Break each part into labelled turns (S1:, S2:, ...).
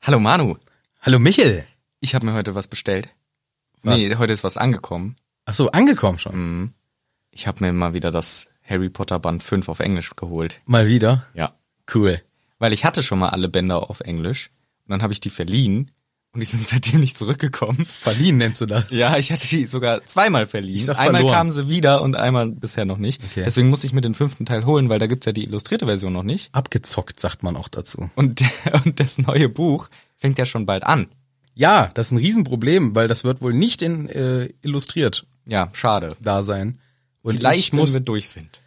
S1: Hallo Manu,
S2: Hallo Michel.
S1: ich habe mir heute was bestellt.
S2: Was?
S1: Nee, heute ist was angekommen.
S2: Ach so, angekommen schon.
S1: Mhm. Ich habe mir mal wieder das Harry Potter Band 5 auf Englisch geholt.
S2: Mal wieder.
S1: Ja.
S2: Cool.
S1: Weil ich hatte schon mal alle Bänder auf Englisch und dann habe ich die verliehen und die sind seitdem nicht zurückgekommen.
S2: Verliehen nennst du das.
S1: Ja, ich hatte die sogar zweimal verliehen.
S2: Ich sag
S1: einmal
S2: verloren.
S1: kamen sie wieder und einmal bisher noch nicht.
S2: Okay.
S1: Deswegen muss ich mir den fünften Teil holen, weil da gibt's ja die illustrierte Version noch nicht.
S2: Abgezockt, sagt man auch dazu.
S1: Und, und das neue Buch fängt ja schon bald an.
S2: Ja, das ist ein Riesenproblem, weil das wird wohl nicht in äh, illustriert
S1: Ja, schade.
S2: da sein. Und ich
S1: Vielleicht, wenn
S2: muss,
S1: wir durch sind.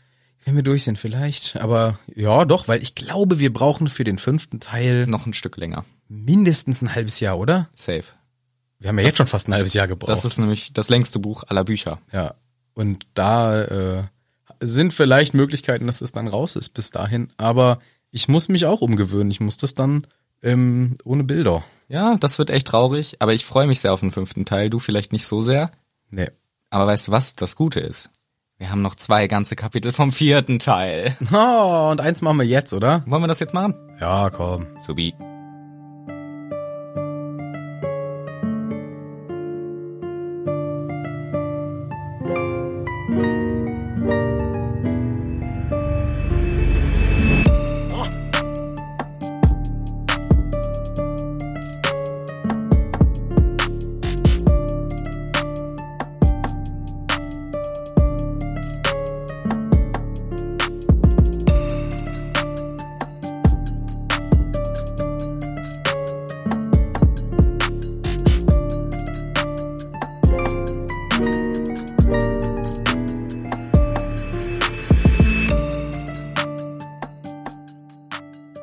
S2: wenn wir durch sind, vielleicht. Aber ja, doch, weil ich glaube, wir brauchen für den fünften Teil
S1: Noch ein Stück länger.
S2: mindestens ein halbes Jahr, oder?
S1: Safe.
S2: Wir haben ja jetzt schon fast ein halbes Jahr gebraucht.
S1: Das ist nämlich das längste Buch aller Bücher.
S2: Ja. Und da äh, sind vielleicht Möglichkeiten, dass es dann raus ist bis dahin. Aber ich muss mich auch umgewöhnen. Ich muss das dann ähm, ohne Bilder.
S1: Ja, das wird echt traurig, aber ich freue mich sehr auf den fünften Teil. Du vielleicht nicht so sehr.
S2: Nee.
S1: Aber weißt du, was das Gute ist? Wir haben noch zwei ganze Kapitel vom vierten Teil.
S2: Oh, und eins machen wir jetzt, oder?
S1: Wollen wir das jetzt machen?
S2: Ja, komm.
S1: Subi.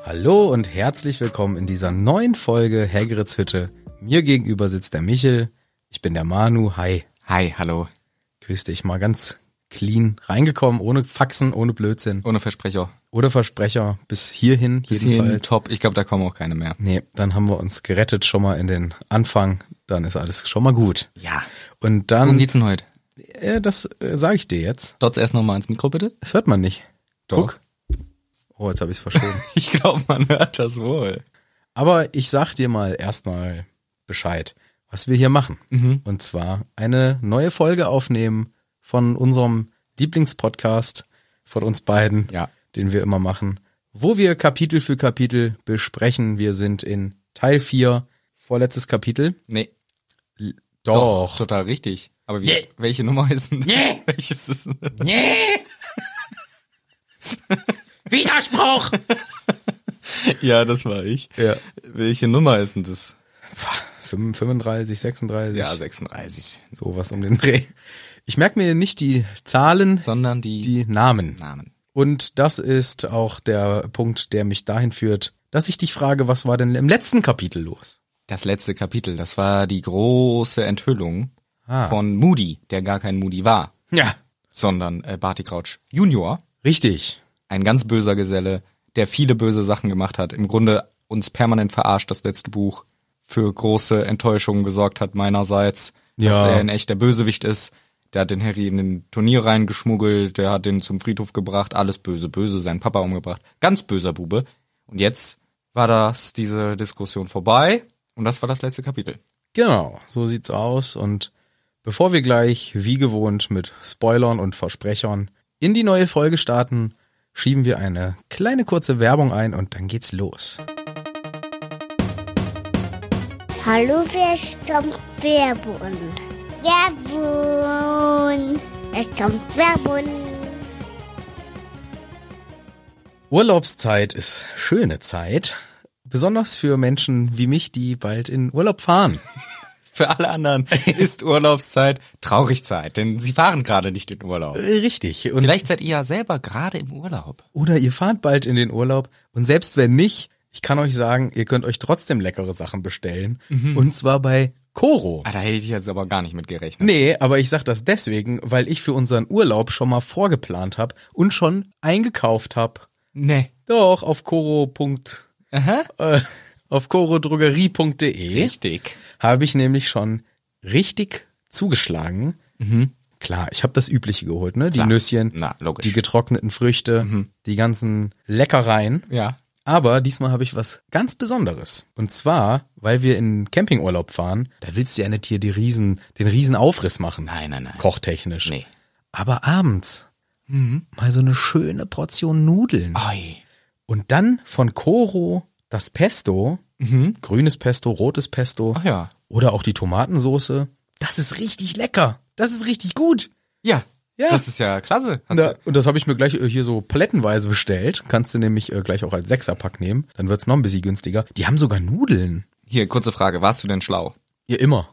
S2: Hallo und herzlich willkommen in dieser neuen Folge Hagrids Hütte. Mir gegenüber sitzt der Michel. Ich bin der Manu. Hi.
S1: Hi, hallo.
S2: Grüß dich. Mal ganz clean reingekommen, ohne Faxen, ohne Blödsinn.
S1: Ohne Versprecher.
S2: Oder Versprecher. Bis hierhin,
S1: Bis hierhin
S2: jedenfalls.
S1: top. Ich glaube, da kommen auch keine mehr.
S2: Nee, dann haben wir uns gerettet schon mal in den Anfang. Dann ist alles schon mal gut.
S1: Ja. Worum
S2: Und dann,
S1: geht's denn heute?
S2: äh, das äh, sage ich dir jetzt.
S1: Dotz erst nochmal ins Mikro, bitte.
S2: Das hört man nicht.
S1: Doch.
S2: Oh, jetzt habe ich es verschoben.
S1: Ich glaube, man hört das wohl.
S2: Aber ich sag dir mal erstmal Bescheid, was wir hier machen. Und zwar eine neue Folge aufnehmen von unserem Lieblingspodcast von uns beiden,
S1: Ja.
S2: den wir immer machen, wo wir Kapitel für Kapitel besprechen. Wir sind in Teil 4, vorletztes Kapitel.
S1: Nee.
S2: Doch.
S1: Total richtig. Aber wie,
S2: Nee.
S1: welche Nummer ist denn?
S2: Nee.
S1: Welches ist denn?
S2: Nee! Widerspruch!
S1: Ja, das war ich.
S2: Ja.
S1: Welche Nummer ist denn das?
S2: Pff, 35, 36,
S1: 36.
S2: sowas um den Dreh. Ich merke mir nicht die Zahlen,
S1: Sondern die,
S2: die Namen.
S1: Namen.
S2: Und das ist auch der Punkt, der mich dahin führt, dass ich dich frage, was war denn im letzten Kapitel los?
S1: Das letzte Kapitel, das war die große Enthüllung
S2: Ah.
S1: von Moody, der gar kein Moody war,
S2: Ja.
S1: sondern äh, Barty Crouch Junior,
S2: Richtig.
S1: ein ganz böser Geselle, der viele böse Sachen gemacht hat, im Grunde uns permanent verarscht, das letzte Buch für große Enttäuschungen gesorgt hat meinerseits, dass
S2: Ja.
S1: er ein echter Bösewicht ist. Der hat den Harry in den Turnier reingeschmuggelt, der hat den zum Friedhof gebracht, alles böse, böse, seinen Papa umgebracht. Ganz böser Bube. Und jetzt war das, diese Diskussion vorbei und das war das letzte Kapitel.
S2: Genau, so sieht's aus. Und bevor wir gleich, wie gewohnt, mit Spoilern und Versprechern in die neue Folge starten, schieben wir eine kleine kurze Werbung ein und dann geht's los.
S3: Hallo, wer stammt Werbun? Werbun! Es kommt Werbun!
S2: Urlaubszeit ist schöne Zeit. Besonders für Menschen wie mich, die bald in Urlaub fahren.
S1: Für alle anderen ist Urlaubszeit Traurigzeit, denn sie fahren gerade nicht in Urlaub.
S2: Richtig. Und
S1: Vielleicht seid ihr ja selber gerade im Urlaub.
S2: Oder ihr fahrt bald in den Urlaub und selbst wenn nicht, ich kann euch sagen, ihr könnt euch trotzdem leckere Sachen bestellen.
S1: Mhm.
S2: Und zwar bei Koro.
S1: Ah, da hätte ich jetzt aber gar nicht mit gerechnet.
S2: Nee, aber ich sag das deswegen, weil ich für unseren Urlaub schon mal vorgeplant habe und schon eingekauft habe.
S1: Nee.
S2: Doch, auf Koro. Punkt,
S1: Aha.
S2: Äh, auf korodrogerie.de
S1: Richtig.
S2: habe ich nämlich schon richtig zugeschlagen. Klar, ich habe das Übliche geholt, ne? Die
S1: Mhm. Klar.
S2: Nüsschen,
S1: Na, logisch. Mhm.
S2: die getrockneten Früchte, die ganzen Leckereien.
S1: Ja.
S2: Aber diesmal habe ich was ganz Besonderes. Und zwar, weil wir in Campingurlaub fahren, da willst du ja nicht hier die Riesen, den Riesenaufriss machen.
S1: Nein, nein, nein.
S2: Kochtechnisch.
S1: Nee. Mhm.
S2: Aber abends mal so eine schöne Portion Nudeln.
S1: Ei.
S2: Und dann von Coro das Pesto, grünes Pesto, rotes Pesto
S1: Mhm. Ach ja.
S2: oder auch die Tomatensoße. Das ist richtig lecker. Das ist richtig gut.
S1: Ja.
S2: Ja.
S1: Das ist ja klasse. Hast
S2: Na,
S1: du-
S2: und das habe ich mir gleich äh, hier so palettenweise bestellt. Kannst du nämlich äh, gleich auch als Sechserpack nehmen. Dann wird's noch ein bisschen günstiger. Die haben sogar Nudeln.
S1: Hier, kurze Frage. Warst du denn schlau?
S2: Ja, immer.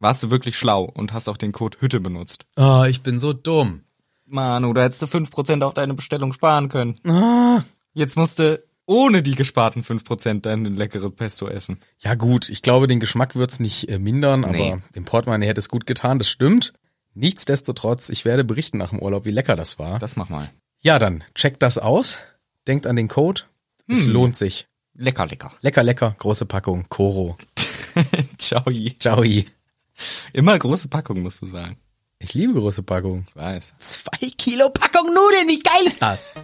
S1: Warst du wirklich schlau und hast auch den Code Hütte benutzt?
S2: Ah, ich bin so dumm.
S1: Mann, oder hättest du 5% auf deine Bestellung sparen können.
S2: Ah.
S1: Jetzt musst du ohne die gesparten 5% deine leckere Pesto essen.
S2: Ja gut, ich glaube, den Geschmack wird's nicht äh, mindern,
S1: Nee.
S2: aber dem Portemonnaie hätte es gut getan, das stimmt. Nichtsdestotrotz, ich werde berichten nach dem Urlaub, wie lecker das war.
S1: Das mach mal.
S2: Ja, dann checkt das aus, denkt an den Code, es lohnt sich.
S1: Lecker, lecker.
S2: Lecker, lecker, große Packung, Koro.
S1: Ciao.
S2: Ciao. Ich
S1: Immer große Packung, musst du sagen.
S2: liebe große Packung.
S1: Ich weiß.
S2: Zwei Kilo Packung Nudeln, wie geil ist das?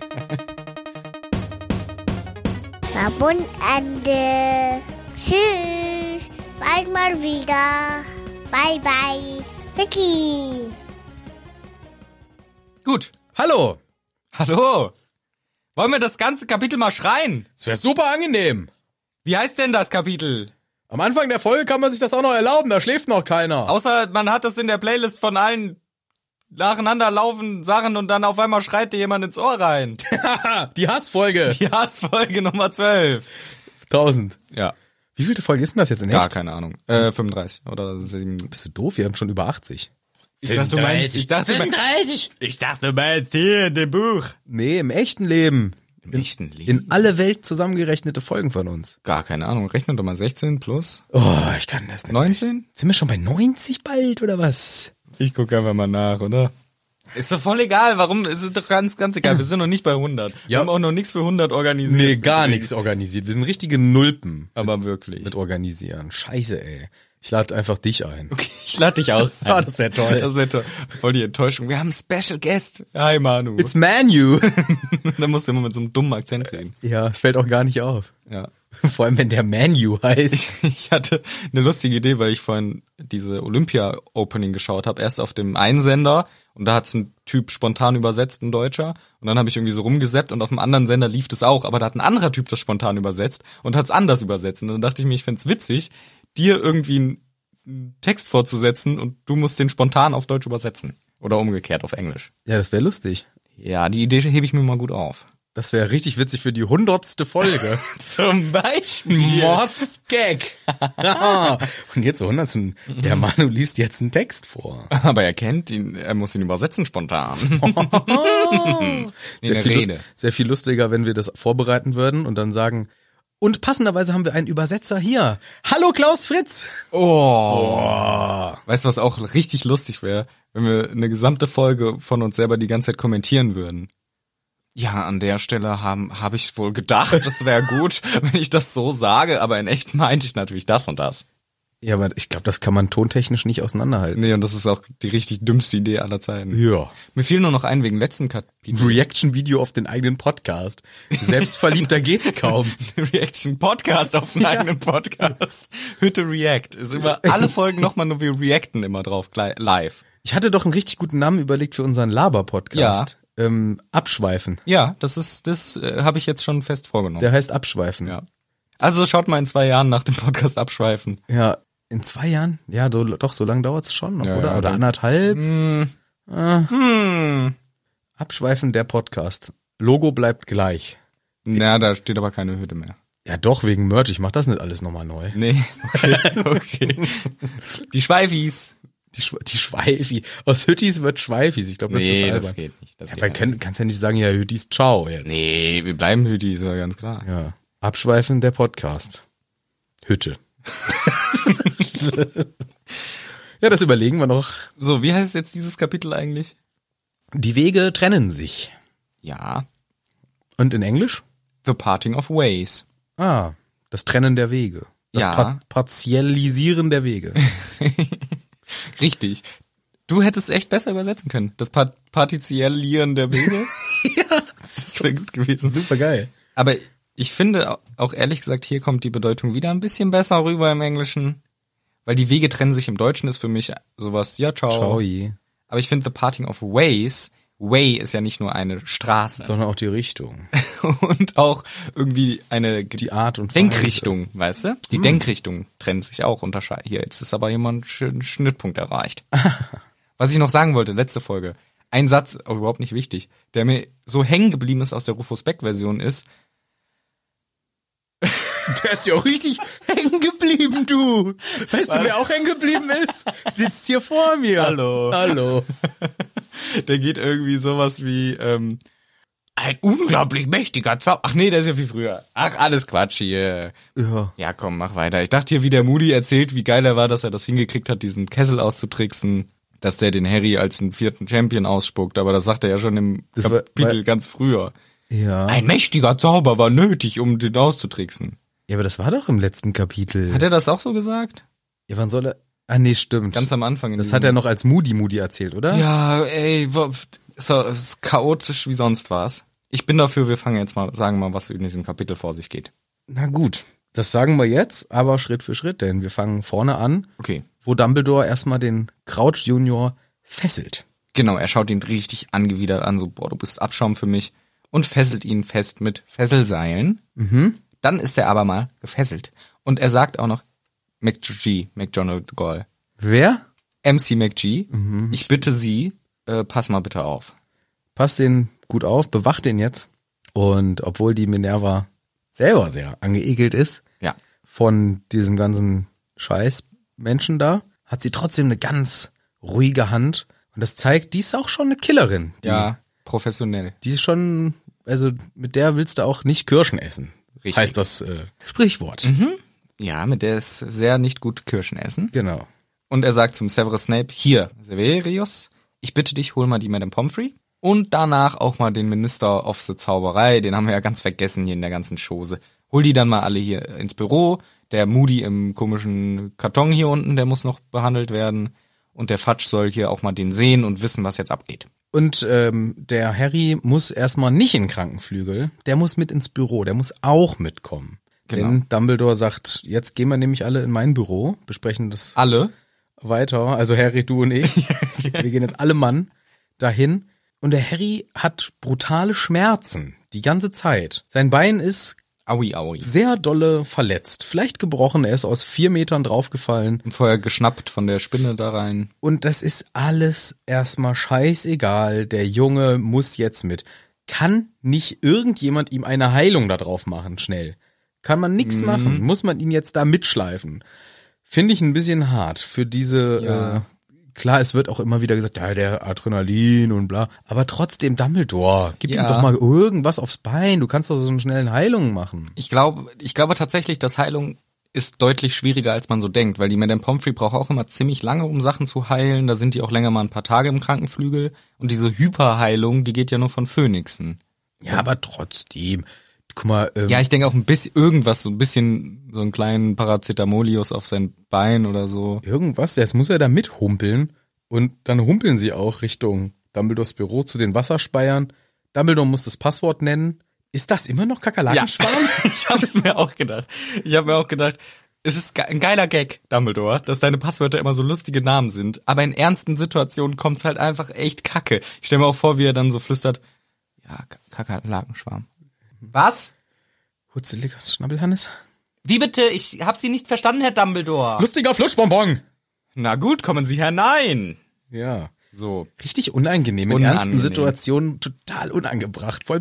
S3: Werbung Ende. Tschüss. Bald mal wieder. Bye bye. Vicky.
S1: Gut.
S2: Hallo,
S1: Hallo. Wollen wir das ganze Kapitel mal schreien?
S2: es wäre super angenehm.
S1: Wie heißt denn das Kapitel?
S2: Am Anfang der Folge kann man sich das auch noch erlauben, da schläft noch keiner.
S1: Außer man hat es in der Playlist von allen nacheinander laufen Sachen und dann auf einmal schreit dir jemand ins Ohr rein.
S2: Ah, Die Hassfolge.
S1: Die Hassfolge Nummer 12.
S2: 1000.
S1: Ja.
S2: Wie vielte Folge ist denn das jetzt in
S1: Gar
S2: echt?
S1: keine Ahnung. Äh, 35 oder 7.
S2: Bist du doof? Wir haben schon über 80.
S1: Ich dachte, du meinst, ich dachte,
S2: 35?
S1: ich dachte, du meinst hier in dem Buch.
S2: Nee, im echten Leben.
S1: Im echten Leben?
S2: In alle Welt zusammengerechnete Folgen von uns.
S1: Gar keine Ahnung. Rechne doch mal 16 plus
S2: Oh, ich kann das nicht.
S1: 19?
S2: Sind wir schon bei 90 bald oder was?
S1: Ich gucke einfach mal nach, oder? Ist doch voll egal. Warum? Es ist doch ganz, ganz egal. Wir sind noch nicht bei 100. Wir
S2: Ja.
S1: haben auch noch nichts für 100 organisiert.
S2: Nee, gar nichts organisiert. Wir sind richtige Nulpen
S1: Aber wirklich.
S2: mit organisieren. Scheiße, ey. Ich lade einfach dich ein.
S1: Okay, ich lade dich auch.
S2: Ah, das wär toll.
S1: Das wäre toll. Voll die Enttäuschung. Wir haben einen Special Guest. Hi, Manu.
S2: It's Manu.
S1: da musst du immer mit so einem dummen Akzent reden.
S2: ja, es fällt auch gar nicht auf.
S1: Ja.
S2: Vor allem, wenn der Manu heißt.
S1: Ich hatte eine lustige Idee, weil ich vorhin diese Olympia-Opening geschaut habe. Erst auf dem einen Sender und da hat's ein Typ spontan übersetzt, ein Deutscher. Und dann habe ich irgendwie so rumgesäppt und auf dem anderen Sender lief das auch. Aber da hat ein anderer Typ das spontan übersetzt und hat's anders übersetzt. Und dann dachte ich mir, ich find's witzig, dir irgendwie einen- einen Text vorzusetzen und du musst den spontan auf Deutsch übersetzen. Oder umgekehrt auf Englisch.
S2: Ja, das wäre lustig.
S1: Ja, die Idee hebe ich mir mal gut auf.
S2: Das wäre richtig witzig für die hundertste Folge.
S1: Zum Beispiel.
S2: Mordsgag. Und jetzt zur hundertsten. Der Manu liest jetzt einen Text vor.
S1: Aber er kennt ihn, er muss ihn übersetzen spontan.
S2: Es wäre
S1: der
S2: viel,
S1: Rede.
S2: lust- es wär viel lustiger, wenn wir das vorbereiten würden und dann sagen, und passenderweise haben wir einen Übersetzer hier. Hallo Klaus Fritz.
S1: Oh. Weißt du, was auch richtig lustig wäre, wenn wir eine gesamte Folge von uns selber die ganze Zeit kommentieren würden? Ja, an der Stelle haben habe ich wohl gedacht, es wäre gut, wenn ich das so sage, aber in echt meinte ich natürlich das und das.
S2: Ja, aber ich glaube, das kann man tontechnisch nicht auseinanderhalten.
S1: Nee, und das ist auch die richtig dümmste Idee aller Zeiten.
S2: Ja.
S1: Mir fiel nur noch ein wegen letzten Kapitel.
S2: Reaction-Video auf den eigenen Podcast. Selbstverliebter geht's kaum.
S1: Reaction Podcast auf einen eigenen Podcast. Hütte React. Ist immer alle Folgen nochmal nur wir reacten immer drauf gleich- live.
S2: Ich hatte doch einen richtig guten Namen überlegt für unseren Laber-Podcast. Ähm, abschweifen.
S1: Ja, das ist das äh, habe ich jetzt schon fest vorgenommen.
S2: Der heißt Abschweifen.
S1: ja. Also schaut mal in zwei Jahren nach dem Podcast abschweifen.
S2: Ja, in zwei Jahren? Ja, do, doch, so lange dauert's schon noch,
S1: Ja,
S2: oder?
S1: ja,
S2: oder
S1: dann-
S2: anderthalb? Ah. Abschweifen der Podcast. Logo bleibt gleich.
S1: Na, da steht aber keine Hütte mehr.
S2: Ja, doch, wegen Merch. Ich mach das nicht alles nochmal neu.
S1: Nee, okay, okay. Die Schweifis.
S2: Die, Schwe- die Schweifi. Aus Hüttis wird Schweifis. Ich glaube, das ist albern.
S1: geht nicht. Das
S2: ja,
S1: geht
S2: man kann, kannst ja nicht sagen, ja, Hüttis, ciao jetzt.
S1: nicht. Nee, wir bleiben Hüttis, ist ja ganz klar.
S2: Ja. Abschweifen der Podcast. Hütte. ja, das überlegen wir noch.
S1: So, wie heißt jetzt dieses Kapitel eigentlich?
S2: Die Wege trennen sich.
S1: Ja,
S2: Und in Englisch?
S1: The Parting of Ways.
S2: Ah, das Trennen der Wege. Das
S1: Ja.
S2: Par Partialisieren der Wege.
S1: Richtig. Du hättest echt besser übersetzen können. Das Part Partiziellieren der Wege. ja. Das wäre gut gewesen.
S2: Super geil.
S1: Aber Ich finde auch ehrlich gesagt, hier kommt die Bedeutung wieder ein bisschen besser rüber im Englischen. Weil die Wege trennen sich im Deutschen ist für mich sowas, ja, ciao.
S2: Ciao. je.
S1: Aber ich finde The Parting of Ways, Way ist ja nicht nur eine Straße
S2: Sondern auch die Richtung.
S1: und auch irgendwie eine Ge-
S2: Die Art und Weise. Hm.
S1: Denkrichtung, weißt du? Die Denkrichtung trennt sich auch unterscheid. Hier, jetzt ist aber jemand schönen Schnittpunkt erreicht. Was ich noch sagen wollte, letzte Folge. Ein Satz, auch überhaupt nicht wichtig, der mir so hängen geblieben ist aus der Rufus Beck-Version ist,
S2: Der ist ja auch richtig hängen geblieben, du. Weißt du, wer auch hängen geblieben ist? Sitzt hier vor mir.
S1: Hallo.
S2: Hallo.
S1: der geht irgendwie sowas wie, ähm, ein unglaublich mächtiger Zauber. Ach nee, der ist ja viel früher. Ach, alles Quatsch hier.
S2: Ja.
S1: Ja, komm, mach weiter. Ich dachte hier, wie der Moody erzählt, wie geil er war, dass er das hingekriegt hat, diesen Kessel auszutricksen, dass der den Harry als einen vierten Champion ausspuckt, aber das sagt er ja schon im
S2: Das war-
S1: Kapitel
S2: war-
S1: ganz früher.
S2: Ja.
S1: Ein mächtiger Zauber war nötig, um den auszutricksen.
S2: Ja, aber das war doch im letzten Kapitel.
S1: Hat er das auch so gesagt?
S2: ja, wann soll er? Ah, nee, stimmt.
S1: Ganz am Anfang. in
S2: das
S1: diesem-
S2: hat er noch als Moody Moody erzählt, oder?
S1: Ja, ey, wa- so, es ist chaotisch wie sonst was. Ich bin dafür, wir fangen jetzt mal, sagen mal, was in diesem Kapitel vor sich geht.
S2: Na gut. Das sagen wir jetzt, aber Schritt für Schritt, denn wir fangen vorne an,
S1: Okay.
S2: wo Dumbledore erstmal den Crouch Junior fesselt.
S1: Genau, er schaut ihn richtig angewidert an, so, boah, du bist Abschaum für mich. Und fesselt ihn fest mit Fesselseilen. Dann ist er aber mal gefesselt. Und er sagt auch noch, McG, McGonagall,
S2: Wer?
S1: MC McG, ich bitte Sie, äh, pass mal bitte auf.
S2: Passt den gut auf, bewacht den jetzt. Und obwohl die Minerva selber sehr angeekelt ist,
S1: Ja.
S2: von diesem ganzen Scheiß Menschen da, hat sie trotzdem eine ganz ruhige Hand. Und das zeigt, die ist auch schon eine Killerin. Die,
S1: Ja, professionell.
S2: Die ist schon, also mit der willst du auch nicht Kirschen essen.
S1: Richtig. Mhm.
S2: Heißt das äh, Sprichwort.
S1: Ja, mit der ist sehr nicht gut Kirschen essen.
S2: Genau.
S1: Und er sagt zum Severus Snape, hier, Severius, ich bitte dich, hol mal die Madame Pomfrey. Und danach auch mal den Minister of the Zauberei, den haben wir ja ganz vergessen hier in der ganzen Chose. Hol die dann mal alle hier ins Büro. Der Moody im komischen Karton hier unten, der muss noch behandelt werden. Und der Fatsch soll hier auch mal den sehen und wissen, was jetzt abgeht.
S2: Und ähm, der Harry muss erstmal nicht in den Krankenflügel, der muss mit ins Büro, der muss auch mitkommen.
S1: Genau.
S2: Denn Dumbledore sagt, jetzt gehen wir nämlich alle in mein Büro, besprechen das
S1: Alle?
S2: weiter, also Harry, du und ich.
S1: genau.
S2: wir gehen jetzt alle Mann dahin. Und der Harry hat brutale Schmerzen die ganze Zeit. Sein Bein ist
S1: Aui, aui.
S2: sehr dolle verletzt, vielleicht gebrochen, er ist aus vier Metern draufgefallen.
S1: Und vorher geschnappt von der Spinne da rein.
S2: Und das ist alles erstmal scheißegal. Der Junge muss jetzt mit. Kann nicht irgendjemand ihm eine Heilung da drauf machen, schnell? Kann man nichts
S1: Mhm.
S2: machen? Muss man ihn jetzt da mitschleifen? Finde ich ein bisschen hart für diese.
S1: Ja.
S2: Äh, klar, es wird auch immer wieder gesagt, ja, der Adrenalin und bla. Aber trotzdem, Dumbledore, gib
S1: Ja.
S2: ihm doch mal irgendwas aufs Bein. Du kannst doch so einen schnellen Heilung machen.
S1: Ich glaube, ich glaube tatsächlich, dass Heilung ist deutlich schwieriger, als man so denkt, weil die Madame Pomfrey braucht auch immer ziemlich lange, um Sachen zu heilen. Da sind die auch länger mal ein paar Tage im Krankenflügel. Und diese Hyperheilung, die geht ja nur von Phönixen.
S2: Ja, aber trotzdem. Guck mal, ähm,
S1: Ja, ich denke auch ein bisschen irgendwas, so ein bisschen so einen kleinen Paracetamolius auf sein Bein oder so.
S2: irgendwas, jetzt muss er da mithumpeln und dann humpeln sie auch Richtung Dumbledores Büro zu den Wasserspeiern. Dumbledore muss das Passwort nennen. Ist das immer noch Kakerlakensparen?
S1: ich hab's mir auch gedacht. Ich habe mir auch gedacht, es ist ge- ein geiler Gag, Dumbledore, dass deine Passwörter immer so lustige Namen sind. Aber in ernsten Situationen kommt's halt einfach echt kacke. Ich stell mir auch vor, wie er dann so flüstert, ja, K- Kakerlakenschwarm. Was?
S2: Hutzeliger Schnabbelhannes.
S1: Wie bitte? Ich hab Sie nicht verstanden, Herr Dumbledore.
S2: Lustiger Flutschbonbon.
S1: Na gut, kommen Sie hinein.
S2: Ja.
S1: So.
S2: Richtig unangenehm. In
S1: Unangenehm.
S2: ernsten Situationen total unangebracht. Voll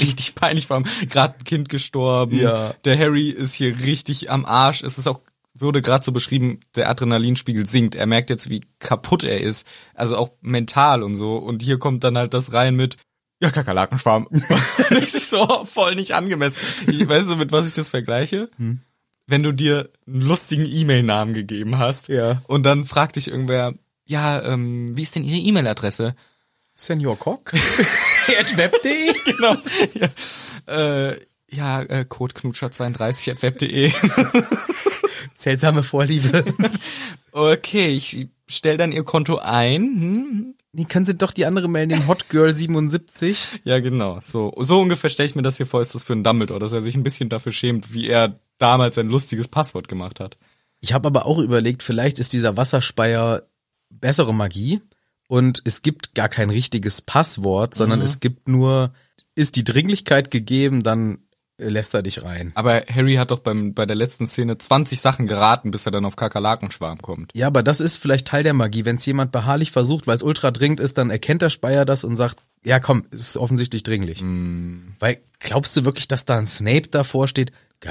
S1: Richtig peinlich, vor allem gerade ein Kind gestorben.
S2: Ja.
S1: Der Harry ist hier richtig am Arsch. Es ist auch, würde gerade so beschrieben, der Adrenalinspiegel sinkt. Er merkt jetzt, wie kaputt er ist. Also auch mental und so. Und hier kommt dann halt das rein mit, ja, Kakerlakenschwarm. das ist so voll nicht angemessen. Ich weiß so, mit was ich das vergleiche?
S2: Hm.
S1: Wenn du dir einen lustigen E-Mail-Namen gegeben hast.
S2: Ja.
S1: Und dann fragt dich irgendwer, ja, ähm, wie ist denn Ihre E-Mail-Adresse?
S2: Senior Cock. Web.de.
S1: genau. Ja, äh, ja äh, codeknutscher32 at web.de.
S2: Seltsame Vorliebe.
S1: Okay, ich stell dann ihr Konto ein. Hm?
S2: Nee, können Sie doch die andere melden, den Hot Girl 77.
S1: Ja, genau. So, so ungefähr stelle ich mir das hier vor, ist das für einen Dumbledore, dass er sich ein bisschen dafür schämt, wie er damals ein lustiges Passwort gemacht hat.
S2: Ich habe aber auch überlegt, vielleicht ist dieser Wasserspeier bessere Magie und es gibt gar kein richtiges Passwort, sondern es gibt nur, ist die Dringlichkeit gegeben, dann äh, lässt er dich rein.
S1: Aber Harry hat doch beim, bei der letzten Szene 20 Sachen geraten, bis er dann auf Kakerlakenschwarm kommt.
S2: Ja, aber das ist vielleicht Teil der Magie. Wenn es jemand beharrlich versucht, weil es ultra dringend ist, dann erkennt der Speyer das und sagt, ja komm, es ist offensichtlich dringlich. Weil glaubst du wirklich, dass da ein Snape davor steht?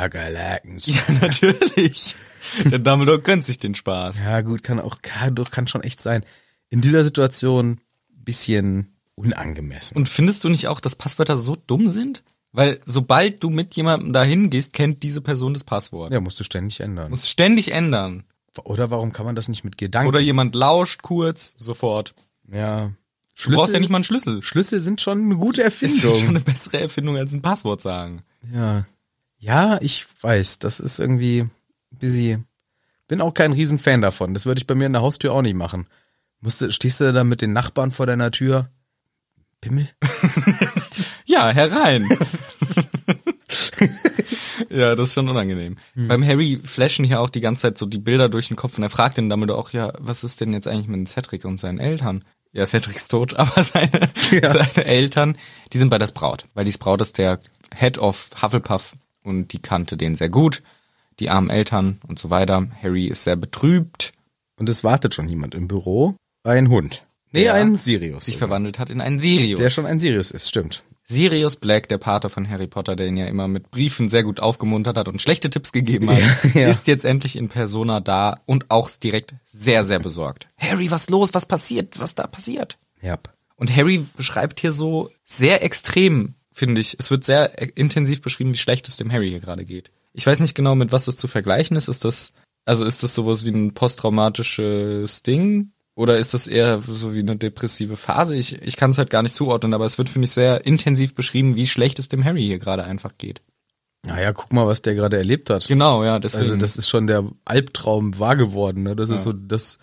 S2: Kakerlaken.
S1: Ja, natürlich. der Dumbledore gönnt sich den Spaß.
S2: Ja, gut, kann auch, kann, doch, kann schon echt sein. In dieser Situation bisschen unangemessen.
S1: Und findest du nicht auch, dass Passwörter so dumm sind? Weil sobald du mit jemandem dahin gehst, kennt diese Person das Passwort.
S2: Ja, musst du ständig ändern.
S1: Muss ständig ändern.
S2: Oder warum kann man das nicht mit Gedanken?
S1: Oder jemand lauscht kurz, Mhm. sofort.
S2: ja.
S1: Du brauchst ja nicht mal einen Schlüssel.
S2: Schlüssel sind schon eine gute
S1: Ist
S2: Erfindung.
S1: schon eine bessere Erfindung als ein Passwort sagen.
S2: Ja. Ja, ich weiß, das ist irgendwie busy. Bin auch kein Riesenfan davon. Das würde ich bei mir in der Haustür auch nicht machen. Musste, stehst du da mit den Nachbarn vor deiner Tür? Pimmel?
S1: Ja, herein. ja, das ist schon unangenehm.
S2: Hm.
S1: Beim Harry flashen hier auch die ganze Zeit so die Bilder durch den Kopf und er fragt den damit auch, ja, was ist denn jetzt eigentlich mit Cedric und seinen Eltern? Ja, Cedric ist tot, aber seine, seine Eltern, die sind bei das Braut, weil die Braut ist der Head of Hufflepuff und die kannte den sehr gut, die armen Eltern und so weiter. Harry ist sehr betrübt,
S2: Und es wartet schon jemand im Büro. Ein Hund. Nee,
S1: Der
S2: ein Sirius.
S1: sich
S2: sogar.
S1: verwandelt hat in einen Sirius.
S2: der schon ein Sirius ist, stimmt.
S1: Sirius Black, der Pater von Harry Potter, der ihn ja immer mit Briefen sehr gut aufgemuntert hat und schlechte Tipps gegeben hat,
S2: Ja, ja.
S1: ist jetzt endlich in Persona da und auch direkt sehr, sehr besorgt. Harry, was los? Was passiert? Was da passiert?
S2: Ja.
S1: Und Harry beschreibt hier so sehr extrem, finde ich. Es wird sehr äh, intensiv beschrieben, wie schlecht es dem Harry hier gerade geht. Ich weiß nicht genau, mit was das zu vergleichen ist. Ist das, also ist das sowas wie ein posttraumatisches Ding? Oder ist das eher so wie eine depressive Phase? Ich, ich kann es halt gar nicht zuordnen, aber es wird, finde ich, sehr intensiv beschrieben, wie schlecht es dem Harry hier gerade einfach geht.
S2: Naja, guck mal, was der gerade erlebt hat.
S1: Genau, ja, deswegen.
S2: Also das ist schon der Albtraum wahr geworden. Ne? Das ist so das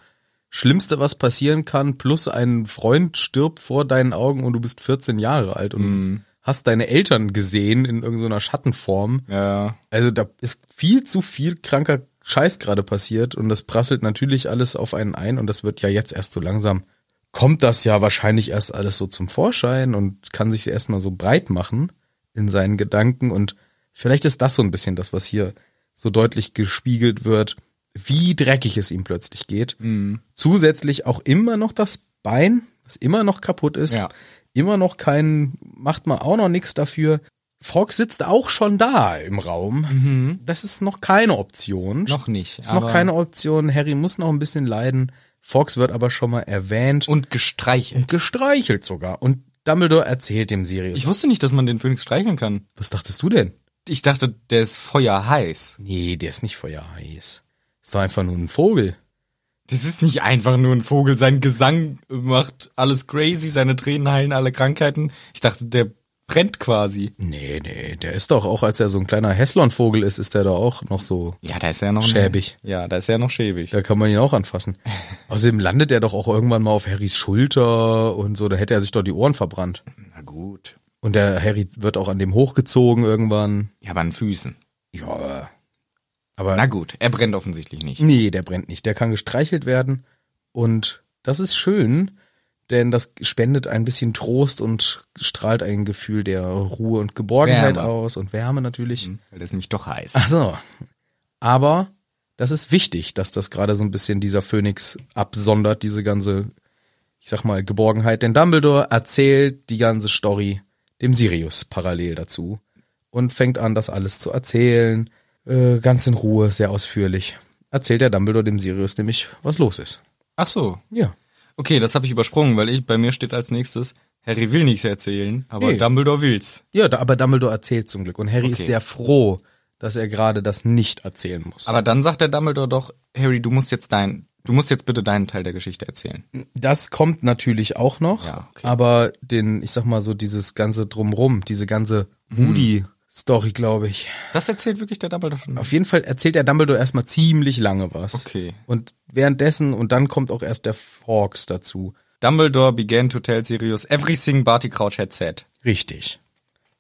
S2: Schlimmste, was passieren kann. Plus ein Freund stirbt vor deinen Augen und du bist 14 Jahre alt und hast deine Eltern gesehen in irgendeiner Schattenform.
S1: ja,
S2: Also da ist viel zu viel kranker Scheiß gerade passiert und das prasselt natürlich alles auf einen ein und das wird ja jetzt erst so langsam. Kommt das ja wahrscheinlich erst alles so zum Vorschein und kann sich erstmal so breit machen in seinen Gedanken und vielleicht ist das so ein bisschen das, was hier so deutlich gespiegelt wird, wie dreckig es ihm plötzlich geht. Zusätzlich auch immer noch das Bein, was immer noch kaputt ist,
S1: Ja.
S2: immer noch kein, macht man auch noch nichts dafür. Fogg sitzt auch schon da im Raum. Das ist noch keine Option.
S1: Mhm. noch nicht.
S2: Ist noch
S1: aber-
S2: keine Option. Harry muss noch ein bisschen leiden. Fox wird aber schon mal erwähnt
S1: Und gestreichelt.
S2: gestreichelt sogar. Und Dumbledore erzählt dem Sirius.
S1: Ich wusste nicht, dass man den Phönix streicheln kann.
S2: was dachtest du denn?
S1: Ich dachte, der ist feuerheiß.
S2: Nee, der ist nicht feuerheiß. Ist doch einfach nur ein Vogel.
S1: Das ist nicht einfach nur ein Vogel. Sein Gesang macht alles crazy, seine Tränen heilen alle Krankheiten. Ich dachte, der brennt quasi.
S2: Nee, nee, der ist doch auch, als er so ein kleiner Heslon-Vogel ist, ist der da auch noch so.
S1: Ja, da ist er noch
S2: Schäbig.
S1: Ja, da ist er noch schäbig.
S2: Da kann man ihn auch anfassen. Außerdem landet er doch auch irgendwann mal auf Harrys Schulter und so. Da hätte er sich doch die Ohren verbrannt.
S1: Na gut.
S2: Und der Harry wird auch an dem hochgezogen irgendwann.
S1: Ja, aber an Füßen.
S2: Ja. Aber
S1: Na gut, er brennt offensichtlich nicht.
S2: Nee, der brennt nicht. Der kann gestreichelt werden. Und das ist schön, denn das spendet ein bisschen Trost und strahlt ein Gefühl der Ruhe und Geborgenheit
S1: Wärme. Mhm.
S2: aus und Wärme natürlich.
S1: Weil der ist nämlich doch heiß.
S2: Ach so. Aber das ist wichtig, dass das gerade so ein bisschen dieser Phönix absondert, diese ganze, ich sag mal, Geborgenheit. Denn Dumbledore erzählt die ganze Story dem Sirius parallel dazu und fängt an, das alles zu erzählen, äh, ganz in Ruhe, sehr ausführlich. Erzählt der Dumbledore dem Sirius nämlich, was los ist.
S1: Ach so.
S2: Ja.
S1: Okay, das habe ich übersprungen, weil ich bei mir steht als nächstes, Harry will nichts erzählen, aber
S2: Nee.
S1: Dumbledore will's.
S2: Ja, da, aber Dumbledore erzählt zum Glück. Und Harry ist
S1: Okay.
S2: sehr froh, dass er gerade das nicht erzählen muss.
S1: Aber dann sagt der Dumbledore doch, Harry, du musst jetzt dein, du musst jetzt bitte deinen Teil der Geschichte erzählen.
S2: Das kommt natürlich auch noch,
S1: Ja, okay.
S2: aber den, ich sag mal so, dieses ganze Drumrum, diese ganze
S1: Mhm.
S2: Moody-Story, glaube ich.
S1: Das erzählt wirklich der Dumbledore schon.
S2: Auf jeden Fall erzählt der Dumbledore erstmal ziemlich lange was.
S1: Okay.
S2: Und währenddessen, und dann kommt auch erst der Forks dazu.
S1: Dumbledore began to tell Sirius everything Barty Crouch had said.
S2: Richtig.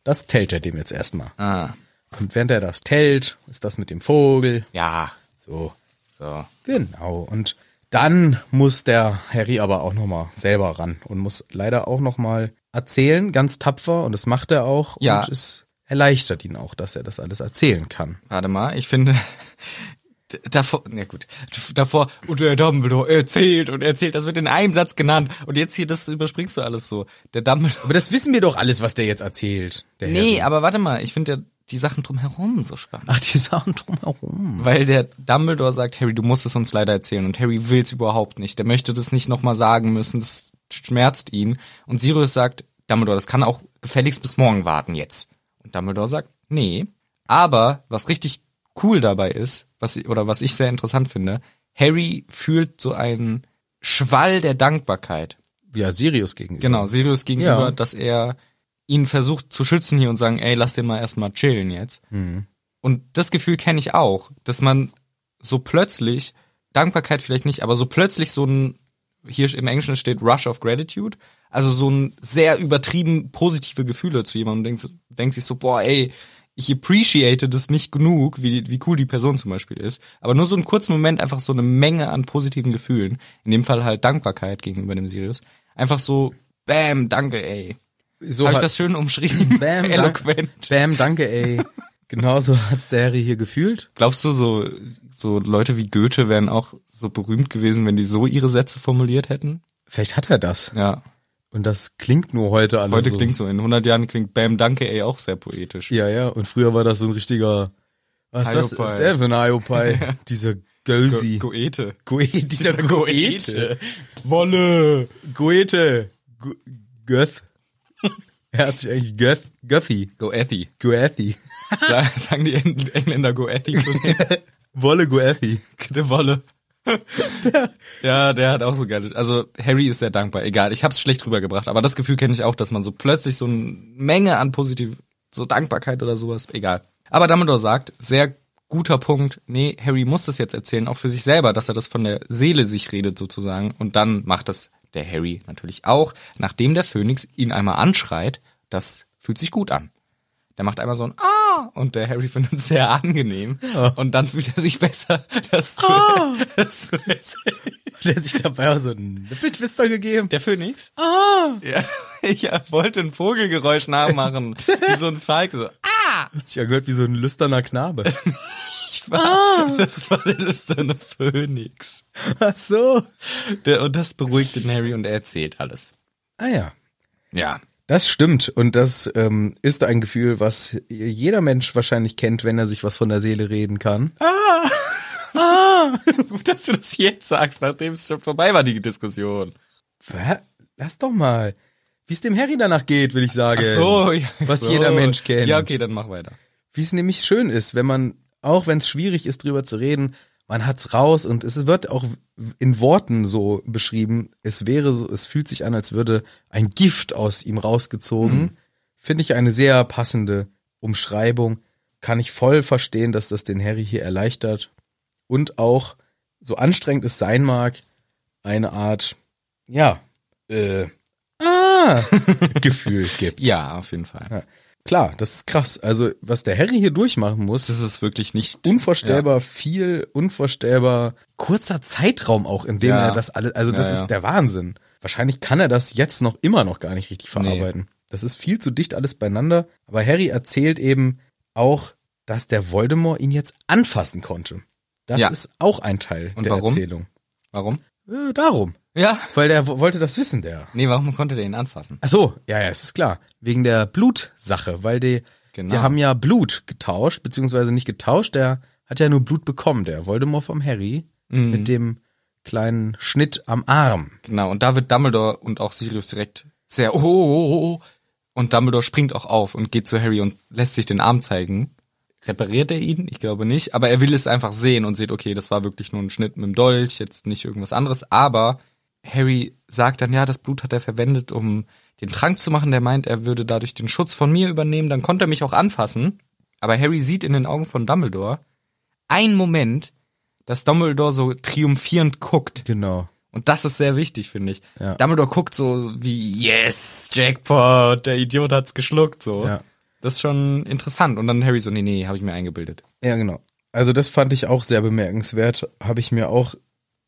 S2: Das tellt er dem jetzt erstmal.
S1: Ah,
S2: Und während er das tellt, ist das mit dem Vogel.
S1: ja.
S2: So,
S1: So.
S2: genau. Und dann muss der Harry aber auch nochmal selber ran und muss leider auch nochmal erzählen, ganz tapfer. Und das macht er auch.
S1: Ja.
S2: Und es erleichtert ihn auch, dass er das alles erzählen kann.
S1: Warte mal, ich finde d- davor, na gut, d- davor und der Dumbledore erzählt und erzählt, das wird in einem Satz genannt und jetzt hier das überspringst du alles so. Der Dumbledore.
S2: Aber das wissen wir doch alles, was der jetzt erzählt. Der
S1: Nee,
S2: Harry.
S1: aber warte mal, ich finde ja die Sachen drumherum so spannend.
S2: Ach, die Sachen drumherum.
S1: Weil der Dumbledore sagt, Harry, du musst es uns leider erzählen. Und Harry will's überhaupt nicht. Der möchte das nicht nochmal sagen müssen. Das schmerzt ihn. Und Sirius sagt, Dumbledore, das kann auch gefälligst bis morgen warten jetzt. Und Dumbledore sagt, nee. Aber was richtig cool dabei ist, was, oder was ich sehr interessant finde, Harry fühlt so einen Schwall der Dankbarkeit.
S2: Ja, Sirius gegenüber.
S1: Genau, Sirius gegenüber,
S2: Ja.
S1: dass er ihn versucht zu schützen hier und sagen, ey, lass den mal erstmal chillen jetzt. Und das Gefühl kenne ich auch, dass man so plötzlich, Dankbarkeit vielleicht nicht, aber so plötzlich so ein, hier im Englischen steht Rush of Gratitude, also so ein sehr übertrieben positive Gefühle zu jemandem, denkt, denkt sich so, boah, ey, ich appreciate das nicht genug, wie, wie cool die Person zum Beispiel ist. Aber nur so einen kurzen Moment einfach so eine Menge an positiven Gefühlen, in dem Fall halt Dankbarkeit gegenüber dem Sirius, einfach so, bam, danke, ey.
S2: So
S1: Habe ich
S2: hat-
S1: das schön umschrieben?
S2: Bam, dank-
S1: Eloquent.
S2: Bam, danke, ey. Genauso hat's der Harry hier gefühlt.
S1: Glaubst du, so, so Leute wie Goethe wären auch so berühmt gewesen, wenn die so ihre Sätze formuliert hätten?
S2: Vielleicht hat er das.
S1: Ja.
S2: Und das klingt nur heute alles
S1: Heute
S2: so.
S1: klingt so, in 100 Jahren klingt Bam Danke ey auch sehr poetisch.
S2: Also Ja, ja. Und früher war das so ein richtiger. Was ist das?
S1: Iopai.
S2: Was ist der für ein Iopai? Dieser Gosi.
S1: Go Goethe.
S2: Goe- dieser Goethe.
S1: Wolle.
S2: Goethe. Go- Göth. Er hat sich eigentlich Göth, Göthi.
S1: Goethi.
S2: Goethi.
S1: Sa- Sagen die Eng- Engländer Goethi zu mir?
S2: Wolle Goethi.
S1: Der Wolle. ja, der hat auch so geil. Also Harry ist sehr dankbar. Egal, ich hab's schlecht rübergebracht, aber das Gefühl kenne ich auch, dass man so plötzlich so eine Menge an positiv, so Dankbarkeit oder sowas. Egal. Aber Dumbledore sagt, sehr guter Punkt. Nee, Harry muss das jetzt erzählen, auch für sich selber, dass er das von der Seele sich redet sozusagen. Und dann macht das der Harry natürlich auch, nachdem der Phönix ihn einmal anschreit. Das fühlt sich gut an. Der macht einmal so ein Ah und der Harry findet es sehr angenehm. Und dann fühlt er sich besser, das zu, das zu erzählen.
S2: Der sich dabei auch so einen Nippeltwister gegeben.
S1: Der Phönix? Ah! Ja, ich wollte ein Vogelgeräusch nachmachen. wie so ein Falk. So. "Ah,
S2: Hat sich ja gehört wie so ein lüsterner Knabe.
S1: Ich war, Das war der lüsterne Phönix.
S2: Ach so.
S1: Der, und das beruhigt den Harry und er erzählt alles.
S2: Ah ja.
S1: Ja.
S2: Das stimmt und das ähm, ist ein Gefühl, was jeder Mensch wahrscheinlich kennt, wenn er sich was von der Seele reden kann.
S1: Gut, dass du das jetzt sagst, nachdem es schon vorbei war, die Diskussion.
S2: Wa- Lass doch mal, wie es dem Harry danach geht, will ich sagen.
S1: Äh, ja,
S2: was jeder Mensch kennt.
S1: Ja, okay, dann mach weiter.
S2: Wie es nämlich schön ist, wenn man, auch wenn es schwierig ist, drüber zu reden, man hat's raus und es wird auch in Worten so beschrieben. Es wäre so, es fühlt sich an, als würde ein Gift aus ihm rausgezogen. Finde ich eine sehr passende Umschreibung. Kann ich voll verstehen, dass das den Harry hier erleichtert und auch, so anstrengend es sein mag, eine Art, ja, äh, ah, Gefühl gibt.
S1: Ja, auf jeden Fall.
S2: Ja. Klar, das ist krass. Also, was der Harry hier durchmachen muss,
S1: Das ist wirklich nicht
S2: unvorstellbar viel, unvorstellbar kurzer Zeitraum auch, in dem
S1: Ja.
S2: er das alles, also das
S1: Ja, ja.
S2: ist der Wahnsinn. Wahrscheinlich kann er das jetzt noch immer noch gar nicht richtig verarbeiten. Das ist viel zu dicht alles beieinander. Aber Harry erzählt eben auch, dass der Voldemort ihn jetzt anfassen konnte. Das
S1: Ja.
S2: ist auch ein Teil
S1: Und
S2: der
S1: warum?
S2: Erzählung.
S1: Warum?
S2: Äh, darum.
S1: Ja.
S2: Weil der w- wollte das wissen, der.
S1: Nee, warum konnte der ihn anfassen?
S2: Ach so, ja, ja, es ist klar. Wegen der Blutsache, weil die,
S1: Genau.
S2: die haben ja Blut getauscht, beziehungsweise nicht getauscht, der hat ja nur Blut bekommen, der Voldemort vom Harry,
S1: Mhm.
S2: mit dem kleinen Schnitt am Arm.
S1: Genau, und da wird Dumbledore und auch Sirius direkt sehr oh, oh, oh, oh. Und Dumbledore springt auch auf und geht zu Harry und lässt sich den Arm zeigen. Repariert er ihn? Ich glaube nicht. Aber er will es einfach sehen und sieht, okay, das war wirklich nur ein Schnitt mit dem Dolch, jetzt nicht irgendwas anderes. Aber Harry sagt dann, ja, das Blut hat er verwendet, um den Trank zu machen. Der meint, er würde dadurch den Schutz von mir übernehmen. Dann konnte er mich auch anfassen. Aber Harry sieht in den Augen von Dumbledore einen Moment, dass Dumbledore so triumphierend guckt.
S2: Genau.
S1: Und das ist sehr wichtig, finde ich.
S2: Ja.
S1: Dumbledore guckt so wie, yes, Jackpot, der Idiot hat's geschluckt, so.
S2: Ja.
S1: Das ist schon interessant. Und dann Harry so, nee, nee, habe ich mir eingebildet.
S2: Ja, genau. Also das fand ich auch sehr bemerkenswert. Habe ich mir auch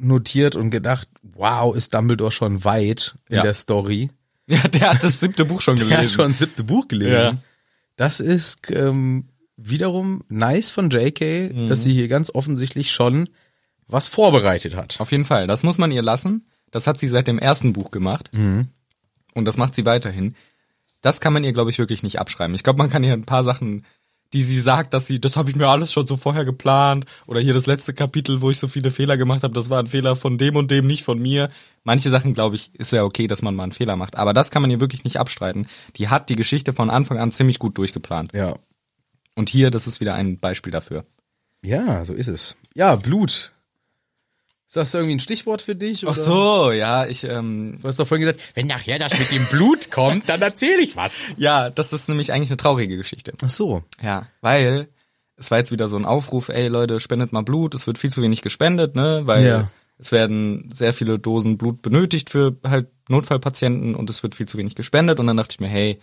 S2: notiert und gedacht, wow, ist Dumbledore schon weit in
S1: Ja.
S2: der Story.
S1: Ja, der hat das siebte Buch schon gelesen.
S2: Der hat schon das siebte Buch gelesen.
S1: Ja.
S2: Das ist ähm, wiederum nice von JK, dass sie hier ganz offensichtlich schon was vorbereitet hat.
S1: Auf jeden Fall. Das muss man ihr lassen. Das hat sie seit dem ersten Buch gemacht. Und das macht sie weiterhin. Das kann man ihr, glaube ich, wirklich nicht abschreiben. Ich glaube, man kann ihr ein paar Sachen, die sie sagt, dass sie, das habe ich mir alles schon so vorher geplant. Oder hier das letzte Kapitel, wo ich so viele Fehler gemacht habe, das war ein Fehler von dem und dem, nicht von mir. Manche Sachen, glaube ich, ist ja okay, dass man mal einen Fehler macht. Aber das kann man ihr wirklich nicht abstreiten. Die hat die Geschichte von Anfang an ziemlich gut durchgeplant.
S2: Ja.
S1: Und hier, das ist wieder ein Beispiel dafür.
S2: Ja, so ist es. Ja, Blut. Ist das irgendwie ein Stichwort für dich? Oder?
S1: so, ja, ich, ähm,
S2: Du hast doch vorhin gesagt, wenn nachher das mit dem Blut kommt, dann erzähle ich was.
S1: ja, das ist nämlich eigentlich eine traurige Geschichte.
S2: Ach so.
S1: Ja, weil es war jetzt wieder so ein Aufruf, ey Leute, spendet mal Blut, es wird viel zu wenig gespendet, ne, weil
S2: Ja.
S1: es werden sehr viele Dosen Blut benötigt für halt Notfallpatienten und es wird viel zu wenig gespendet und dann dachte ich mir, hey,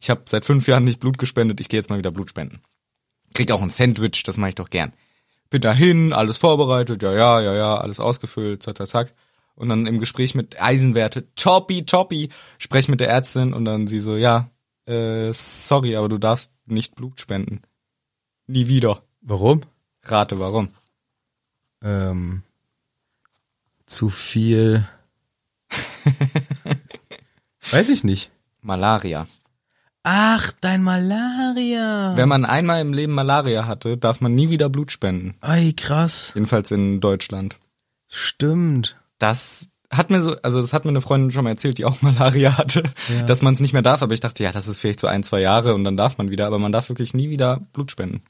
S1: ich habe seit fünf Jahren nicht Blut gespendet, ich gehe jetzt mal wieder Blut spenden. Krieg auch ein Sandwich, das mache ich doch gern. Bin dahin, alles vorbereitet, ja, ja, ja, ja, alles ausgefüllt, zack, zack, zack. Und dann im Gespräch mit Eisenwerte, toppi, toppi, sprech mit der Ärztin und dann sie so, ja, äh, sorry, aber du darfst nicht Blut spenden. Nie wieder.
S2: Warum?
S1: Rate warum.
S2: Ähm, zu viel. Weiß ich nicht.
S1: Malaria.
S2: Ach, dein Malaria.
S1: Wenn man einmal im Leben Malaria hatte, darf man nie wieder Blut spenden.
S2: Ei, krass.
S1: Jedenfalls in Deutschland.
S2: Stimmt.
S1: Das hat mir so, also das hat mir eine Freundin schon mal erzählt, die auch Malaria hatte, dass man es nicht mehr darf. Aber ich dachte, ja, das ist vielleicht so ein, zwei Jahre und dann darf man wieder. Aber man darf wirklich nie wieder Blut spenden.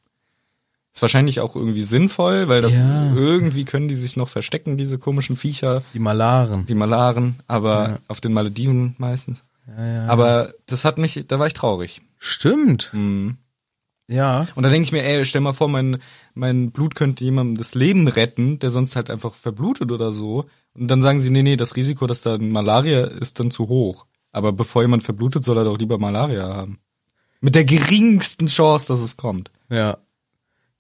S1: Ist wahrscheinlich auch irgendwie sinnvoll, weil das
S2: Ja.
S1: irgendwie können die sich noch verstecken, diese komischen Viecher,
S2: Die Malaren.
S1: die Malaren, aber auf den Malediven meistens. Aber das hat mich, da war ich traurig.
S2: Stimmt. Ja.
S1: Und da denke ich mir, ey, stell mal vor, mein, mein Blut könnte jemandem das Leben retten, der sonst halt einfach verblutet oder so. Und dann sagen sie, nee, nee, das Risiko, dass da Malaria ist, dann zu hoch. Aber bevor jemand verblutet, soll er doch lieber Malaria haben. Mit der geringsten Chance, dass es kommt.
S2: Ja.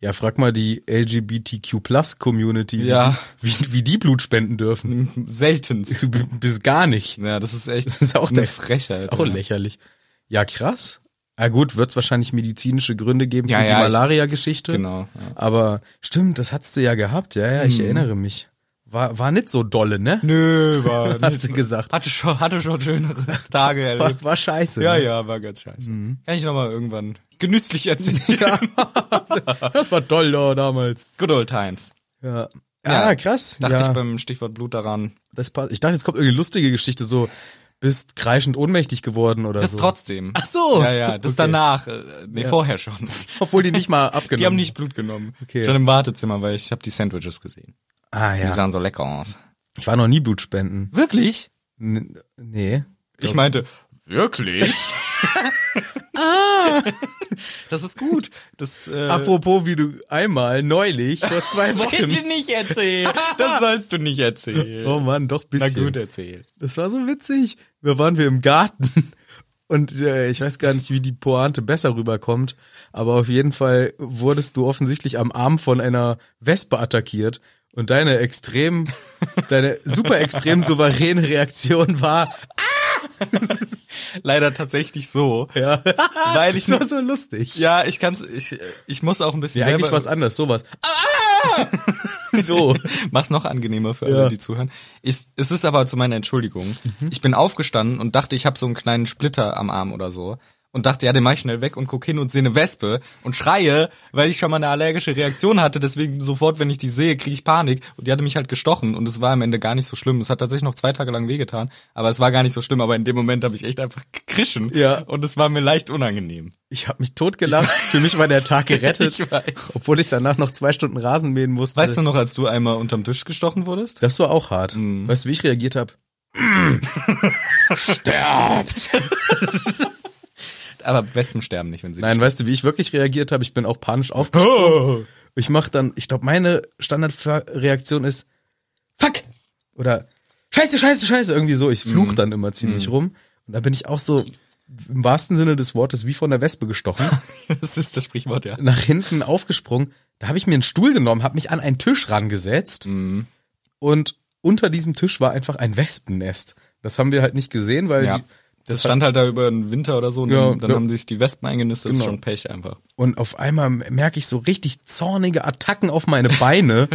S2: Ja, frag mal die LGBTQ-Plus-Community,
S1: Ja.
S2: wie, die- wie, wie die Blut spenden dürfen.
S1: Seltenst.
S2: Du b- bist gar nicht.
S1: Ja, das ist echt
S2: Das ist auch
S1: eine
S2: der
S1: Frechheit.
S2: Das ist auch
S1: ja.
S2: lächerlich. Ja, krass. Ah gut, wird es wahrscheinlich medizinische Gründe geben
S1: Ja,
S2: für
S1: ja,
S2: die
S1: ich-
S2: Malaria-Geschichte.
S1: Genau, ja.
S2: Aber stimmt, das hast du ja gehabt. Ja, ja, ich erinnere mich. War, war nicht so dolle, ne?
S1: Nö, war
S2: Hast du gesagt.
S1: Hatte schon, hatte schon schönere Tage erlebt.
S2: War, war scheiße.
S1: Ja,
S2: ne?
S1: ja, war ganz scheiße.
S2: Mhm.
S1: Kann ich nochmal irgendwann genüsslich erzählen.
S2: Das war doll da damals.
S1: Good old times. Ja,
S2: Ja. Ja, Ah, krass.
S1: Dachte
S2: ja.
S1: ich beim Stichwort Blut daran.
S2: das passt. Ich dachte, jetzt kommt irgendeine lustige Geschichte, so bist kreischend ohnmächtig geworden oder
S1: Das
S2: so.
S1: trotzdem.
S2: Also. Ach so.
S1: Ja, ja, das
S2: Okay.
S1: danach. äh, Nee, vorher schon.
S2: Obwohl die nicht mal abgenommen
S1: Die haben nicht Blut genommen.
S2: Genau. Okay.
S1: Schon im Wartezimmer, weil ich habe die Sandwiches gesehen.
S2: Ah
S1: Die
S2: ja.
S1: sahen so lecker aus.
S2: Ich war noch nie Blutspenden.
S1: Wirklich?
S2: N nee.
S1: Ich meinte, wirklich? ah! Das ist gut. Das, äh,
S2: Apropos, wie du einmal neulich vor zwei
S1: Bitte
S2: Wochen.
S1: nicht erzählen. Das sollst du nicht erzählen.
S2: Oh Mann, doch ein
S1: Na
S2: bisschen.
S1: gut, erzähl.
S2: Das war so witzig. Da waren wir im Garten und äh, ich weiß gar nicht, wie die Pointe besser rüberkommt, aber auf jeden Fall wurdest du offensichtlich am Arm von einer Wespe attackiert und deine extrem, deine super extrem souveräne Reaktion war,
S1: Leider tatsächlich so.
S2: ja,
S1: Weil ich,
S2: das war so lustig.
S1: ja, ich kann's, ich, ich muss auch ein bisschen
S2: Nee, eigentlich
S1: selber-
S2: was anders, sowas. so.
S1: Mach's noch angenehmer für alle,
S2: Ja. Mhm.
S1: die zuhören. Ich, es ist aber zu meiner Entschuldigung. Ich bin aufgestanden und dachte, ich habe so einen kleinen Splitter am Arm oder so. Und dachte, ja, den mach ich schnell weg und guck hin und sehe eine Wespe und schreie, weil ich schon mal eine allergische Reaktion hatte. Deswegen sofort, wenn ich die sehe, kriege ich Panik. Und die hatte mich halt gestochen und es war am Ende gar nicht so schlimm. Es hat tatsächlich noch zwei Tage lang wehgetan, aber es war gar nicht so schlimm. Aber in dem Moment habe ich echt einfach gekrischen
S2: Ja.
S1: und es war mir leicht unangenehm.
S2: Ich habe mich totgelacht. Für mich war der Tag gerettet,
S1: Ich weiß.
S2: obwohl ich danach noch zwei Stunden Rasen mähen musste.
S1: Weißt du noch, als du einmal unterm Tisch gestochen wurdest?
S2: Das war auch hart.
S1: Mhm.
S2: Weißt du, wie ich reagiert habe? Sterbt!
S1: Aber Wespen sterben nicht, wenn sie
S2: Nein, weißt du, wie ich wirklich reagiert habe? Ich bin auch panisch aufgesprungen.
S1: Oh.
S2: Ich mach dann, ich glaube, meine Standardreaktion ist Fuck! Oder Scheiße, Scheiße, Scheiße, irgendwie so. Ich fluch dann immer ziemlich rum. Und da bin ich auch so im wahrsten Sinne des Wortes wie von der Wespe gestochen,
S1: Das ist das Sprichwort, ja.
S2: nach hinten aufgesprungen. Da habe ich mir einen Stuhl genommen, habe mich an einen Tisch rangesetzt und unter diesem Tisch war einfach ein Wespennest. Das haben wir halt nicht gesehen, weil
S1: ja.
S2: die,
S1: Das stand halt da über den Winter oder so und
S2: Ja,
S1: dann, dann
S2: ja.
S1: haben sich die Wespen eingenistet. Das ist
S2: Genau.
S1: schon Pech einfach.
S2: Und auf einmal merke ich so richtig zornige Attacken auf meine Beine.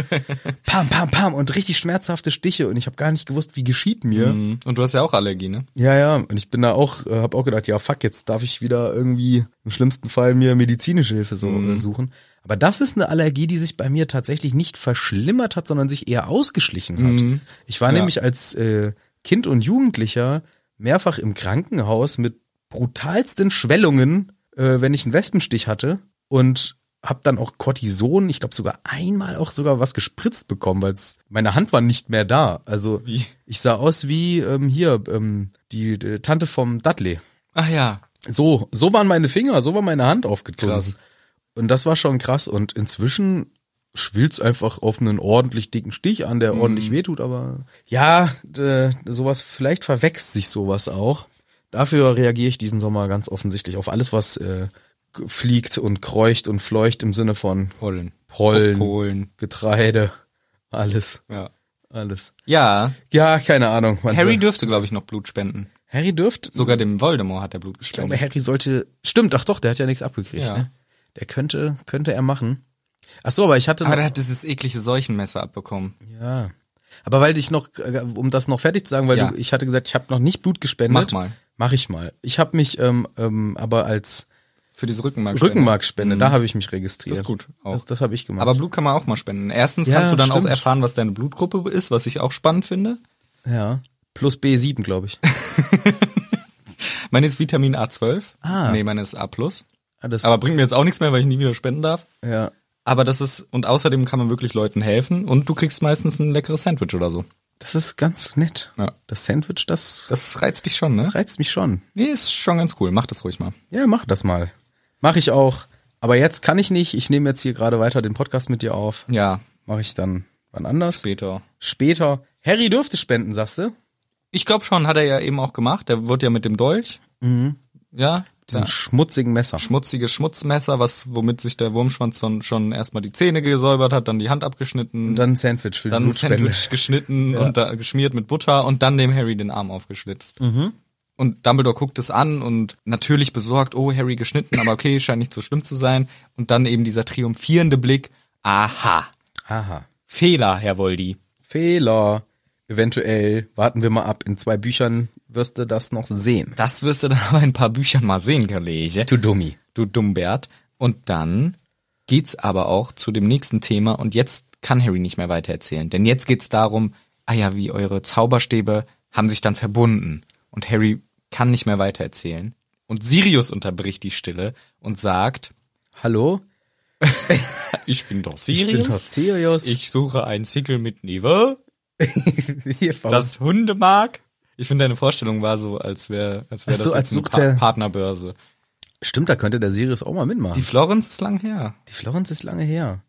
S2: pam, pam, pam. Und richtig schmerzhafte Stiche. Und ich habe gar nicht gewusst, wie geschieht mir.
S1: Mhm. Und du hast ja auch Allergie, ne?
S2: Ja, ja. Und ich bin da auch, äh, habe auch gedacht, ja, fuck, jetzt darf ich wieder irgendwie im schlimmsten Fall mir medizinische Hilfe so
S1: Mhm.
S2: äh, suchen. Aber das ist eine Allergie, die sich bei mir tatsächlich nicht verschlimmert hat, sondern sich eher ausgeschlichen hat. Ich war
S1: Mhm. Ja.
S2: nämlich als äh, Kind und Jugendlicher mehrfach im Krankenhaus mit brutalsten Schwellungen, äh, wenn ich einen Wespenstich hatte und habe dann auch Cortison, ich glaube sogar einmal auch sogar was gespritzt bekommen, weil meine Hand war nicht mehr da. Also
S1: Wie?
S2: ich sah aus wie ähm, hier ähm, die, die Tante vom Dudley.
S1: Ach ja.
S2: So, so waren meine Finger, so war meine Hand aufgeklungen.
S1: Krass.
S2: Und das war schon krass. Und inzwischen schwillt's einfach auf einen ordentlich dicken Stich an,
S1: Mhm.
S2: der ordentlich wehtut, aber ja, d- sowas, vielleicht verwechselt sich sowas auch. Dafür reagiere ich diesen Sommer ganz offensichtlich auf alles, was äh, g- fliegt und kreucht und fleucht im Sinne von
S1: Pollen.
S2: Pollen,
S1: Pollen.
S2: Getreide, alles,
S1: Ja.
S2: alles.
S1: Ja,
S2: Ja, keine Ahnung. man-
S1: Harry dürfte, glaube ich, noch Blut spenden.
S2: Harry dürft
S1: Sogar dem Voldemort hat er Blut
S2: Ich glaube,
S1: gespendet.
S2: Harry sollte. Stimmt, ach doch, der hat ja nichts abgekriegt.
S1: Ja.
S2: Ne? Der könnte, könnte er machen. Ach so, aber ich hatte.
S1: Aber
S2: noch-
S1: er hat dieses eklige Seuchenmesser abbekommen.
S2: ja. Aber weil ich noch, äh, um das noch fertig zu sagen, weil
S1: Ja.
S2: du, ich hatte gesagt, ich habe noch nicht Blut gespendet.
S1: Mach mal.
S2: Mach ich mal. Ich habe mich ähm, ähm, aber als
S1: Für diese Rückenmark.
S2: Rückenmarkspende, da habe ich mich registriert.
S1: Mhm. Das ist gut. Auch.
S2: Das, das habe ich gemacht.
S1: Aber Blut kann man auch mal spenden. Erstens
S2: Ja,
S1: kannst du dann
S2: stimmt.
S1: auch erfahren, was deine Blutgruppe ist, was ich auch spannend finde.
S2: ja. Plus B7, glaube ich.
S1: Meine ist Vitamin A12.
S2: Ah.
S1: Nee, meine ist A+. Aber
S2: Ah, das-
S1: bringt mir jetzt auch nichts mehr, weil ich nie wieder spenden darf.
S2: ja.
S1: Aber das ist, und außerdem kann man wirklich Leuten helfen und du kriegst meistens ein leckeres Sandwich oder so.
S2: Das ist ganz nett.
S1: Ja.
S2: Das Sandwich, das,
S1: Das reizt dich schon, ne?
S2: das reizt mich schon.
S1: Nee, ist schon ganz cool. Mach das ruhig mal.
S2: Ja, mach das mal. Mach ich auch. Aber jetzt kann ich nicht. Ich nehme jetzt hier gerade weiter den Podcast mit dir auf.
S1: Ja,
S2: Mache ich dann wann anders.
S1: später.
S2: Später. Harry dürfte spenden, sagst du?
S1: Ich glaube schon, hat er ja eben auch gemacht. Der wird ja mit dem Dolch. Mhm. Ja.
S2: Diesen
S1: ja.
S2: schmutzigen Messer.
S1: Schmutziges Schmutzmesser, was, womit sich der Wurmschwanz schon, schon erstmal die Zähne gesäubert hat, dann die Hand abgeschnitten,
S2: Und dann ein Sandwich für
S1: dann
S2: die
S1: ein
S2: Blutspende.
S1: Sandwich geschnitten und da, geschmiert mit Butter und dann dem Harry den Arm aufgeschlitzt. Und Dumbledore guckt es an und natürlich besorgt, oh, Harry geschnitten, aber okay, scheint nicht so schlimm zu sein. Und dann eben dieser triumphierende Blick, aha,
S2: Aha.
S1: Fehler, Herr Voldi.
S2: Fehler. Eventuell. Warten wir mal ab. In zwei Büchern wirst du das noch sehen.
S1: Das wirst du dann aber in ein paar Büchern mal sehen, Kollege.
S2: Du Dummi.
S1: du Dummbert. Und dann geht's aber auch zu dem nächsten Thema und jetzt kann Harry nicht mehr weitererzählen, denn jetzt geht's darum, ah ja, wie eure Zauberstäbe haben sich dann verbunden und Harry kann nicht mehr weitererzählen. Und Sirius unterbricht die Stille und sagt,
S2: Hallo?
S1: ich bin doch
S2: Ich bin
S1: Sirius,
S2: Torsirius.
S1: ich suche einen Sickel mit Nebel,
S2: Hier, warum-
S1: das Hunde mag. Ich finde, deine Vorstellung war so, als wäre als wär
S2: Ach
S1: das
S2: so,
S1: jetzt
S2: als
S1: eine
S2: sucht
S1: pa
S2: er-
S1: Partnerbörse.
S2: Stimmt, da könnte der Sirius auch mal mitmachen.
S1: Die Florence ist lang her.
S2: Die Florenz ist lange her.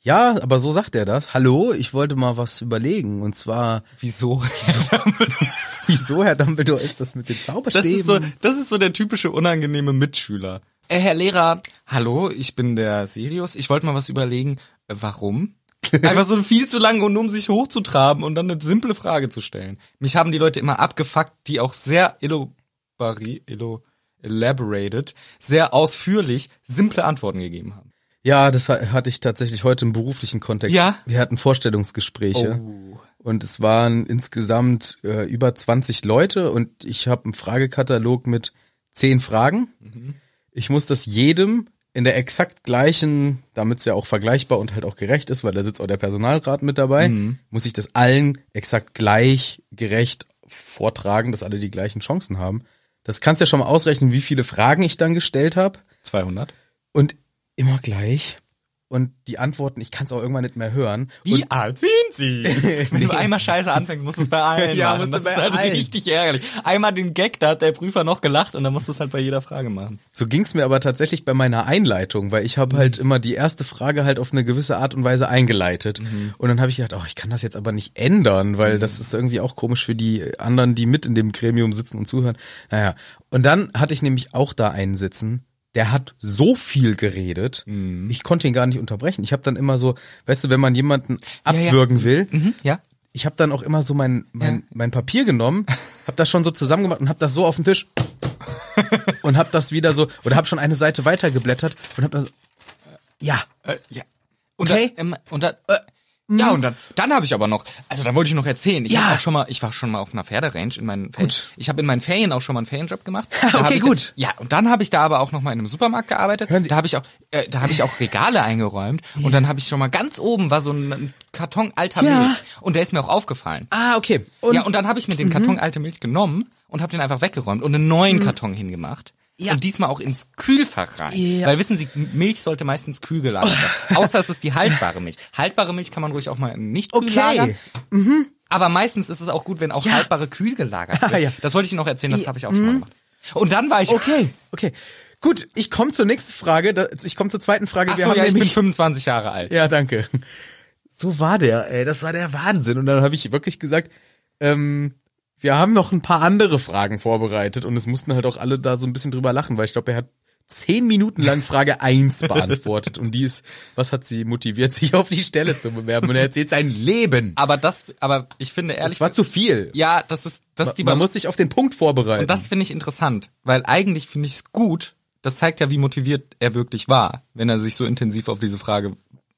S2: Ja, aber so sagt er das. Hallo, ich wollte mal was überlegen. Und zwar,
S1: Wieso?
S2: wieso, Herr Dumbledore, ist das mit den
S1: Das
S2: Zauberstäben?
S1: ist, so, das ist so der typische unangenehme Mitschüler. Äh, Herr Lehrer, hallo, ich bin der Sirius. Ich wollte mal was überlegen. Äh, warum? Einfach so viel zu lang und um sich hochzutraben und dann eine simple Frage zu stellen. Mich haben die Leute immer abgefuckt, die auch sehr elobari, elo, elaborated, sehr ausführlich simple Antworten gegeben haben.
S2: ja, das ha- hatte ich tatsächlich heute im beruflichen Kontext.
S1: Ja? Oh.
S2: Wir hatten Vorstellungsgespräche. Und es waren insgesamt äh, über 20 Leute und ich habe einen Fragekatalog mit 10 Fragen. Ich muss das jedem in der exakt gleichen, damit es ja auch vergleichbar und halt auch gerecht ist, weil da sitzt auch der Personalrat mit dabei, muss ich das allen exakt gleich gerecht vortragen, dass alle die gleichen Chancen haben. Das kannst ja schon mal ausrechnen, wie viele Fragen ich dann gestellt habe
S1: 200.
S2: und immer gleich. und die Antworten, ich kann es auch irgendwann nicht mehr hören.
S1: Wie
S2: Und
S1: alt sind sie? Wenn du einmal scheiße anfängst, musst du es bei allen
S2: Ja,
S1: machen. Das
S2: musst du
S1: ist
S2: bei
S1: halt
S2: allen.
S1: richtig ärgerlich. Einmal den Gag, da hat der Prüfer noch gelacht und dann musst du es halt bei jeder Frage machen.
S2: so ging es mir aber tatsächlich bei meiner Einleitung, weil ich habe
S1: Mhm.
S2: halt immer die erste Frage halt auf eine gewisse Art und Weise eingeleitet.
S1: Mhm.
S2: Und dann habe ich gedacht, oh, ich kann das jetzt aber nicht ändern, weil das ist irgendwie auch komisch für die anderen, die mit in dem Gremium sitzen und zuhören. Naja, und dann hatte ich nämlich auch da einen sitzen. Der hat so viel geredet,
S1: Mhm.
S2: ich konnte ihn gar nicht unterbrechen. Ich habe dann immer so, weißt du, wenn man jemanden
S1: Ja, Mhm. ja.
S2: abwürgen will,
S1: Ja?
S2: ich habe dann auch immer so mein, mein,
S1: Ja.
S2: mein Papier genommen, habe das schon so zusammengemacht und habe das so auf den Tisch und habe das wieder so oder habe schon eine Seite weitergeblättert und habe so, ja,
S1: Äh, ja. Und
S2: Okay. mhm.
S1: dann, ähm, und dann, äh, ja, und dann, dann habe ich aber noch, also dann wollte ich noch erzählen, ich
S2: Ja.
S1: hab auch schon mal, ich war schon mal auf einer Pferderange in meinen Ferien.
S2: Gut.
S1: Ich habe in meinen Ferien auch schon mal einen Ferienjob gemacht.
S2: okay,
S1: Da hab ich
S2: gut.
S1: Da, ja, und dann habe ich da aber auch noch mal in einem Supermarkt gearbeitet.
S2: Hören Sie-
S1: Da habe ich auch, äh, da habe ich auch Regale eingeräumt und dann habe ich schon mal ganz oben war so ein, ein Karton alter
S2: Ja.
S1: Milch und der ist mir auch aufgefallen.
S2: ah okay und, Mhm.
S1: ja, und dann habe ich mir den Karton alte Milch genommen und habe den einfach weggeräumt und einen neuen Karton hingemacht.
S2: Ja.
S1: Und diesmal auch ins Kühlfach rein.
S2: Ja.
S1: Weil wissen Sie, Milch sollte meistens kühl gelagert werden. Außer es ist die haltbare Milch. Haltbare Milch kann man ruhig auch mal nicht kühl
S2: Okay.
S1: lagern. Aber meistens ist es auch gut, wenn auch
S2: Ja.
S1: haltbare kühl gelagert
S2: Ah,
S1: wird.
S2: ja. Mhm.
S1: Das wollte ich Ihnen noch erzählen, das habe ich auch schon mal gemacht. Und dann war ich...
S2: okay okay gut ich komme zur nächsten Frage da- ich komme zur zweiten Frage
S1: Ach so, ja, ich bin 25 Jahre alt.
S2: ja danke so war der ey das war der Wahnsinn und dann habe ich wirklich gesagt ähm, wir haben noch ein paar andere Fragen vorbereitet und es mussten halt auch alle da so ein bisschen drüber lachen, weil ich glaube, er hat zehn Minuten lang Frage eins beantwortet und die ist, was hat sie motiviert, sich auf die Stelle zu bewerben und er erzählt sein Leben.
S1: Aber das, aber ich finde ehrlich,
S2: Es war zu viel.
S1: ja, das ist, das ist die
S2: Man muss sich auf den Punkt vorbereiten.
S1: Und das finde ich interessant, weil eigentlich finde ich es gut. Das zeigt ja, wie motiviert er wirklich war, wenn er sich so intensiv auf diese Frage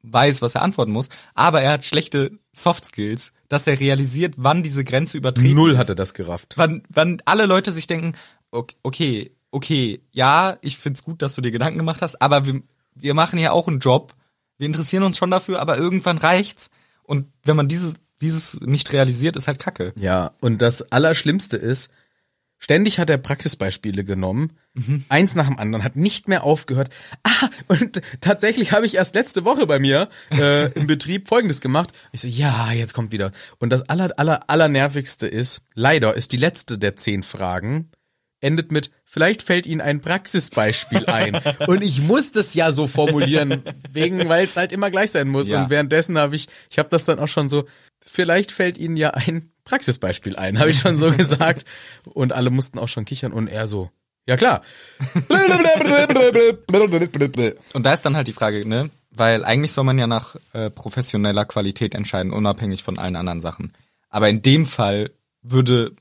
S1: weiß, was er antworten muss. Aber er hat schlechte Soft Skills, dass er realisiert, wann diese Grenze übertrieben
S2: Null
S1: ist.
S2: hatte das gerafft.
S1: Wann, wann alle Leute sich denken, ok- okay, okay, ja, ich find's gut, dass du dir Gedanken gemacht hast, aber wir, wir machen ja auch einen Job. Wir interessieren uns schon dafür, aber irgendwann reicht's. Und wenn man dieses, dieses nicht realisiert, ist halt Kacke.
S2: Ja, und das Allerschlimmste ist, ständig hat er Praxisbeispiele genommen, eins nach dem anderen, hat nicht mehr aufgehört. Ah, und tatsächlich habe ich erst letzte Woche bei mir äh, im Betrieb Folgendes gemacht. Ich so, ja, jetzt kommt wieder. Und das aller, aller, aller nervigste ist, leider ist die letzte der zehn Fragen, endet mit, vielleicht fällt Ihnen ein Praxisbeispiel ein. Und ich muss das ja so formulieren, wegen, weil es halt immer gleich sein muss.
S1: Ja.
S2: Und währenddessen habe ich, ich habe das dann auch schon so, vielleicht fällt Ihnen ja ein Praxisbeispiel ein, habe ich schon so gesagt. Und alle mussten auch schon kichern und er so, ja klar.
S1: Und da ist dann halt die Frage, ne? Weil eigentlich soll man ja nach äh, professioneller Qualität entscheiden, unabhängig von allen anderen Sachen. Aber in dem Fall würde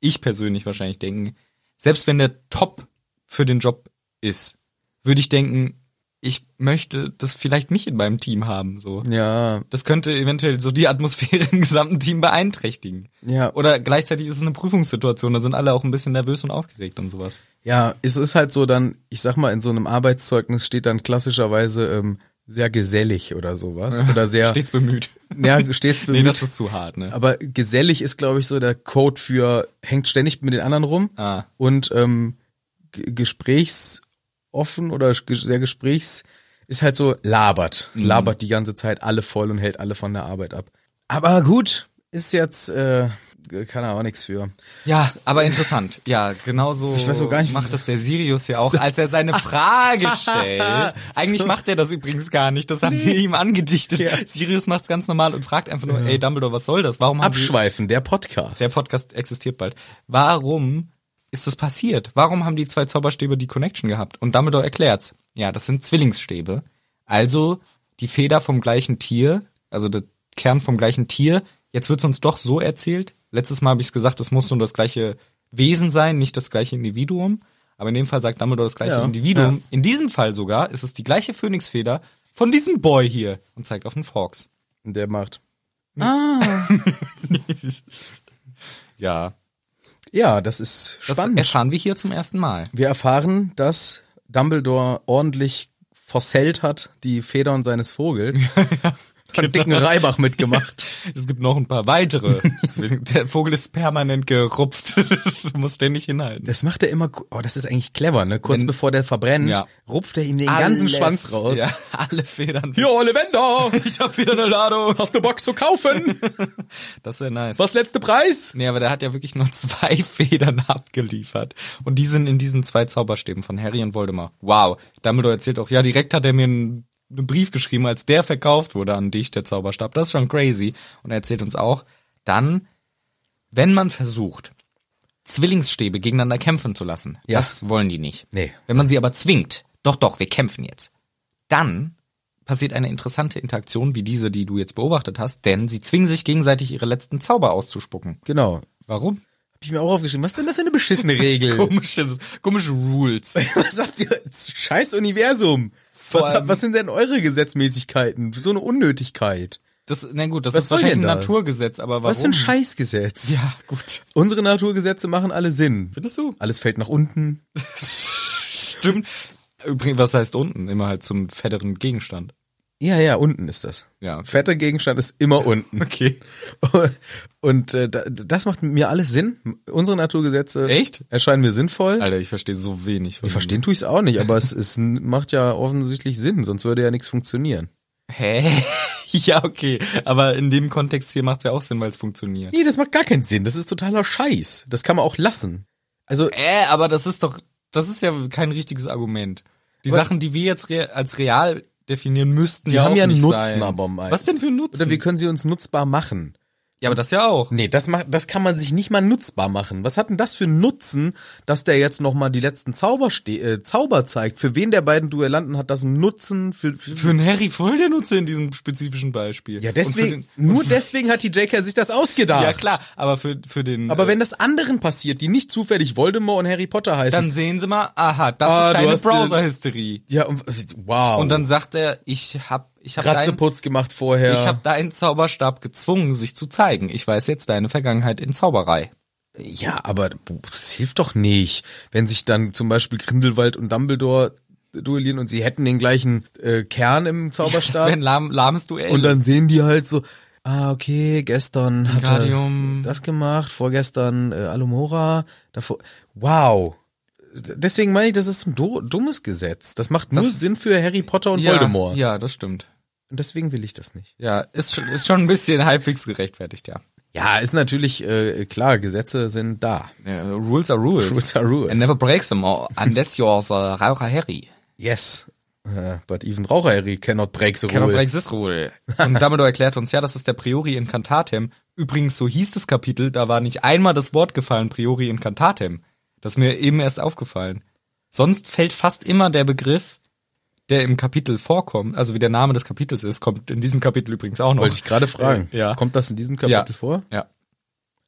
S1: ich persönlich wahrscheinlich denken, selbst wenn der Top für den Job ist, würde ich denken, ich möchte das vielleicht nicht in meinem Team haben, so.
S2: Ja,
S1: Das könnte eventuell so die Atmosphäre im gesamten Team beeinträchtigen.
S2: ja.
S1: Oder gleichzeitig ist es eine Prüfungssituation, da sind alle auch ein bisschen nervös und aufgeregt und sowas.
S2: Ja, es ist halt so dann, ich sag mal, in so einem Arbeitszeugnis steht dann klassischerweise ähm, sehr gesellig oder sowas. Oder sehr,
S1: Stets bemüht.
S2: ja, stets
S1: Nee,
S2: bemüht.
S1: das ist zu hart, ne?
S2: Aber gesellig ist, glaube ich, so der Code für hängt ständig mit den anderen rum
S1: Ah.
S2: und ähm, g- gesprächsoffen oder ges- sehr gesprächs ist halt so labert,
S1: Mhm.
S2: labert die ganze Zeit alle voll und hält alle von der Arbeit ab. Aber gut, ist jetzt äh, kann er auch nichts für.
S1: Ja, aber interessant. Ja, genau so
S2: Ich weiß auch gar nicht,
S1: macht das der Sirius ja auch, als er seine Frage stellt. Eigentlich
S2: So.
S1: macht er das übrigens gar nicht, das haben wir ihm angedichtet.
S2: Ja.
S1: Sirius macht's ganz normal und fragt einfach nur, ey Dumbledore, was soll das? Warum haben die,
S2: Abschweifen, der Podcast.
S1: der Podcast existiert bald. Warum ist das passiert? Warum haben die zwei Zauberstäbe die Connection gehabt? Und Dumbledore erklärt's. Ja, das sind Zwillingsstäbe. Also die Feder vom gleichen Tier, also der Kern vom gleichen Tier. Jetzt wird's uns doch so erzählt. Letztes Mal habe ich's gesagt, es muss nur das gleiche Wesen sein, nicht das gleiche Individuum. Aber in dem Fall sagt Dumbledore das gleiche
S2: Ja,
S1: Individuum. In diesem Fall sogar ist es die gleiche Phönixfeder von diesem Boy hier und zeigt auf den Forks.
S2: der macht.
S1: Ja,
S2: Ja, das ist
S1: das
S2: spannend.
S1: erfahren wir hier zum ersten Mal.
S2: Wir erfahren, dass Dumbledore ordentlich versellt hat die Federn seines Vogels. Von dicken
S1: Genau.
S2: Reibach mitgemacht.
S1: Es gibt noch ein paar weitere. Deswegen, der Vogel ist permanent gerupft. Du musst ständig hinhalten.
S2: Das macht er immer, ku- oh, das ist eigentlich clever, ne? Kurz
S1: Wenn-
S2: bevor der verbrennt,
S1: Ja.
S2: rupft er ihm den ganzen
S1: Alle-
S2: Schwanz raus.
S1: Ja, alle Federn.
S2: Hier, Ollivander,
S1: Ich hab wieder eine Ladung.
S2: hast du Bock zu kaufen?
S1: Das wäre nice.
S2: Was letzte Preis?
S1: Nee, aber der hat ja wirklich nur zwei Federn abgeliefert. Und die sind in diesen zwei Zauberstäben von Harry und Voldemort. Wow. Dumbledore erzählt auch, ja, direkt hat er mir einen, einen Brief geschrieben, als der verkauft wurde an dich, der Zauberstab. Das ist schon crazy. Und er erzählt uns auch, dann, wenn man versucht, Zwillingsstäbe gegeneinander kämpfen zu lassen,
S2: Ja.
S1: das wollen die nicht.
S2: Nee.
S1: Wenn man sie aber zwingt, doch, doch, wir kämpfen jetzt, dann passiert eine interessante Interaktion wie diese, die du jetzt beobachtet hast, denn sie zwingen sich gegenseitig ihre letzten Zauber auszuspucken.
S2: Genau. Hab
S1: Warum?
S2: ich mir auch aufgeschrieben. Was ist denn da für eine beschissene Regel?
S1: Komische, komische Rules.
S2: was habt ihr? Scheiß Universum. Was,
S1: allem-
S2: hab- was sind denn eure Gesetzmäßigkeiten? So eine Unnötigkeit.
S1: Das, na gut, das
S2: Was
S1: ist
S2: soll
S1: wahrscheinlich ein
S2: denn das?
S1: Naturgesetz, aber warum?
S2: Was für ein Scheißgesetz.
S1: Ja, gut.
S2: Unsere Naturgesetze machen alle Sinn.
S1: Findest du?
S2: Alles fällt nach unten.
S1: Stimmt. Übrigens, was heißt unten? Immer halt zum fetteren Gegenstand.
S2: Ja, ja, unten ist das.
S1: Ja, okay.
S2: Fetter Gegenstand ist immer unten.
S1: Okay.
S2: Und äh, da- das macht mir alles Sinn. Unsere Naturgesetze
S1: Echt?
S2: erscheinen mir sinnvoll.
S1: Alter, ich verstehe so wenig.
S2: Wir verstehen tue ich es auch nicht, aber es, es n- macht ja offensichtlich Sinn, sonst würde ja nichts funktionieren.
S1: Hä? ja, okay. Aber in dem Kontext hier macht's ja auch Sinn, weil es funktioniert.
S2: Nee, das macht gar keinen Sinn. Das ist totaler Scheiß. Das kann man auch lassen. Also,
S1: Äh, aber das ist doch, das ist ja kein richtiges Argument. Die
S2: Aber-
S1: Sachen, die wir jetzt re als real definieren müssten,
S2: Die
S1: ja
S2: haben
S1: auch
S2: ja einen
S1: nicht
S2: Nutzen,
S1: sein.
S2: aber mal.
S1: Was denn für einen
S2: oder
S1: Nutzen?
S2: wir können sie uns nutzbar machen.
S1: ja, aber das ja auch.
S2: Nee, das macht, das kann man sich nicht mal nutzbar machen. Was hat denn das für einen Nutzen, dass der jetzt nochmal die letzten Zauber, ste- äh, Zauber zeigt? Für wen der beiden Duellanten hat das einen Nutzen? Für, für,
S1: Für einen Harry voll der Nutze in diesem spezifischen Beispiel.
S2: ja,
S1: Und
S2: deswegen,
S1: für
S2: nur deswegen hat die JK sich das ausgedacht.
S1: den, ja klar, aber für, für den.
S2: Aber
S1: äh,
S2: wenn das anderen passiert, die nicht zufällig Voldemort und Harry Potter heißen,
S1: dann sehen sie mal, aha, das
S2: Ah, du
S1: ist
S2: hast Oh.
S1: deine Browser-Hysterie.
S2: ja, und- wow.
S1: Und dann sagt er, ich hab, ich hab deinen,
S2: Ratzeputz gemacht vorher.
S1: ich hab deinen Zauberstab gezwungen, sich zu zeigen. Ich weiß jetzt deine Vergangenheit in Zauberei.
S2: ja, aber das hilft doch nicht, wenn sich dann zum Beispiel Grindelwald und Dumbledore duellieren und sie hätten den gleichen äh, Kern im
S1: Das wäre
S2: Zauberstab
S1: ein lahm, lahmes Duell.
S2: und dann sehen die halt so, ah okay, gestern hat
S1: Wingardium.
S2: er das gemacht, vorgestern äh, Alumora, davor, wow. Deswegen meine ich, das ist ein do- dummes Gesetz. Das macht nur
S1: Das-
S2: Sinn für Harry Potter und
S1: ja,
S2: Voldemort.
S1: Ja, das stimmt.
S2: Und deswegen will ich das nicht.
S1: Ja, ist schon, ist schon ein bisschen halbwegs gerechtfertigt, ja.
S2: Ja, ist natürlich äh, klar, Gesetze sind da.
S1: Ja, rules are rules.
S2: Rules are rules.
S1: And never breaks them all, unless you're the Raucher Harry.
S2: Yes. Äh, but even Raucher Harry cannot break the
S1: Cannot
S2: rule.
S1: break this rule. Genau, Und Dumbledore erklärt uns, ja, das ist der Priori Incantatem. Übrigens, so hieß das Kapitel, da war nicht einmal das Wort gefallen, Priori Incantatem. Das ist mir eben erst aufgefallen. Sonst fällt fast immer der Begriff, der im Kapitel vorkommt, also wie der Name des Kapitels ist, kommt in diesem Kapitel übrigens auch noch.
S2: Wollte ich gerade fragen.
S1: Ja.
S2: Kommt das in diesem Kapitel
S1: Ja.
S2: vor?
S1: Ja.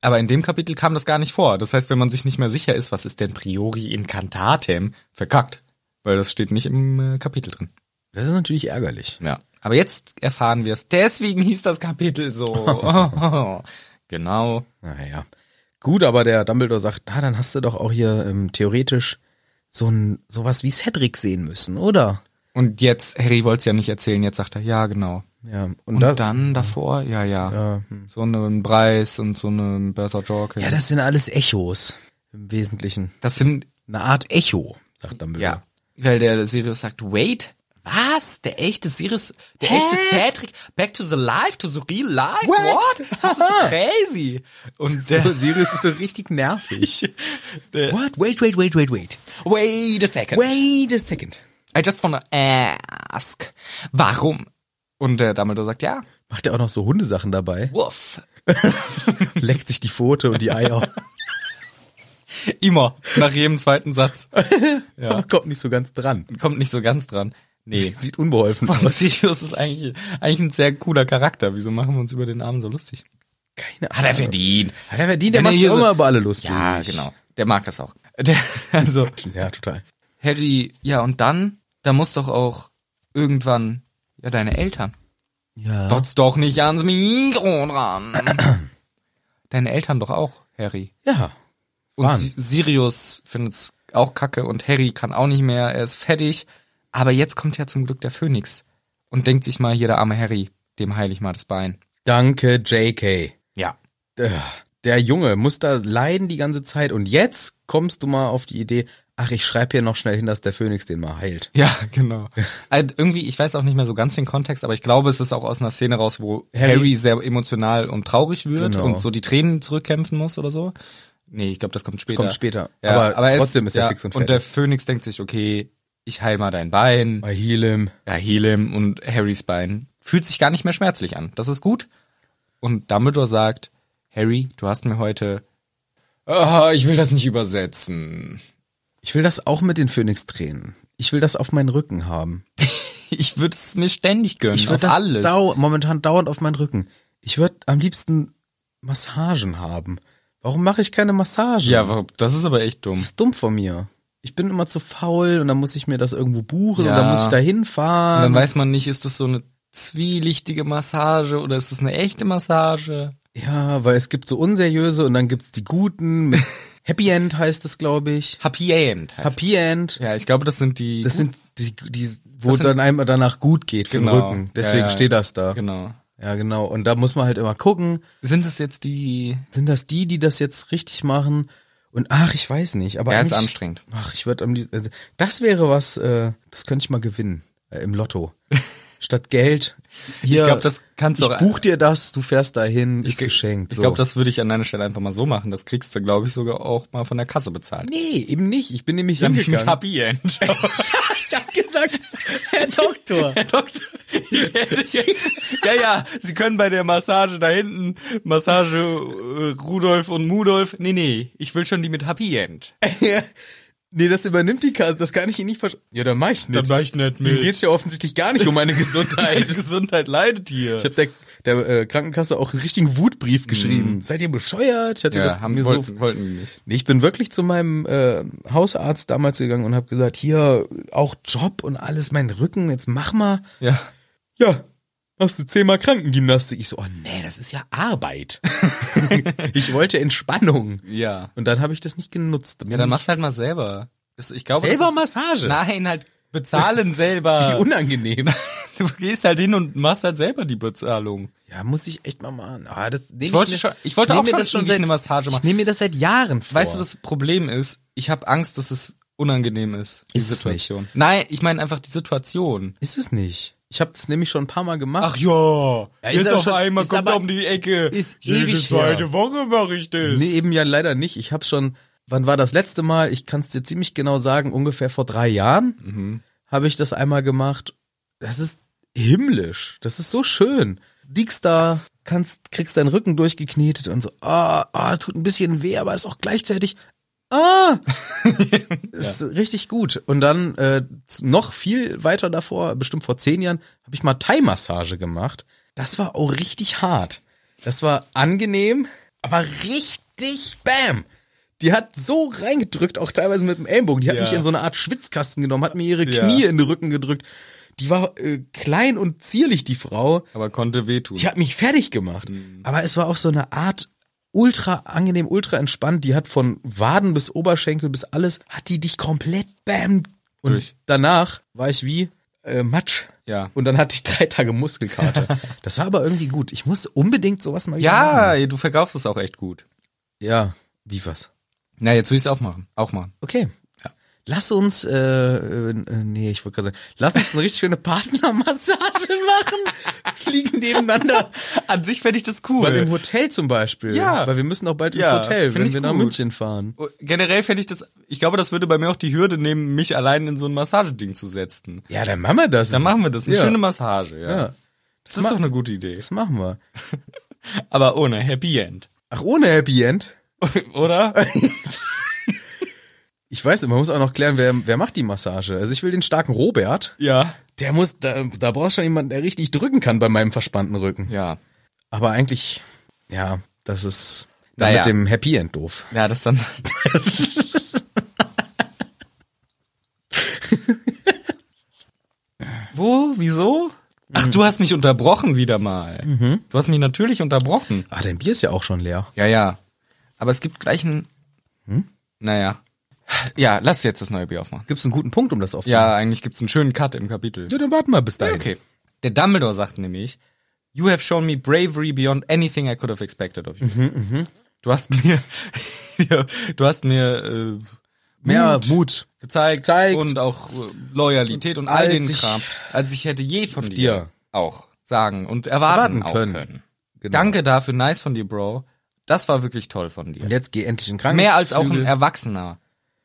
S1: Aber in dem Kapitel kam das gar nicht vor. Das heißt, wenn man sich nicht mehr sicher ist, was ist denn Priori incantatem, verkackt. Weil das steht nicht im äh, Kapitel drin.
S2: Das ist natürlich ärgerlich.
S1: Ja. Aber jetzt erfahren wir es. Deswegen hieß das Kapitel so. genau.
S2: Naja. Gut, aber der Dumbledore sagt, na, dann hast du doch auch hier ähm, theoretisch so ein sowas wie Cedric sehen müssen, oder?
S1: Und jetzt, Harry wollte es ja nicht erzählen, jetzt sagt er, ja, genau.
S2: Ja. Und,
S1: Und
S2: da,
S1: dann davor, ja, ja.
S2: Ja, hm.
S1: So einen Preis und so einen Bertha Jorkins.
S2: ja, das sind alles Echos im Wesentlichen.
S1: das sind
S2: Eine Art Echo, sagt Dumbledore.
S1: Ja. Weil der Sirius sagt, wait, was? Der echte Sirius, der echte Cedric, back to the life, to the real life?
S2: What?
S1: What? Das ist crazy. Und der,
S2: So, Sirius ist so richtig nervig.
S1: der
S2: What? Wait, wait, wait, wait, wait.
S1: wait a second.
S2: Wait a second.
S1: I just wanna ask, warum? Und der Dumbledore sagt, ja,
S2: Macht er auch noch so Hundesachen dabei?
S1: wuff.
S2: Leckt sich die Pfote und die Eier.
S1: Immer, nach jedem zweiten Satz.
S2: Aber kommt nicht so ganz dran.
S1: Kommt nicht so ganz dran. Nee.
S2: Sieht unbeholfen
S1: Boah,
S2: aus.
S1: Sirius ist eigentlich, eigentlich ein sehr cooler Charakter. Wieso machen wir uns über den Namen so lustig?
S2: Keine Ahnung.
S1: Hat er verdient.
S2: Hat er verdient, der
S1: Wenn er
S2: macht sich
S1: hier
S2: auch
S1: so-
S2: immer über alle lustig.
S1: Ja, genau. Der mag das auch. Der, also,
S2: Ja, total.
S1: Harry, ja, und dann, da muss doch auch irgendwann, ja, deine Eltern.
S2: Ja.
S1: Dotz doch nicht ans Mikro dran. deine Eltern doch auch, Harry.
S2: Ja.
S1: Und
S2: Waren.
S1: Si- Sirius findet's auch kacke und Harry kann auch nicht mehr, er ist fertig. Aber jetzt kommt ja zum Glück der Phönix und denkt sich mal hier der arme Harry. dem heil ich mal das Bein.
S2: Danke, JK.
S1: Ja.
S2: Äh, Der Junge muss da leiden die ganze Zeit und jetzt kommst du mal auf die Idee, ach, ich schreibe hier noch schnell hin, dass der Phönix den mal heilt.
S1: Ja, genau. Also irgendwie, ich weiß auch nicht mehr so ganz den Kontext, aber ich glaube, es ist auch aus einer Szene raus, wo
S2: Harry-
S1: Harry, sehr emotional und traurig wird
S2: Genau.
S1: und so die Tränen zurückkämpfen muss oder so. Nee, ich glaube, das kommt später.
S2: Kommt später.
S1: Ja,
S2: aber,
S1: aber, er
S2: trotzdem ist er
S1: ja,
S2: fix und
S1: Und der
S2: fertig.
S1: Phönix denkt sich, okay, ich heil mal dein Bein,
S2: Bei Healem.
S1: ja, heal him und Harrys Bein fühlt sich gar nicht mehr schmerzlich an. Das ist gut. Und Dumbledore sagt, Harry, du hast mir heute, ah, ich will das nicht übersetzen.
S2: Ich will das auch mit den Phönix-Tränen. Ich will das auf meinen Rücken haben.
S1: Ich würde es mir ständig gönnen,
S2: Ich
S1: auf
S2: würde das
S1: alles.
S2: Dau momentan dauernd auf meinen Rücken. Ich würde am liebsten Massagen haben. Warum mache ich keine Massagen?
S1: Ja, wa- das ist aber echt dumm.
S2: Das ist dumm von mir. Ich bin immer zu faul und dann muss ich mir das irgendwo buchen und
S1: Ja.
S2: dann muss ich da
S1: Und
S2: hinfahren.
S1: dann weiß man nicht, ist das so eine zwielichtige Massage oder ist das eine echte Massage?
S2: Ja, weil es gibt so unseriöse und dann gibt's die guten. Mit Happy End heißt es, glaube ich.
S1: Happy End heißt
S2: Happy End.
S1: Ja, ich glaube, das sind die.
S2: Das sind die, die wo
S1: Das sind-
S2: dann einem danach gut geht für den
S1: Genau.
S2: Rücken.
S1: Ja,
S2: Deswegen
S1: ja.
S2: steht das da.
S1: genau.
S2: Ja, genau. Und da muss man halt immer gucken,
S1: Sind das jetzt die?
S2: sind das die, die das jetzt richtig machen? Und ach, ich weiß nicht. Aber
S1: Ja, ist
S2: eigentlich-
S1: anstrengend.
S2: Ach, ich würde am liebsten. Also, das wäre was, äh, das könnte ich mal gewinnen äh, im Lotto. Statt Geld. Hier,
S1: ich glaube, das kannst du
S2: Ich
S1: auch.
S2: buch dir das, du fährst dahin, ist
S1: ge-
S2: geschenkt.
S1: Ich
S2: so.
S1: glaube, das würde ich an deiner Stelle einfach mal so machen. Das kriegst du, glaube ich, sogar auch mal von der Kasse bezahlt.
S2: Nee, eben nicht. Ich bin nämlich
S1: Dann nicht mit
S2: hingegangen.
S1: Happy End.
S2: ich hab gesagt, Herr Doktor.
S1: Doktor, ich hätte- ja, ja, Sie können bei der Massage da hinten, Massage äh, Rudolf und Mudolf. Nee, nee, ich will schon die mit Happy End.
S2: nee, das übernimmt die Kasse, das kann ich Ihnen nicht verstehen. Ja, dann mach ich nicht.
S1: mach ich nicht
S2: Ihnen geht's ja offensichtlich gar nicht um meine
S1: Meine
S2: Gesundheit.
S1: Gesundheit leidet hier.
S2: Ich habe der, der äh, Krankenkasse auch einen richtigen Wutbrief geschrieben. Seid ihr bescheuert? Ich hatte das mir so
S1: Mhm. wollten die nicht.
S2: Nee, Ich bin wirklich zu meinem äh, Hausarzt damals gegangen und habe gesagt, hier auch Job und alles, mein Rücken, jetzt mach mal.
S1: Ja.
S2: Ja, hast du zehnmal Krankengymnastik. Ich so, oh nee, das ist ja Arbeit. ich wollte Entspannung.
S1: Ja.
S2: Und dann habe ich das nicht genutzt.
S1: Ja, dann mach's halt mal selber. Ist- Ich glaube,
S2: Selber
S1: das ist- äh,
S2: Massage?
S1: Nein, halt bezahlen
S2: Wie
S1: selber.
S2: unangenehm.
S1: Du gehst halt hin und machst halt selber die Bezahlung.
S2: Ja, muss ich echt mal machen. Ah, das nehm
S1: wollte
S2: mir-
S1: schon- ich wollte
S2: nehm
S1: auch
S2: mir
S1: schon
S2: das schon
S1: ewig
S2: seit,
S1: eine Massage
S2: Ich
S1: machen.
S2: nehme mir das seit Jahren vor.
S1: Weißt du, das Problem ist, ich habe Angst, dass es unangenehm ist, die
S2: Ist es
S1: Situation. Nein, ich meine einfach die Situation.
S2: ist es nicht. Ich habe das nämlich schon ein paar Mal gemacht.
S1: ja,
S2: ist aber- ist aber-
S1: um die Ecke.
S2: ist ewig her.
S1: Woche mache ich das.
S2: Nee, eben ja leider nicht. Ich habe schon, wann war das letzte Mal? Ich kann es dir ziemlich genau sagen, ungefähr vor drei Jahren habe ich das einmal gemacht. Das ist himmlisch. Das ist so schön. Liegst da, kannst, kriegst deinen Rücken durchgeknetet und so, ah, ah, tut ein bisschen weh, aber ist auch gleichzeitig, ah, ist richtig gut. Und dann äh, z- noch viel weiter davor, bestimmt vor zehn Jahren, habe ich mal Thai-Massage gemacht. Das war auch richtig hart. Das war angenehm, aber richtig Bam. Die hat so reingedrückt, auch teilweise mit dem Ellenbogen. Die hat
S1: Ja.
S2: mich in so eine Art Schwitzkasten genommen, hat mir ihre
S1: Ja.
S2: Knie in den Rücken gedrückt. Die war äh, klein und zierlich, die Frau.
S1: Aber konnte wehtun.
S2: Die hat mich fertig gemacht.
S1: Mhm.
S2: Aber es war auf so eine Art ultra angenehm, ultra entspannt. Die hat von Waden bis Oberschenkel bis alles, hat die dich komplett bam. Und
S1: Durch.
S2: danach war ich wie äh, Matsch.
S1: Ja.
S2: Und dann hatte ich drei Tage Muskelkater. das war aber irgendwie gut. Ich muss unbedingt sowas mal wieder machen.
S1: Ja, du verkaufst es auch echt gut.
S2: Ja, wie was?
S1: Na, jetzt will ich es auch machen. Auch machen.
S2: Okay. Lass uns, äh, äh, äh, nee, ich wollte gerade sagen, lass uns eine richtig schöne Partnermassage machen. Liegen nebeneinander.
S1: An sich fände ich das
S2: Weil im Hotel zum Beispiel.
S1: Ja.
S2: Weil wir müssen auch bald
S1: Ja,
S2: ins Hotel,
S1: find
S2: wenn
S1: ich
S2: wir nach
S1: gut.
S2: München fahren.
S1: Generell fände ich das, ich glaube, das würde bei mir auch die Hürde nehmen, mich allein in so ein Massageding zu setzen.
S2: Ja, dann machen wir das.
S1: Dann machen wir das. Eine
S2: ja.
S1: schöne Massage, ja.
S2: Ja,
S1: Das ist doch eine gute Idee.
S2: das machen wir.
S1: Aber ohne Happy End.
S2: Ach, ohne Happy End?
S1: Oder?
S2: Ich weiß nicht, man muss auch noch klären, wer, wer macht die Massage. Also ich will den starken Robert.
S1: ja.
S2: Der muss, da, da brauchst du schon jemanden, der richtig drücken kann bei meinem verspannten Rücken.
S1: Ja.
S2: Aber eigentlich, ja, das ist dann
S1: Naja.
S2: mit dem Happy End doof.
S1: Ja, das dann. Wo? Wieso? Ach, du hast mich unterbrochen wieder mal. Du hast mich natürlich unterbrochen.
S2: Ah, dein Bier ist ja auch schon leer.
S1: Mhm. Ja, ja. Aber es gibt gleich einen. Hm? Naja. Ja, lass jetzt das neue Bier aufmachen.
S2: Gibt's einen guten Punkt, um das aufzunehmen?
S1: Ja, eigentlich gibt's einen schönen Cut im Kapitel.
S2: Ja, dann warten wir bis dahin.
S1: Okay. Der Dumbledore sagt nämlich, You have shown me bravery beyond anything I could have expected of you.
S2: Mhm,
S1: Du hast mir, du hast mir äh,
S2: Mehr
S1: Mut.
S2: Mut.
S1: gezeigt,
S2: Gezeigt.
S1: und auch äh, Loyalität und all
S2: Als
S1: den
S2: ich-
S1: Kram, als ich hätte je von dir,
S2: dir.
S1: auch sagen und erwarten,
S2: Erwarten
S1: auch
S2: können.
S1: können.
S2: Genau.
S1: Danke dafür, nice von dir, Bro. Das war wirklich toll von dir.
S2: Und jetzt geh endlich in den Krankenhaus.
S1: Mehr als auch ein erwachsener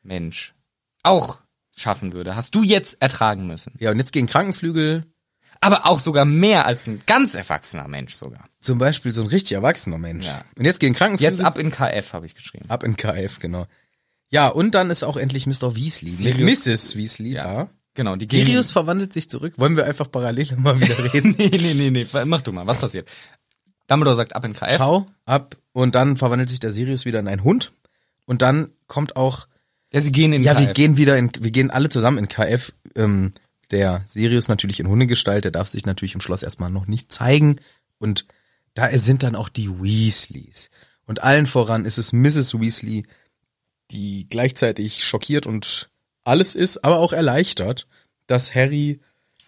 S1: Mensch auch schaffen würde, hast du jetzt ertragen müssen.
S2: Ja, und jetzt gegen Krankenflügel.
S1: Aber auch sogar mehr als ein ganz erwachsener Mensch sogar.
S2: Zum Beispiel so ein richtig erwachsener Mensch.
S1: Ja.
S2: Und jetzt gegen Krankenflügel.
S1: Jetzt ab in KF habe ich geschrieben.
S2: Ab in KF, genau. Ja, und dann ist auch endlich Mr. Weasley.
S1: Sirius-
S2: Mit Mrs. Weasley, ja.
S1: Genau, die gehen-
S2: Sirius verwandelt sich zurück. Wollen wir einfach parallel mal wieder reden?
S1: nee, nee, nee, nee, mach du mal, was passiert? Dumbledore sagt ab in KF.
S2: Ciao, ab. Und dann verwandelt sich der Sirius wieder in einen Hund. Und dann kommt auch,
S1: Ja, sie gehen in
S2: ja,
S1: KF.
S2: wir gehen wieder in, wir gehen alle zusammen in KF. Ähm, der Sirius natürlich in Hundegestalt, der darf sich natürlich im Schloss erstmal noch nicht zeigen. Und da sind dann auch die Weasleys. Und allen voran ist es Mrs. Weasley, die gleichzeitig schockiert und alles ist, aber auch erleichtert, dass Harry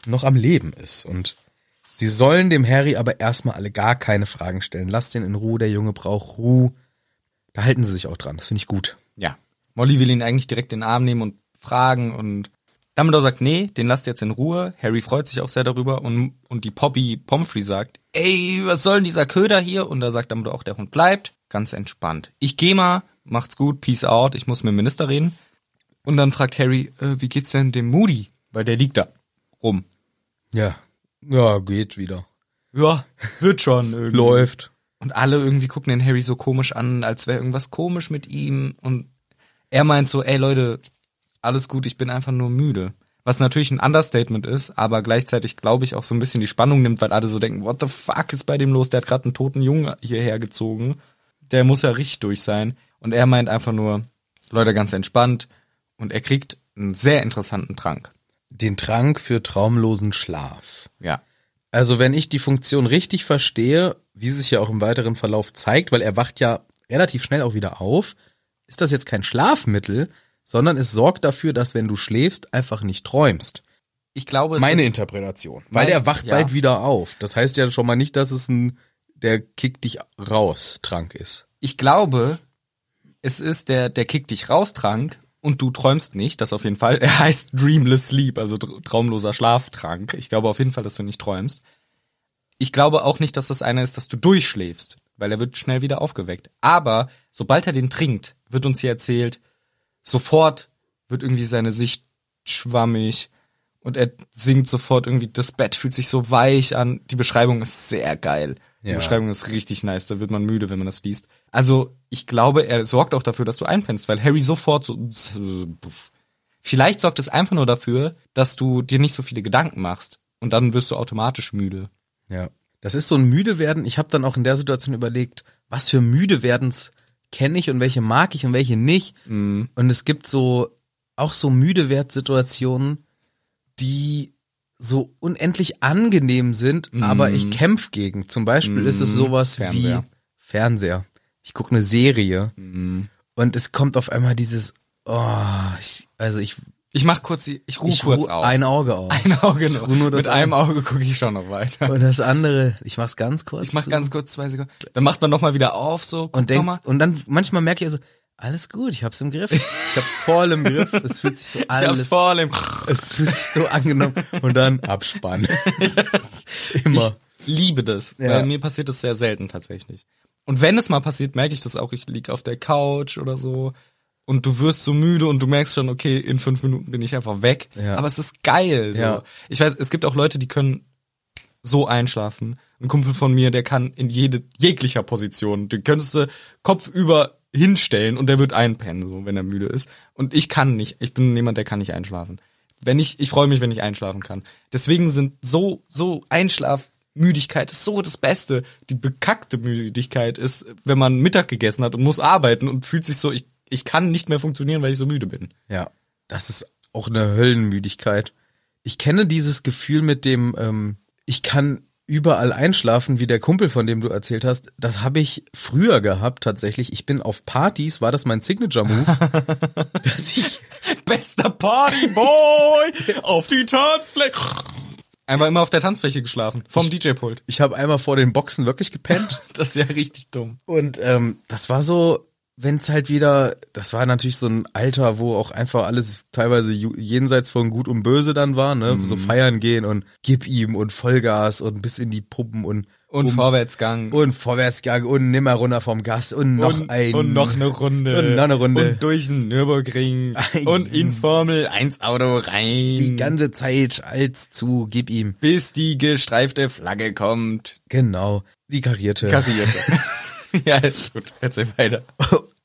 S2: noch am Leben ist. Und sie sollen dem Harry aber erstmal alle gar keine Fragen stellen. Lasst den in Ruhe, der Junge braucht Ruhe. Da halten sie sich auch dran. Das finde ich gut.
S1: Ja. Molly will ihn eigentlich direkt in den Arm nehmen und fragen und Dumbledore sagt, nee, den lasst jetzt in Ruhe. Harry freut sich auch sehr darüber und, und die Poppy Pomfrey sagt, ey, was soll denn dieser Köder hier? Und da sagt Dumbledore auch, der Hund bleibt. Ganz entspannt. Ich geh mal, macht's gut, peace out, ich muss mit dem Minister reden. Und dann fragt Harry, äh, wie geht's denn dem Moody? Weil der liegt da rum.
S2: Ja. Ja, geht wieder.
S1: Ja, wird schon irgendwie.
S2: Läuft.
S1: Und alle irgendwie gucken den Harry so komisch an, als wäre irgendwas komisch mit ihm. Und er meint so, ey Leute, alles gut, ich bin einfach nur müde. Was natürlich ein Understatement ist, aber gleichzeitig glaube ich auch so ein bisschen die Spannung nimmt, weil alle so denken, what the fuck ist bei dem los? Der hat gerade einen toten Jungen hierher gezogen. Der muss ja richtig durch sein. Und er meint einfach nur, Leute, ganz entspannt. Und er kriegt einen sehr interessanten Trank.
S2: Den Trank für traumlosen Schlaf.
S1: Ja.
S2: Also wenn ich die Funktion richtig verstehe, wie sie sich ja auch im weiteren Verlauf zeigt, weil er wacht ja relativ schnell auch wieder auf, ist das jetzt kein Schlafmittel, sondern es sorgt dafür, dass wenn du schläfst, einfach nicht träumst.
S1: Ich glaube, es
S2: Meine
S1: ist-
S2: Interpretation. Weil
S1: Mein-
S2: er wacht
S1: ja.
S2: bald wieder auf. Das heißt ja schon mal nicht, dass es ein der kickt dich raus Trank ist.
S1: ich glaube, es ist der, der Kick dich raus Trank und du träumst nicht, das auf jeden Fall. Er heißt Dreamless Sleep, also tr- traumloser Schlaftrank. Ich glaube auf jeden Fall, dass du nicht träumst. Ich glaube auch nicht, dass das einer ist, dass du durchschläfst, weil er wird schnell wieder aufgeweckt. Aber sobald er den trinkt, wird uns hier erzählt, sofort wird irgendwie seine Sicht schwammig und er sinkt sofort irgendwie, das Bett fühlt sich so weich an. Die Beschreibung ist sehr geil. Die
S2: Ja.
S1: Beschreibung ist richtig nice, da wird man müde, wenn man das liest. Also ich glaube, er sorgt auch dafür, dass du einpennst, weil Harry sofort so... puff. Vielleicht sorgt es einfach nur dafür, dass du dir nicht so viele Gedanken machst und dann wirst du automatisch müde.
S2: Ja. Das ist so ein müde werden. Ich habe dann auch in der Situation überlegt, was für müde werdens kenne ich und welche mag ich und welche nicht.
S1: Mhm.
S2: Und es gibt so auch so müde werd Situationen, die so unendlich angenehm sind, aber ich kämpf gegen. Zum Beispiel ist es sowas
S1: Mhm. Fernseher.
S2: wie Fernseher. Ich gucke eine Serie
S1: Mhm.
S2: und es kommt auf einmal dieses, oh, ich, also ich,
S1: Ich mach kurz die, ich ruhe
S2: ich
S1: kurz
S2: ruh
S1: aus.
S2: ein Auge aus.
S1: Ein Auge
S2: ich
S1: noch.
S2: ruh nur das
S1: Mit einem
S2: eine.
S1: Auge gucke ich schon noch weiter.
S2: Und das andere, ich mach's ganz kurz.
S1: Ich mach
S2: zu.
S1: ganz kurz zwei Sekunden. Dann macht man nochmal wieder auf, so. guckt
S2: und
S1: noch mal.
S2: denkt, und dann manchmal merke ich also, alles gut, ich hab's im Griff. Ich hab's voll im Griff. Es fühlt sich so
S1: ich hab's
S2: alles,
S1: vor allem.
S2: es fühlt sich so angenommen und dann Abspann. Immer.
S1: Ich liebe das.
S2: Ja.
S1: Weil mir passiert das sehr selten tatsächlich. Und wenn es mal passiert, merke ich das auch. Ich lieg auf der Couch oder so. Und du wirst so müde und du merkst schon, okay, in fünf Minuten bin ich einfach weg.
S2: Ja.
S1: Aber es ist geil. So.
S2: Ja.
S1: Ich weiß, es gibt auch Leute, die können so einschlafen. Ein Kumpel von mir, der kann in jede, jeglicher Position, den könntest du kopfüber hinstellen und der wird einpennen, so, wenn er müde ist. Und ich kann nicht, ich bin jemand, der kann nicht einschlafen. Wenn ich, ich freue mich, wenn ich einschlafen kann. Deswegen sind so, so Einschlafmüdigkeit ist so das Beste. Die bekackte Müdigkeit ist, wenn man Mittag gegessen hat und muss arbeiten und fühlt sich so, ich, ich kann nicht mehr funktionieren, weil ich so müde bin.
S2: Ja, das ist auch eine Höllenmüdigkeit. Ich kenne dieses Gefühl mit dem, ähm, ich kann überall einschlafen, wie der Kumpel, von dem du erzählt hast. Das habe ich früher gehabt tatsächlich. Ich bin auf Partys, war das mein Signature-Move, dass ich
S1: Bester Partyboy auf die Tanzfläche. Einfach immer auf der Tanzfläche geschlafen. Vom DJ-Pult.
S2: Ich habe einmal vor den Boxen wirklich gepennt
S1: Das ist ja richtig dumm.
S2: und ähm, das war so, wenn es halt wieder, das war natürlich so ein Alter, wo auch einfach alles teilweise ju- jenseits von Gut und Böse dann war, ne? So
S1: Mhm.
S2: feiern gehen und gib ihm und Vollgas und bis in die Puppen und
S1: Und
S2: um,
S1: Vorwärtsgang.
S2: und Vorwärtsgang und nimmer runter vom Gas und noch
S1: und,
S2: ein
S1: und noch eine Runde.
S2: Und noch eine Runde.
S1: Und durch den Nürburgring.
S2: Ei.
S1: und ins Formel 1 Auto rein.
S2: die ganze Zeit als zu gib ihm
S1: bis die gestreifte Flagge kommt.
S2: genau die karierte
S1: Karierte. ja, ist gut. Erzähl weiter.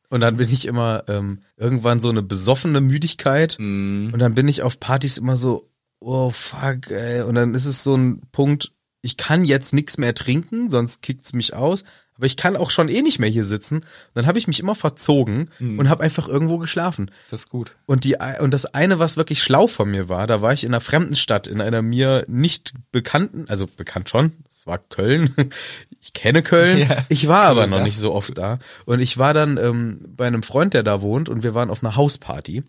S2: Und dann bin ich immer ähm, irgendwann so eine besoffene Müdigkeit. Und dann bin ich auf Partys immer so, oh fuck, ey. Und dann ist es so ein Punkt, ich kann jetzt nichts mehr trinken, sonst kickt's mich aus. Aber ich kann auch schon eh nicht mehr hier sitzen. Und dann habe ich mich immer verzogen und habe einfach irgendwo geschlafen.
S1: Das ist gut.
S2: Und die ei- und das eine, was wirklich schlau von mir war, da war ich in einer fremden Stadt, in einer mir nicht bekannten, also bekannt schon, es war Köln. Ich kenne Köln.
S1: Ja.
S2: Ich war aber
S1: Köln,
S2: noch
S1: ja.
S2: nicht so oft da. Und ich war dann ähm, bei einem Freund, der da wohnt, und wir waren auf einer Hausparty.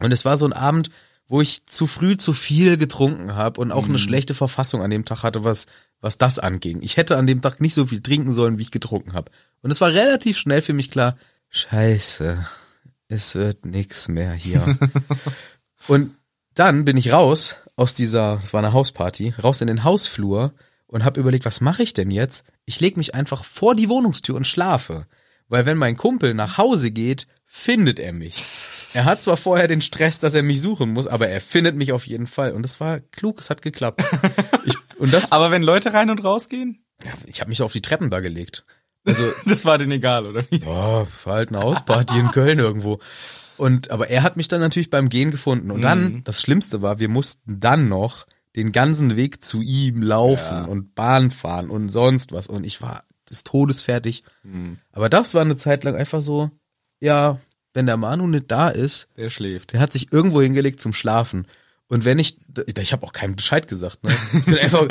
S2: Und es war so ein Abend, wo ich zu früh zu viel getrunken habe und auch
S1: Mhm.
S2: eine schlechte Verfassung an dem Tag hatte, was was das anging. Ich hätte an dem Tag nicht so viel trinken sollen, wie ich getrunken habe. Und es war relativ schnell für mich klar, scheiße, es wird nix mehr hier. und dann bin ich raus aus dieser, das war eine Hausparty, raus in den Hausflur und habe überlegt, was mache ich denn jetzt? Ich lege mich einfach vor die Wohnungstür und schlafe, weil wenn mein Kumpel nach Hause geht, findet er mich. Er hat zwar vorher den Stress, dass er mich suchen muss, aber er findet mich auf jeden Fall und das war klug, es hat geklappt. Ich, und das
S1: Aber wenn Leute rein und rausgehen,
S2: ich habe mich auf die Treppen da gelegt. Also
S1: das war denen egal, oder wie?
S2: ja, war halt eine Hausparty in Köln irgendwo. Und aber er hat mich dann natürlich beim Gehen gefunden. Und dann, das Schlimmste war, wir mussten dann noch den ganzen Weg zu ihm laufen und Bahn fahren und sonst was. Und ich war des Todes fertig. Aber das war eine Zeit lang einfach so, ja, wenn der Manu nicht da ist,
S1: Der schläft.
S2: der hat sich irgendwo hingelegt zum Schlafen. Und wenn ich, ich habe auch keinen Bescheid gesagt, ne? Ich bin einfach,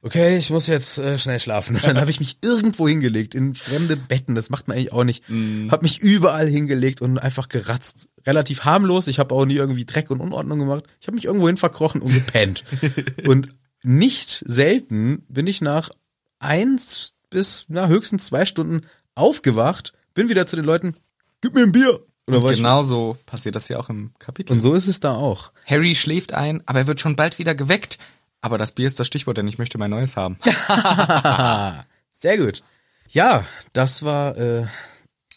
S2: okay, ich muss jetzt äh, schnell schlafen. Und dann habe ich mich irgendwo hingelegt, in fremde Betten, das macht man eigentlich auch nicht. Habe mich überall hingelegt und einfach geratzt. Relativ harmlos, ich habe auch nie irgendwie Dreck und Unordnung gemacht. Ich habe mich irgendwo hin verkrochen und gepennt. und nicht selten bin ich nach eins bis, na, höchstens zwei Stunden aufgewacht, bin wieder zu den Leuten, gib mir ein Bier. Oder
S1: Und
S2: war ich-
S1: genauso Genau passiert das ja auch im Kapitel.
S2: und so ist es da auch.
S1: Harry schläft ein, aber er wird schon bald wieder geweckt. Aber das Bier ist das Stichwort, denn ich möchte mein neues haben.
S2: Sehr gut. Ja, das war äh,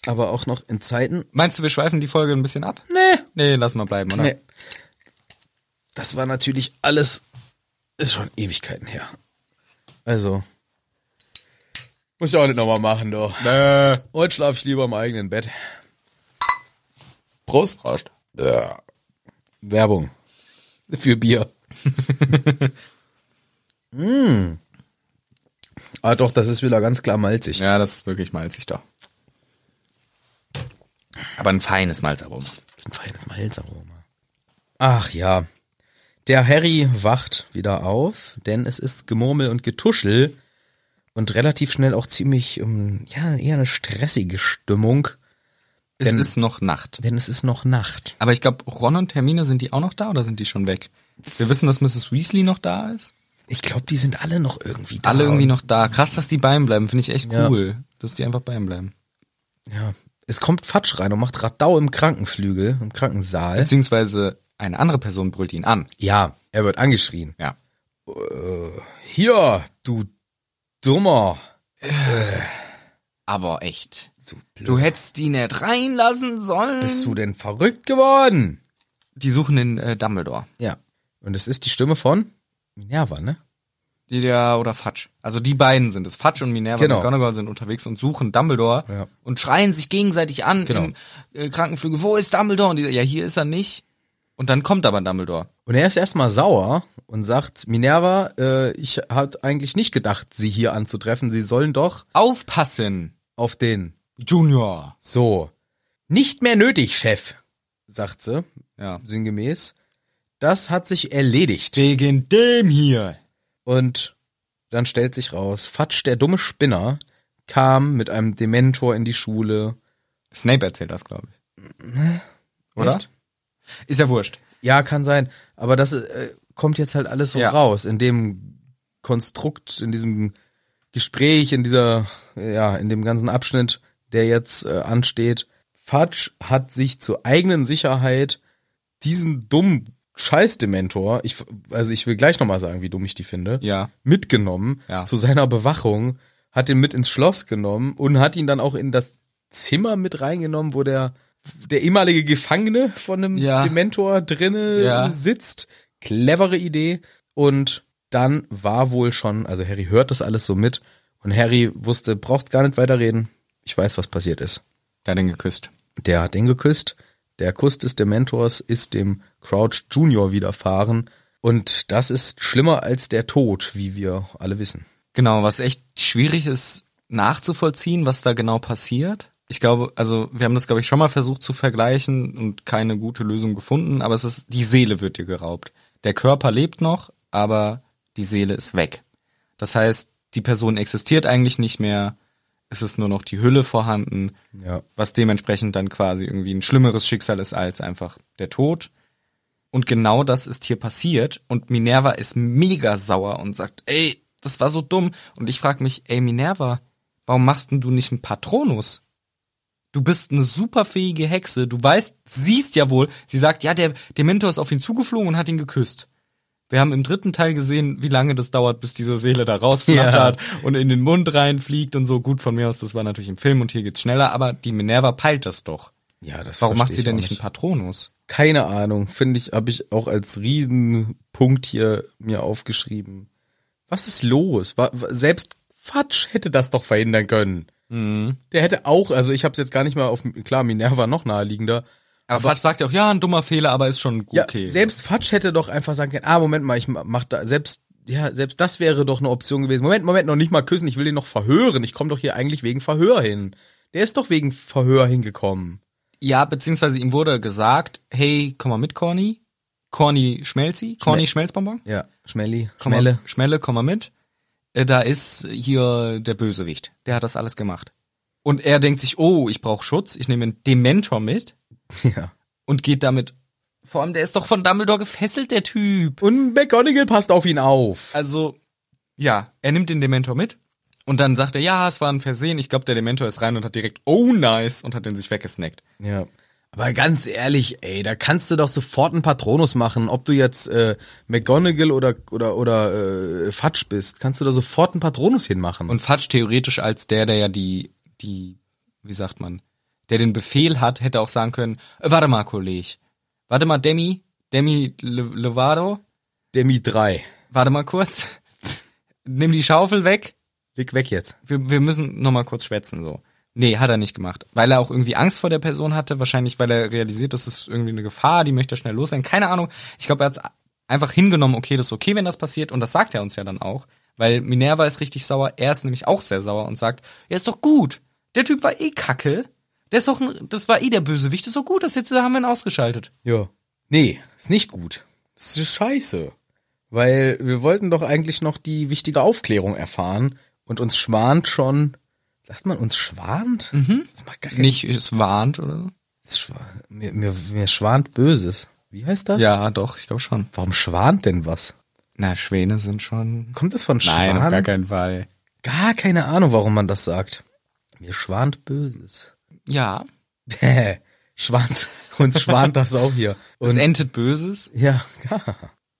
S2: aber auch noch in Zeiten.
S1: Meinst du, wir schweifen die Folge ein bisschen ab?
S2: Nee.
S1: Nee, lass mal bleiben, oder?
S2: nee. Das war natürlich alles. Ist schon Ewigkeiten her. Also. Muss ich auch nicht nochmal machen, du.
S1: Äh,
S2: Heute schlafe ich lieber im eigenen Bett. Prost. Prost. Ja. Werbung. Für Bier. mm. Hm. Ah doch, das ist wieder ganz klar malzig.
S1: ja, das ist wirklich malzig da. Aber ein feines Malzaroma.
S2: Ein feines Malzaroma. Ach ja. Der Harry wacht wieder auf, denn es ist Gemurmel und Getuschel und relativ schnell auch ziemlich, ähm, ja, eher eine stressige Stimmung,
S1: Es
S2: Denn-
S1: ist noch Nacht.
S2: denn es ist noch Nacht.
S1: Aber ich glaube, Ron und Hermine, sind die auch noch da oder sind die schon weg? Wir wissen, dass Mrs. Weasley noch da ist.
S2: Ich glaube, die sind alle noch irgendwie da.
S1: Alle irgendwie noch da. Krass, dass die bei ihm bleiben. Finde ich echt
S2: Ja.
S1: cool, dass die einfach bei ihm bleiben.
S2: Ja. Es kommt Fatsch rein und macht Radau im Krankenflügel, im Krankensaal.
S1: Beziehungsweise eine andere Person brüllt ihn an.
S2: Ja, er wird angeschrien.
S1: Ja.
S2: Hier, du Dummer.
S1: Aber echt.
S2: Du blöd.
S1: Du hättest die nicht reinlassen sollen.
S2: Bist du denn verrückt geworden?
S1: die suchen den äh, Dumbledore.
S2: Ja. Und es ist die Stimme von Minerva, ne?
S1: Die, der oder Fudge. Also die beiden sind es. Fudge und Minerva
S2: Genau.
S1: McGonagall sind unterwegs und suchen Dumbledore
S2: Ja.
S1: und schreien sich gegenseitig an
S2: Genau.
S1: im äh, Krankenflüge. Wo ist Dumbledore? Und die, ja, hier ist er nicht. Und dann kommt aber Dumbledore.
S2: Und er ist erstmal sauer und sagt, Minerva, äh, ich hatte eigentlich nicht gedacht, sie hier anzutreffen. Sie sollen doch
S1: Aufpassen,
S2: auf den.
S1: Junior.
S2: So. Nicht mehr nötig, Chef, sagt sie,
S1: Ja.
S2: sinngemäß. Das hat sich erledigt.
S1: Wegen dem hier.
S2: Und dann stellt sich raus, Fatsch, der dumme Spinner, kam mit einem Dementor in die Schule.
S1: Snape erzählt das, glaube ich. Oder?
S2: Echt?
S1: Ist ja wurscht.
S2: Ja, kann sein. Aber das äh, kommt jetzt halt alles so
S1: Ja.
S2: raus in dem Konstrukt, in diesem Gespräch, in dieser, ja, in dem ganzen Abschnitt, der jetzt äh, ansteht. Fudge hat sich zur eigenen Sicherheit diesen dummen Scheißdementor, ich, also ich will gleich nochmal sagen, wie dumm ich die finde,
S1: Ja.
S2: mitgenommen
S1: Ja.
S2: zu seiner Bewachung, hat ihn mit ins Schloss genommen und hat ihn dann auch in das Zimmer mit reingenommen, wo der, der ehemalige Gefangene von einem
S1: Ja.
S2: Dementor drinne
S1: Ja.
S2: sitzt. Clevere Idee. Und dann war wohl schon, also Harry hört das alles so mit und Harry wusste, braucht gar nicht weiterreden. Ich weiß, was passiert ist.
S1: Der hat ihn geküsst.
S2: Der hat den geküsst. Der Kuss des Dementors ist dem Crouch Junior widerfahren. Und das ist schlimmer als der Tod, wie wir alle wissen.
S1: Genau, was echt schwierig ist nachzuvollziehen, was da genau passiert. Ich glaube, also wir haben das, glaube ich, schon mal versucht zu vergleichen und keine gute Lösung gefunden, aber es ist, die Seele wird dir geraubt. Der Körper lebt noch, aber die Seele ist weg. Das heißt, die Person existiert eigentlich nicht mehr, es ist nur noch die Hülle vorhanden,
S2: Ja.
S1: was dementsprechend dann quasi irgendwie ein schlimmeres Schicksal ist als einfach der Tod. Und genau das ist hier passiert und Minerva ist mega sauer und sagt, ey, das war so dumm. Und ich frage mich, ey Minerva, warum machst denn du nicht einen Patronus? Du bist eine superfähige Hexe, du weißt, siehst ja wohl, sie sagt, ja, der, der Mentor ist auf ihn zugeflogen und hat ihn geküsst. Wir haben im dritten Teil gesehen, wie lange das dauert, bis diese Seele da rausflattert und in den Mund reinfliegt und so. Gut, von mir aus, das war natürlich im Film und hier geht's schneller, aber die Minerva peilt das doch.
S2: Ja, das
S1: Warum macht
S2: verstehe
S1: sie
S2: ich
S1: denn
S2: auch
S1: nicht einen Patronus?
S2: Keine Ahnung, finde ich, habe ich auch als Riesenpunkt hier mir aufgeschrieben. Was ist los? Wa- wa- Selbst Fatsch hätte das doch verhindern können. Der hätte auch, also ich habe es jetzt gar nicht mal auf, klar, Minerva noch naheliegender,
S1: Aber Fatsch sagt ja auch, ja, ein dummer Fehler, aber ist schon
S2: Ja,
S1: okay.
S2: selbst Fatsch hätte doch einfach sagen können, ah, Moment mal, ich ma- mach da, selbst, ja, selbst das wäre doch eine Option gewesen. Moment, Moment, noch nicht mal küssen, ich will den noch verhören. Ich komme doch hier eigentlich wegen Verhör hin. Der ist doch wegen Verhör hingekommen.
S1: ja, beziehungsweise ihm wurde gesagt, hey, komm mal mit, Corny. Corny Schmelzi, Corny Schmelzbonbon.
S2: Ja, Schmelli,
S1: Komm mal-
S2: Schmelle.
S1: Schmelle, komm mal mit. Äh, Da ist hier der Bösewicht. Der hat das alles gemacht. Und er denkt sich, oh, ich brauche Schutz, ich nehme einen Dementor mit
S2: Ja.
S1: und geht damit. Vor allem, der ist doch von Dumbledore gefesselt, der Typ.
S2: Und McGonagall passt auf ihn auf.
S1: Also, ja, er nimmt den Dementor mit und dann sagt er, ja, es war ein Versehen. Ich glaube, der Dementor ist rein und hat direkt, oh nice, und hat den sich weggesnackt.
S2: Ja. Aber ganz ehrlich, ey, da kannst du doch sofort einen Patronus machen, ob du jetzt äh, McGonagall oder oder oder äh, Fatsch bist, kannst du da sofort einen Patronus hinmachen.
S1: Und Fatsch theoretisch als der, der ja die, die, wie sagt man, der den Befehl hat, hätte auch sagen können, äh, warte mal, Kolleg, warte mal, Demi, Demi Le Lovato,
S2: Demi 3.
S1: warte mal kurz, nimm die Schaufel weg,
S2: Leg weg jetzt.
S1: wir, wir müssen noch mal kurz schwätzen, so. Nee, hat er nicht gemacht. Weil er auch irgendwie Angst vor der Person hatte, wahrscheinlich weil er realisiert, das ist irgendwie eine Gefahr, die möchte er schnell loswerden. Keine Ahnung. Ich glaube, er hat einfach hingenommen, okay, das ist okay, wenn das passiert. Und das sagt er uns ja dann auch. Weil Minerva ist richtig sauer, er ist nämlich auch sehr sauer und sagt, ja, ist doch gut. Der Typ war eh kacke. Der ist doch, ein- das war eh der Bösewicht, ist doch gut, das jetzt haben wir ihn ausgeschaltet.
S2: Ja. Nee, ist nicht gut. Das ist scheiße. Weil wir wollten doch eigentlich noch die wichtige Aufklärung erfahren und uns schwant schon. Sagt man uns schwant? Mhm. Das macht gar keinen
S1: Nicht, es warnt oder so.
S2: Das schwa- Mir, mir, mir schwant Böses. Wie heißt das?
S1: Ja, doch, ich glaube schon.
S2: Warum schwant denn was?
S1: Na, Schwäne sind schon.
S2: Kommt das von Schwan?
S1: keinen Fall.
S2: gar keine Ahnung, warum man das sagt. Mir schwant Böses.
S1: Ja.
S2: schwant. Uns schwant das auch hier. Und
S1: es endet Böses.
S2: Ja, ja.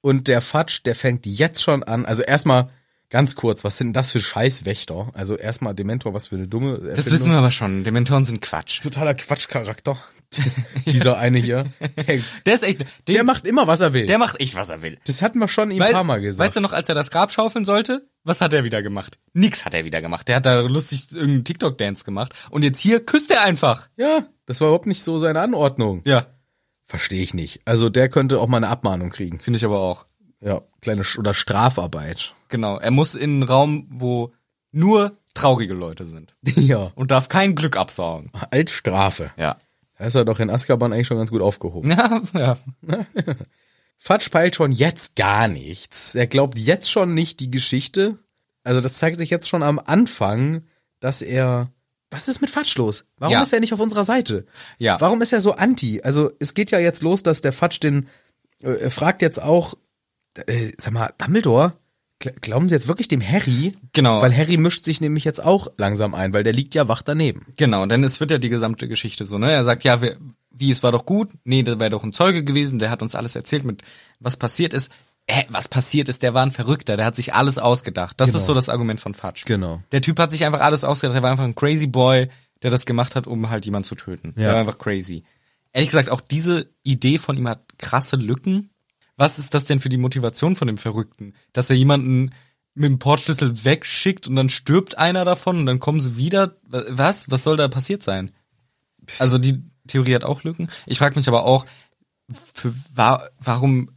S2: Und der Fatsch, der fängt jetzt schon an. Also erstmal ganz kurz, was sind das für Scheißwächter? Also erstmal Dementor, was für eine dumme Erfindung.
S1: Das wissen wir aber schon. Dementoren sind Quatsch.
S2: Totaler Quatschcharakter. Dieser eine hier. Der,
S1: Der ist echt.
S2: der macht immer, was er will.
S1: der macht echt, was er will.
S2: das hatten wir schon ihm ein
S1: Weiß-
S2: paar Mal gesagt.
S1: Weißt du noch, als er das Grab schaufeln sollte? Was hat er wieder gemacht? Nix hat er wieder gemacht. Der hat da lustig irgendeinen TikTok-Dance gemacht. Und jetzt hier küsst er einfach.
S2: ja, das war überhaupt nicht so seine Anordnung.
S1: Ja,
S2: Verstehe ich nicht. Also der könnte auch mal eine Abmahnung kriegen.
S1: finde ich aber auch.
S2: Ja, kleine Sch oder Strafarbeit.
S1: Genau. Er muss in einen Raum, wo nur traurige Leute sind.
S2: ja,
S1: Und darf kein Glück absaugen.
S2: Altstrafe.
S1: Ja.
S2: Da ist er doch in Azkaban eigentlich schon ganz gut aufgehoben.
S1: Ja, ja.
S2: Fatsch peilt schon jetzt gar nichts. Er glaubt jetzt schon nicht die Geschichte. Also das zeigt sich jetzt schon am Anfang, dass er. Was ist mit Fatsch los? Warum
S1: Ja.
S2: ist er nicht auf unserer Seite?
S1: Ja.
S2: Warum ist er so anti? Also es geht ja jetzt los, dass der Fatsch den äh, er fragt jetzt auch, äh, sag mal, Dumbledore, gl- glauben Sie jetzt wirklich dem Harry?
S1: Genau.
S2: Weil Harry mischt sich nämlich jetzt auch langsam ein, weil der liegt ja wach daneben.
S1: Genau, denn es wird ja die gesamte Geschichte so, ne? Er sagt, ja, wir, wie, es war doch gut. Nee, da wäre doch ein Zeuge gewesen, der hat uns alles erzählt mit, was passiert ist. Äh, was passiert ist, der war ein Verrückter, der hat sich alles ausgedacht. Das ist so das Argument von Fatsch.
S2: Genau.
S1: Der Typ hat sich einfach alles ausgedacht, er war einfach ein crazy boy, der das gemacht hat, um halt jemanden zu töten.
S2: Ja.
S1: Der war einfach crazy. Ehrlich gesagt, auch diese Idee von ihm hat krasse Lücken. Was ist das denn für die Motivation von dem Verrückten? Dass er jemanden mit dem Portschlüssel wegschickt und dann stirbt einer davon und dann kommen sie wieder. Wa- Was? Was soll da passiert sein? Also die Theorie hat auch Lücken. Ich frage mich aber auch, für, wa warum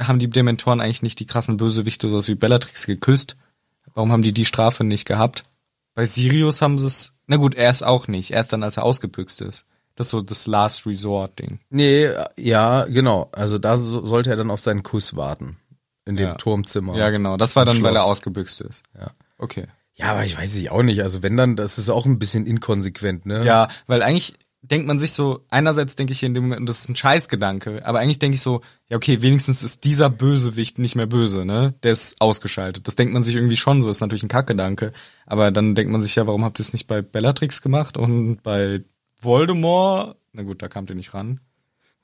S1: haben die Dementoren eigentlich nicht die krassen Bösewichte, sowas wie Bellatrix, geküsst? Warum haben die die Strafe nicht gehabt? Bei Sirius haben sie es. Na gut, er ist auch nicht. Erst dann, als er ausgebüxt ist. Das ist so das Last Resort-Ding.
S2: Nee, äh, ja, genau. Also da so, sollte er dann auf seinen Kuss warten. In dem
S1: Ja.
S2: Turmzimmer.
S1: Ja, genau. Das war dann, weil er
S2: Schloss.
S1: ausgebüxt ist.
S2: Ja.
S1: Okay.
S2: ja, aber ich weiß es auch nicht. Also wenn dann, das ist auch ein bisschen inkonsequent, ne?
S1: Ja, weil eigentlich denkt man sich so, einerseits denke ich in dem Moment, und das ist ein Scheißgedanke, aber eigentlich denke ich so, ja okay, wenigstens ist dieser Bösewicht nicht mehr böse, ne? Der ist ausgeschaltet. Das denkt man sich irgendwie schon so, ist natürlich ein Kackgedanke. Aber dann denkt man sich ja, warum habt ihr es nicht bei Bellatrix gemacht und bei Voldemort? Na gut, da kamt ihr nicht ran.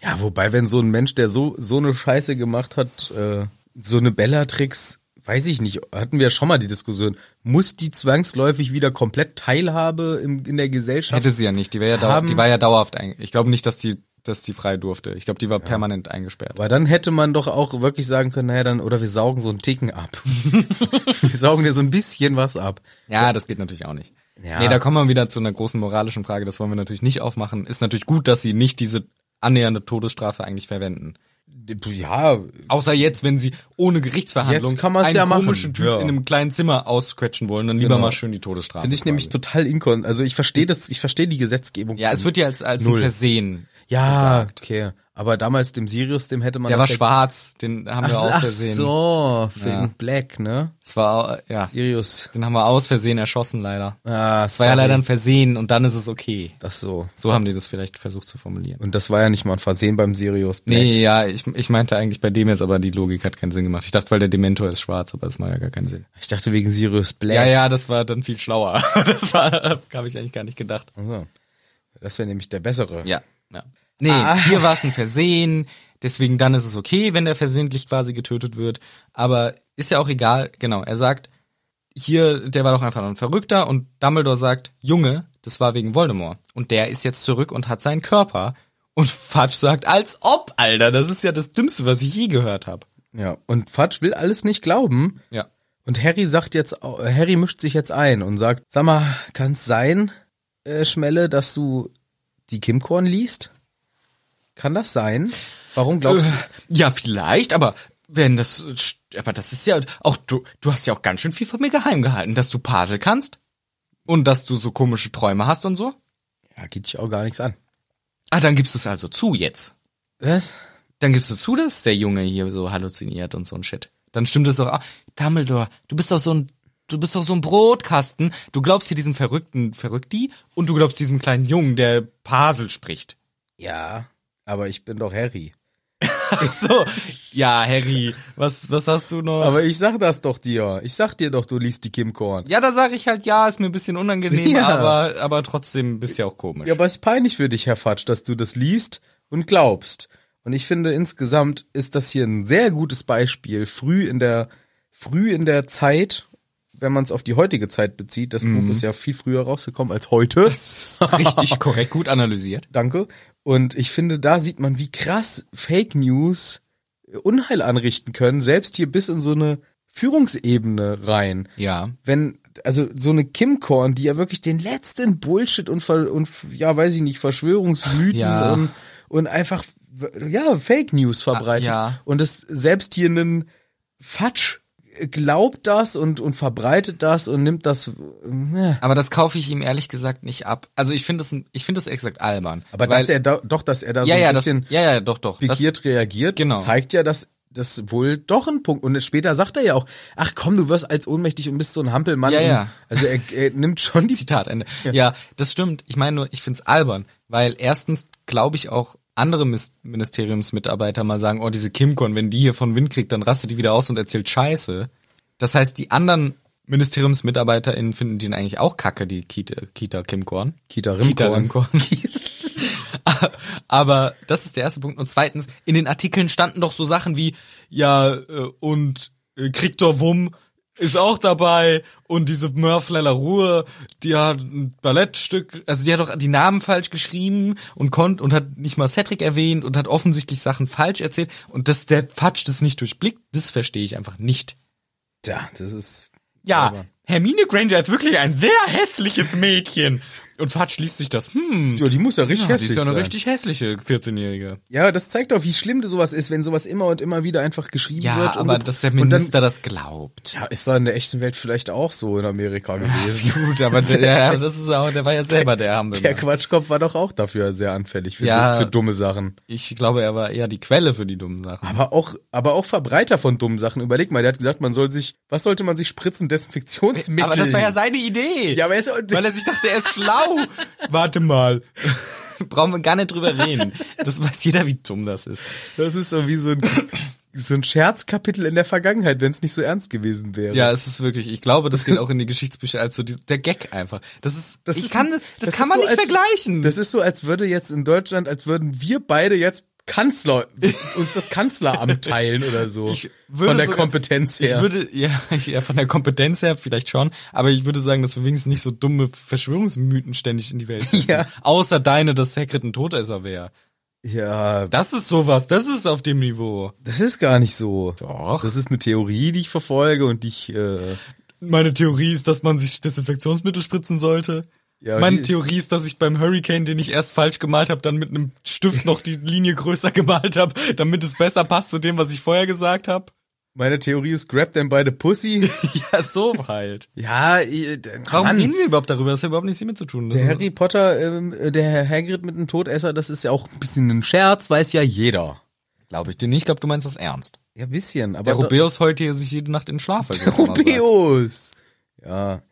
S2: Ja, wobei, wenn so ein Mensch, der so, so eine Scheiße gemacht hat, äh, so eine Bellatrix, weiß ich nicht, hatten wir schon mal die Diskussion, muss die zwangsläufig wieder komplett Teilhabe im, in der Gesellschaft?
S1: Hätte sie ja nicht, die, wär ja dauer,
S2: Haben-
S1: die war ja dauerhaft eingesperrt. Ich glaube nicht, dass die, dass die frei durfte. Ich glaube, die war permanent eingesperrt.
S2: Aber dann hätte man doch auch wirklich sagen können, naja, dann, oder wir saugen so einen Ticken ab. wir saugen dir so ein bisschen was ab.
S1: Ja, das geht natürlich auch nicht.
S2: Ja.
S1: Nee, da kommen wir wieder zu einer großen moralischen Frage, das wollen wir natürlich nicht aufmachen. Ist natürlich gut, dass sie nicht diese annähernde Todesstrafe eigentlich verwenden.
S2: Ja,
S1: Außer jetzt, wenn sie ohne Gerichtsverhandlung
S2: Jetzt kann man's
S1: einen
S2: ja machen,
S1: komischen Typ
S2: ja. Genau.
S1: in einem kleinen Zimmer ausquetschen wollen, dann lieber mal schön die Todesstrafe.
S2: finde ich nämlich
S1: quasi.
S2: total inkon. Also ich verstehe das, ich verstehe die Gesetzgebung.
S1: Ja, es wird ja als, als ein
S2: Null.
S1: Versehen.
S2: Ja, okay. Aber damals dem Sirius, dem hätte man
S1: Der war
S2: das ja-
S1: schwarz, den haben wir
S2: Ach,
S1: aus
S2: ach
S1: Versehen.
S2: so, wegen Black, ne?
S1: Es war, äh, ja,
S2: Sirius.
S1: den haben wir aus Versehen erschossen leider.
S2: Ah,
S1: Es war ja leider ein Versehen und dann ist es okay.
S2: das so.
S1: So haben die das vielleicht versucht zu formulieren.
S2: Und das war ja nicht mal ein Versehen beim Sirius. Black.
S1: Nee, ja, ich, ich meinte eigentlich bei dem jetzt, aber die Logik hat keinen Sinn gemacht. Ich dachte, weil der Dementor ist schwarz, aber das macht ja gar keinen Sinn.
S2: Ich dachte wegen Sirius Black.
S1: Ja, ja, das war dann viel schlauer. Das war, habe ich eigentlich gar nicht gedacht.
S2: Also, das wäre nämlich der bessere.
S1: Ja, ja. Nee,
S2: Ah.
S1: hier war es ein Versehen, deswegen dann ist es okay, wenn der versehentlich quasi getötet wird. Aber ist ja auch egal, genau. Er sagt, hier, der war doch einfach nur ein Verrückter und Dumbledore sagt, Junge, das war wegen Voldemort. Und der ist jetzt zurück und hat seinen Körper. Und Fatsch sagt, als ob, Alter, das ist ja das Dümmste, was ich je gehört habe.
S2: ja. Und Fudge will alles nicht glauben.
S1: Ja.
S2: Und Harry sagt jetzt, au- äh, Harry mischt sich jetzt ein und sagt, sag mal, kann es sein, äh, Schmelle, dass du die Kimkorn liest? Kann das sein? Warum glaubst du?
S1: Ja, vielleicht, aber wenn das, st- aber das ist ja auch du, du hast ja auch ganz schön viel von mir geheim gehalten, dass du Pasel kannst und dass du so komische Träume hast und so.
S2: Ja, geht dich auch gar nichts an.
S1: Ah, dann gibst du es also zu jetzt.
S2: Was?
S1: Dann gibst du zu, dass der Junge hier so halluziniert und so ein Shit. Dann stimmt es doch. auch. Dumbledore, du bist doch so ein Du bist doch so ein Brotkasten. Du glaubst hier diesem verrückten Verrückti und du glaubst diesem kleinen Jungen, der Pasel spricht.
S2: Ja, aber ich bin doch Harry.
S1: Ach so. Ja, Harry, was, was hast du noch?
S2: Aber ich sag das doch dir. Ich sag dir doch, du liest die Kimkorn.
S1: Ja, da sage ich halt, ja, ist mir ein bisschen unangenehm,
S2: Ja.
S1: aber, aber trotzdem bist ja auch komisch.
S2: Ja, aber es ist peinlich für dich, Herr Fatsch, dass du das liest und glaubst. Und ich finde, insgesamt ist das hier ein sehr gutes Beispiel, früh in der, früh in der Zeit, wenn man es auf die heutige Zeit bezieht, das Buch ist ja viel früher rausgekommen als heute.
S1: Richtig korrekt, gut analysiert.
S2: Danke. Und ich finde, da sieht man, wie krass Fake News Unheil anrichten können, selbst hier bis in so eine Führungsebene rein
S1: Ja.
S2: wenn, also so eine Kim Korn, die ja wirklich den letzten Bullshit und, Ver, und ja, weiß ich nicht, Verschwörungsmythen
S1: Ja.
S2: und, und einfach, ja, Fake News verbreitet.
S1: Ah, ja.
S2: Und es selbst hier einen Fatsch glaubt das und, und verbreitet das und nimmt das. Äh.
S1: Aber das kaufe ich ihm ehrlich gesagt nicht ab. Also ich finde das, ein- ich finde das exakt albern.
S2: Aber
S1: Weil-
S2: dass er da, doch, dass er da
S1: ja,
S2: so ein
S1: ja, das,
S2: bisschen
S1: ja, ja, doch, doch. Das,
S2: pikiert reagiert,
S1: Genau.
S2: zeigt ja, dass das wohl doch ein Punkt. Und später sagt er ja auch, ach komm, du wirst als ohnmächtig und bist so ein Hampelmann.
S1: Ja,
S2: und,
S1: ja.
S2: Also er, er nimmt schon die
S1: Zitat Ende. Ja. das stimmt. Ich meine nur, ich find's albern, weil erstens glaube ich auch andere Mis Ministeriumsmitarbeiter mal sagen, oh, diese Kimcon, wenn die hier von Wind kriegt, dann rastet die wieder aus und erzählt Scheiße. Das heißt, die anderen MininsteriumsmitarbeiterInnen finden den eigentlich auch kacke, die Kita, Kita Kimkorn.
S2: Kita
S1: Kita
S2: Rimkorn.
S1: Rimkorn. Aber das ist der erste Punkt. Und zweitens, in den Artikeln standen doch so Sachen wie, ja, äh, und äh, Kriktor Wumm ist auch dabei und diese Murphy Ruhe, die hat ein Ballettstück, also die hat doch die Namen falsch geschrieben und konnt und hat nicht mal Cedric erwähnt und hat offensichtlich Sachen falsch erzählt und dass der Patsch das nicht durchblickt, das verstehe ich einfach nicht.
S2: Ja, das ist.
S1: Ja,
S2: Aber-
S1: Hermine Granger ist wirklich ein sehr hässliches Mädchen. Und Fat schließt sich das. Hm.
S2: Ja, die muss ja richtig
S1: Ja, die
S2: hässlich
S1: ist ja eine
S2: sein.
S1: richtig hässliche 14-Jährige.
S2: Ja, das zeigt doch, wie schlimm das sowas ist, wenn sowas immer und immer wieder einfach geschrieben wird.
S1: Ja,
S2: und
S1: aber
S2: gep-
S1: dass der
S2: und dann-
S1: Minister das glaubt.
S2: Ja, ist da in der echten Welt vielleicht auch so in Amerika gewesen.
S1: gut, aber der, ja, das ist auch, der war ja selber der
S2: Der
S1: Hammel.
S2: Quatschkopf war doch auch dafür sehr anfällig für,
S1: Ja.
S2: du- für dumme Sachen.
S1: Ich glaube, er war eher die Quelle für die dummen Sachen.
S2: Aber auch, aber auch Verbreiter von dummen Sachen. Überleg mal, der hat gesagt, man soll sich, was sollte man sich spritzen? Desinfektionsmittel.
S1: Aber das war ja seine Idee.
S2: Ja, aber er ist,
S1: weil er sich dachte, er ist schlau. Warte mal. Brauchen wir gar nicht drüber reden. Das weiß jeder, wie dumm das ist.
S2: das ist so wie so ein, so ein Scherzkapitel in der Vergangenheit, wenn es nicht so ernst gewesen wäre.
S1: Ja, es ist wirklich. Ich glaube, das geht auch in die Geschichtsbücher als so die, der Gag einfach. Das ist.
S2: Das
S1: ich
S2: ist-
S1: kann das,
S2: das
S1: kann
S2: ist
S1: man
S2: so,
S1: nicht
S2: als-
S1: vergleichen.
S2: Das ist so, als würde jetzt in Deutschland, als würden wir beide jetzt Kanzler, uns das Kanzleramt teilen oder so.
S1: Ich würde
S2: von der
S1: sogar-
S2: Kompetenz her.
S1: Ich würde ja, ja von der Kompetenz her vielleicht schon, aber ich würde sagen, dass wir wenigstens nicht so dumme Verschwörungsmythen ständig in die Welt setzen.
S2: Ja.
S1: Außer deine, dass Hagrid ein Todesser wäre.
S2: ja,
S1: Das ist sowas. Das ist auf dem Niveau.
S2: das ist gar nicht so.
S1: Doch.
S2: Das ist eine Theorie, die ich verfolge und die ich, äh,
S1: Meine Theorie ist, dass man sich Desinfektionsmittel spritzen sollte.
S2: Ja,
S1: Meine
S2: die-
S1: Theorie ist, dass ich beim Hurricane, den ich erst falsch gemalt habe, dann mit einem Stift noch die Linie größer gemalt habe, damit es besser passt zu dem, was ich vorher gesagt habe.
S2: meine Theorie ist, grab them by the pussy.
S1: Ja, so halt.
S2: ja, äh,
S1: Warum
S2: Mann.
S1: reden wir überhaupt darüber? Das hat überhaupt nichts damit zu tun. Das
S2: Der
S1: ist,
S2: Harry Potter, ähm, äh, der Herr Hagrid mit dem Todesser, das ist ja auch ein bisschen ein Scherz, weiß ja jeder.
S1: glaube ich dir nicht. Ich glaube, du meinst das ernst.
S2: Ja, ein bisschen, aber
S1: Der Rubeus heult hier sich jede Nacht in also den Schlaf. weil du das immer sagst.
S2: Rubeus. Ja.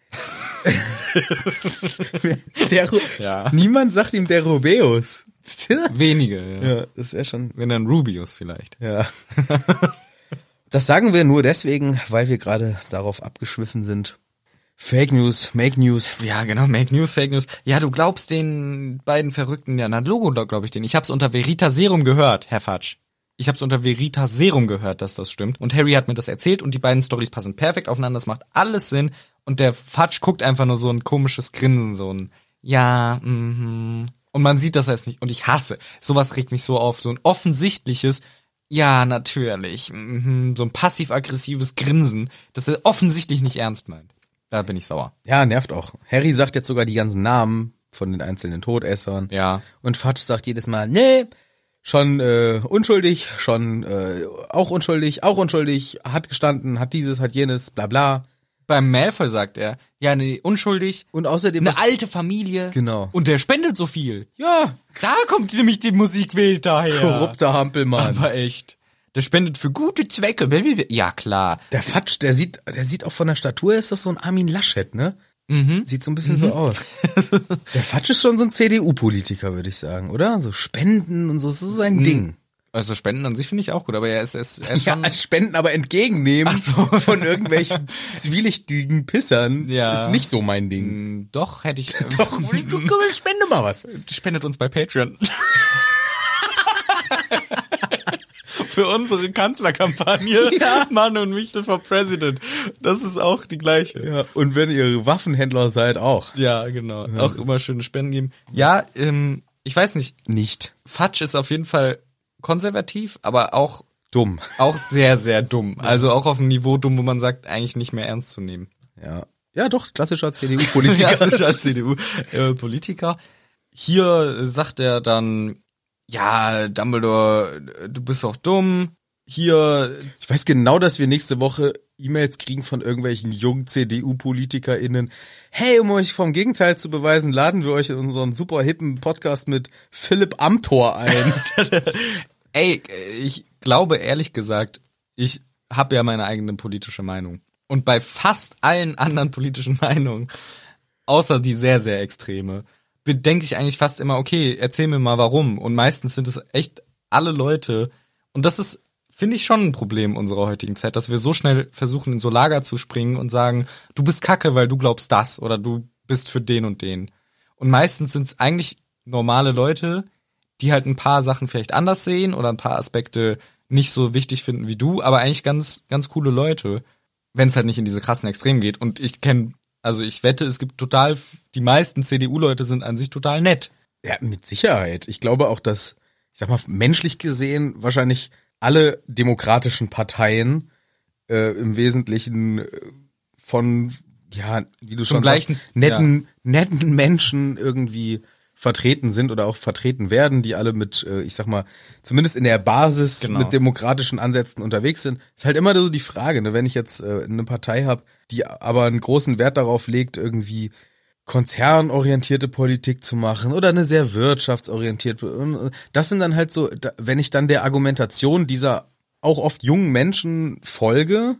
S2: der Ru
S1: Ja.
S2: Niemand sagt ihm der Rubeus.
S1: Wenige, ja.
S2: ja, das wäre schon.
S1: Wenn dann Rubius vielleicht.
S2: Ja. Das sagen wir nur deswegen, weil wir gerade darauf abgeschwiffen sind. Fake News, Make News.
S1: Ja, genau, Make News, Fake News. Ja, du glaubst den beiden Verrückten, ja, na Logo, glaube ich den. Ich hab's unter Verita Serum gehört, Herr Fatsch. Ich hab's unter Verita Serum gehört, dass das stimmt. Und Harry hat mir das erzählt und die beiden Stories passen perfekt aufeinander, das macht alles Sinn. Und der Fatsch guckt einfach nur so ein komisches Grinsen, so ein Ja, mhm. Und man sieht das heißt nicht. Und ich hasse. Sowas regt mich so auf. So ein offensichtliches Ja, natürlich. Mhm. So ein passiv-aggressives Grinsen, das er offensichtlich nicht ernst meint. Da bin ich sauer.
S2: Ja, nervt auch. Harry sagt jetzt sogar die ganzen Namen von den einzelnen Todessern.
S1: Ja.
S2: Und Fatsch sagt jedes Mal, nee, schon äh, unschuldig, schon äh, auch unschuldig, auch unschuldig, hat gestanden, hat dieses, hat jenes, bla bla.
S1: Beim Malfoy sagt er, ja, nee, unschuldig,
S2: Und außerdem
S1: eine
S2: was-
S1: alte Familie.
S2: Genau.
S1: Und der spendet so viel.
S2: ja,
S1: Da kommt nämlich die Musikwelt daher.
S2: korrupter Hampelmann.
S1: Aber echt. Der spendet für gute Zwecke. blablabla. Ja, klar.
S2: der Fatsch, der sieht, der sieht auch von der Statur, ist das so ein Armin Laschet, ne? Mhm. Sieht so ein bisschen so aus. Der Fatsch ist schon so ein CDU-Politiker, würde ich sagen, oder? So Spenden und so, das ist so sein Ding.
S1: Also Spenden an sich finde ich auch gut, aber er ist, er ist, er ist
S2: Ja,
S1: schon...
S2: als Spenden aber entgegennehmen
S1: Ach so.
S2: von irgendwelchen zwielichtigen Pissern
S1: Ja.
S2: ist nicht so mein Ding.
S1: Mm, Doch, hätte ich...
S2: Doch, komm, spende mal was.
S1: Spendet uns bei Patreon. Für unsere Kanzlerkampagne
S2: Ja.
S1: Manu und Michel for President. Das ist auch die gleiche.
S2: Ja, und wenn ihr Waffenhändler seid, auch.
S1: Ja, genau. Auch immer schöne Spenden geben. Ja, ähm, ich weiß nicht.
S2: Nicht
S1: Fatsch ist auf jeden Fall konservativ, aber auch,
S2: dumm.
S1: auch sehr, sehr dumm. Also auch auf einem Niveau dumm, wo man sagt, eigentlich nicht mehr ernst zu nehmen.
S2: Ja. Ja, doch, klassischer CDU-Politiker.
S1: Klassischer CDU-Politiker. Äh, Hier äh, sagt er dann, ja, Dumbledore, äh, du bist auch dumm. Hier,
S2: ich weiß genau, dass wir nächste Woche E-Mails kriegen von irgendwelchen jungen CDU-PolitikerInnen. Hey, um euch vom Gegenteil zu beweisen, laden wir euch in unseren super hippen Podcast mit Philipp Amthor ein.
S1: ey, ich glaube ehrlich gesagt, ich habe ja meine eigene politische Meinung. Und bei fast allen anderen politischen Meinungen, außer die sehr, sehr extreme, bedenke ich eigentlich fast immer, okay, erzähl mir mal warum. Und meistens sind es echt alle Leute. Und das ist, finde ich, schon ein Problem unserer heutigen Zeit, dass wir so schnell versuchen, in so Lager zu springen und sagen, du bist kacke, weil du glaubst das oder du bist für den und den. Und meistens sind es eigentlich normale Leute, die halt ein paar Sachen vielleicht anders sehen oder ein paar Aspekte nicht so wichtig finden wie du, aber eigentlich ganz, ganz coole Leute, wenn es halt nicht in diese krassen Extremen geht. Und ich kenne, also ich wette, es gibt total, die meisten CDU-Leute sind an sich total nett.
S2: Ja, mit Sicherheit. Ich glaube auch, dass, ich sag mal, menschlich gesehen wahrscheinlich alle demokratischen Parteien äh, im Wesentlichen äh, von, ja, wie du
S1: Vom
S2: schon
S1: gleichen-
S2: sagst, netten, netten Menschen irgendwie vertreten sind oder auch vertreten werden, die alle mit, äh, ich sag mal, zumindest in der Basis
S1: Genau.
S2: mit demokratischen Ansätzen unterwegs sind. Ist halt immer so die Frage, ne? wenn ich jetzt äh, eine Partei habe, die aber einen großen Wert darauf legt, irgendwie konzernorientierte Politik zu machen oder eine sehr wirtschaftsorientierte. Das sind dann halt so, da- wenn ich dann der Argumentation dieser auch oft jungen Menschen folge,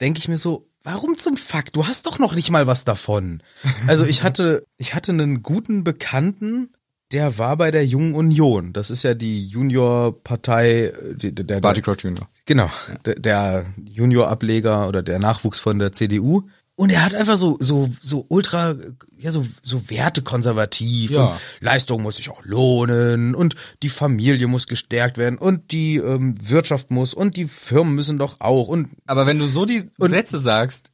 S2: denke ich mir so, warum zum Fuck? Du hast doch noch nicht mal was davon. Also ich hatte, ich hatte einen guten Bekannten, der war bei der Jungen Union. Das ist ja die Juniorpartei, äh, die- der, der,
S1: Barty Crouch Jr.
S2: Genau, der, der Junior-Ableger oder der Nachwuchs von der CDU. Und er hat einfach so, so, so ultra, ja, so, so wertekonservativ.
S1: Ja.
S2: Und Leistung muss sich auch lohnen und die Familie muss gestärkt werden und die ähm, Wirtschaft muss und die Firmen müssen doch auch und
S1: Aber wenn du so die Sätze sagst,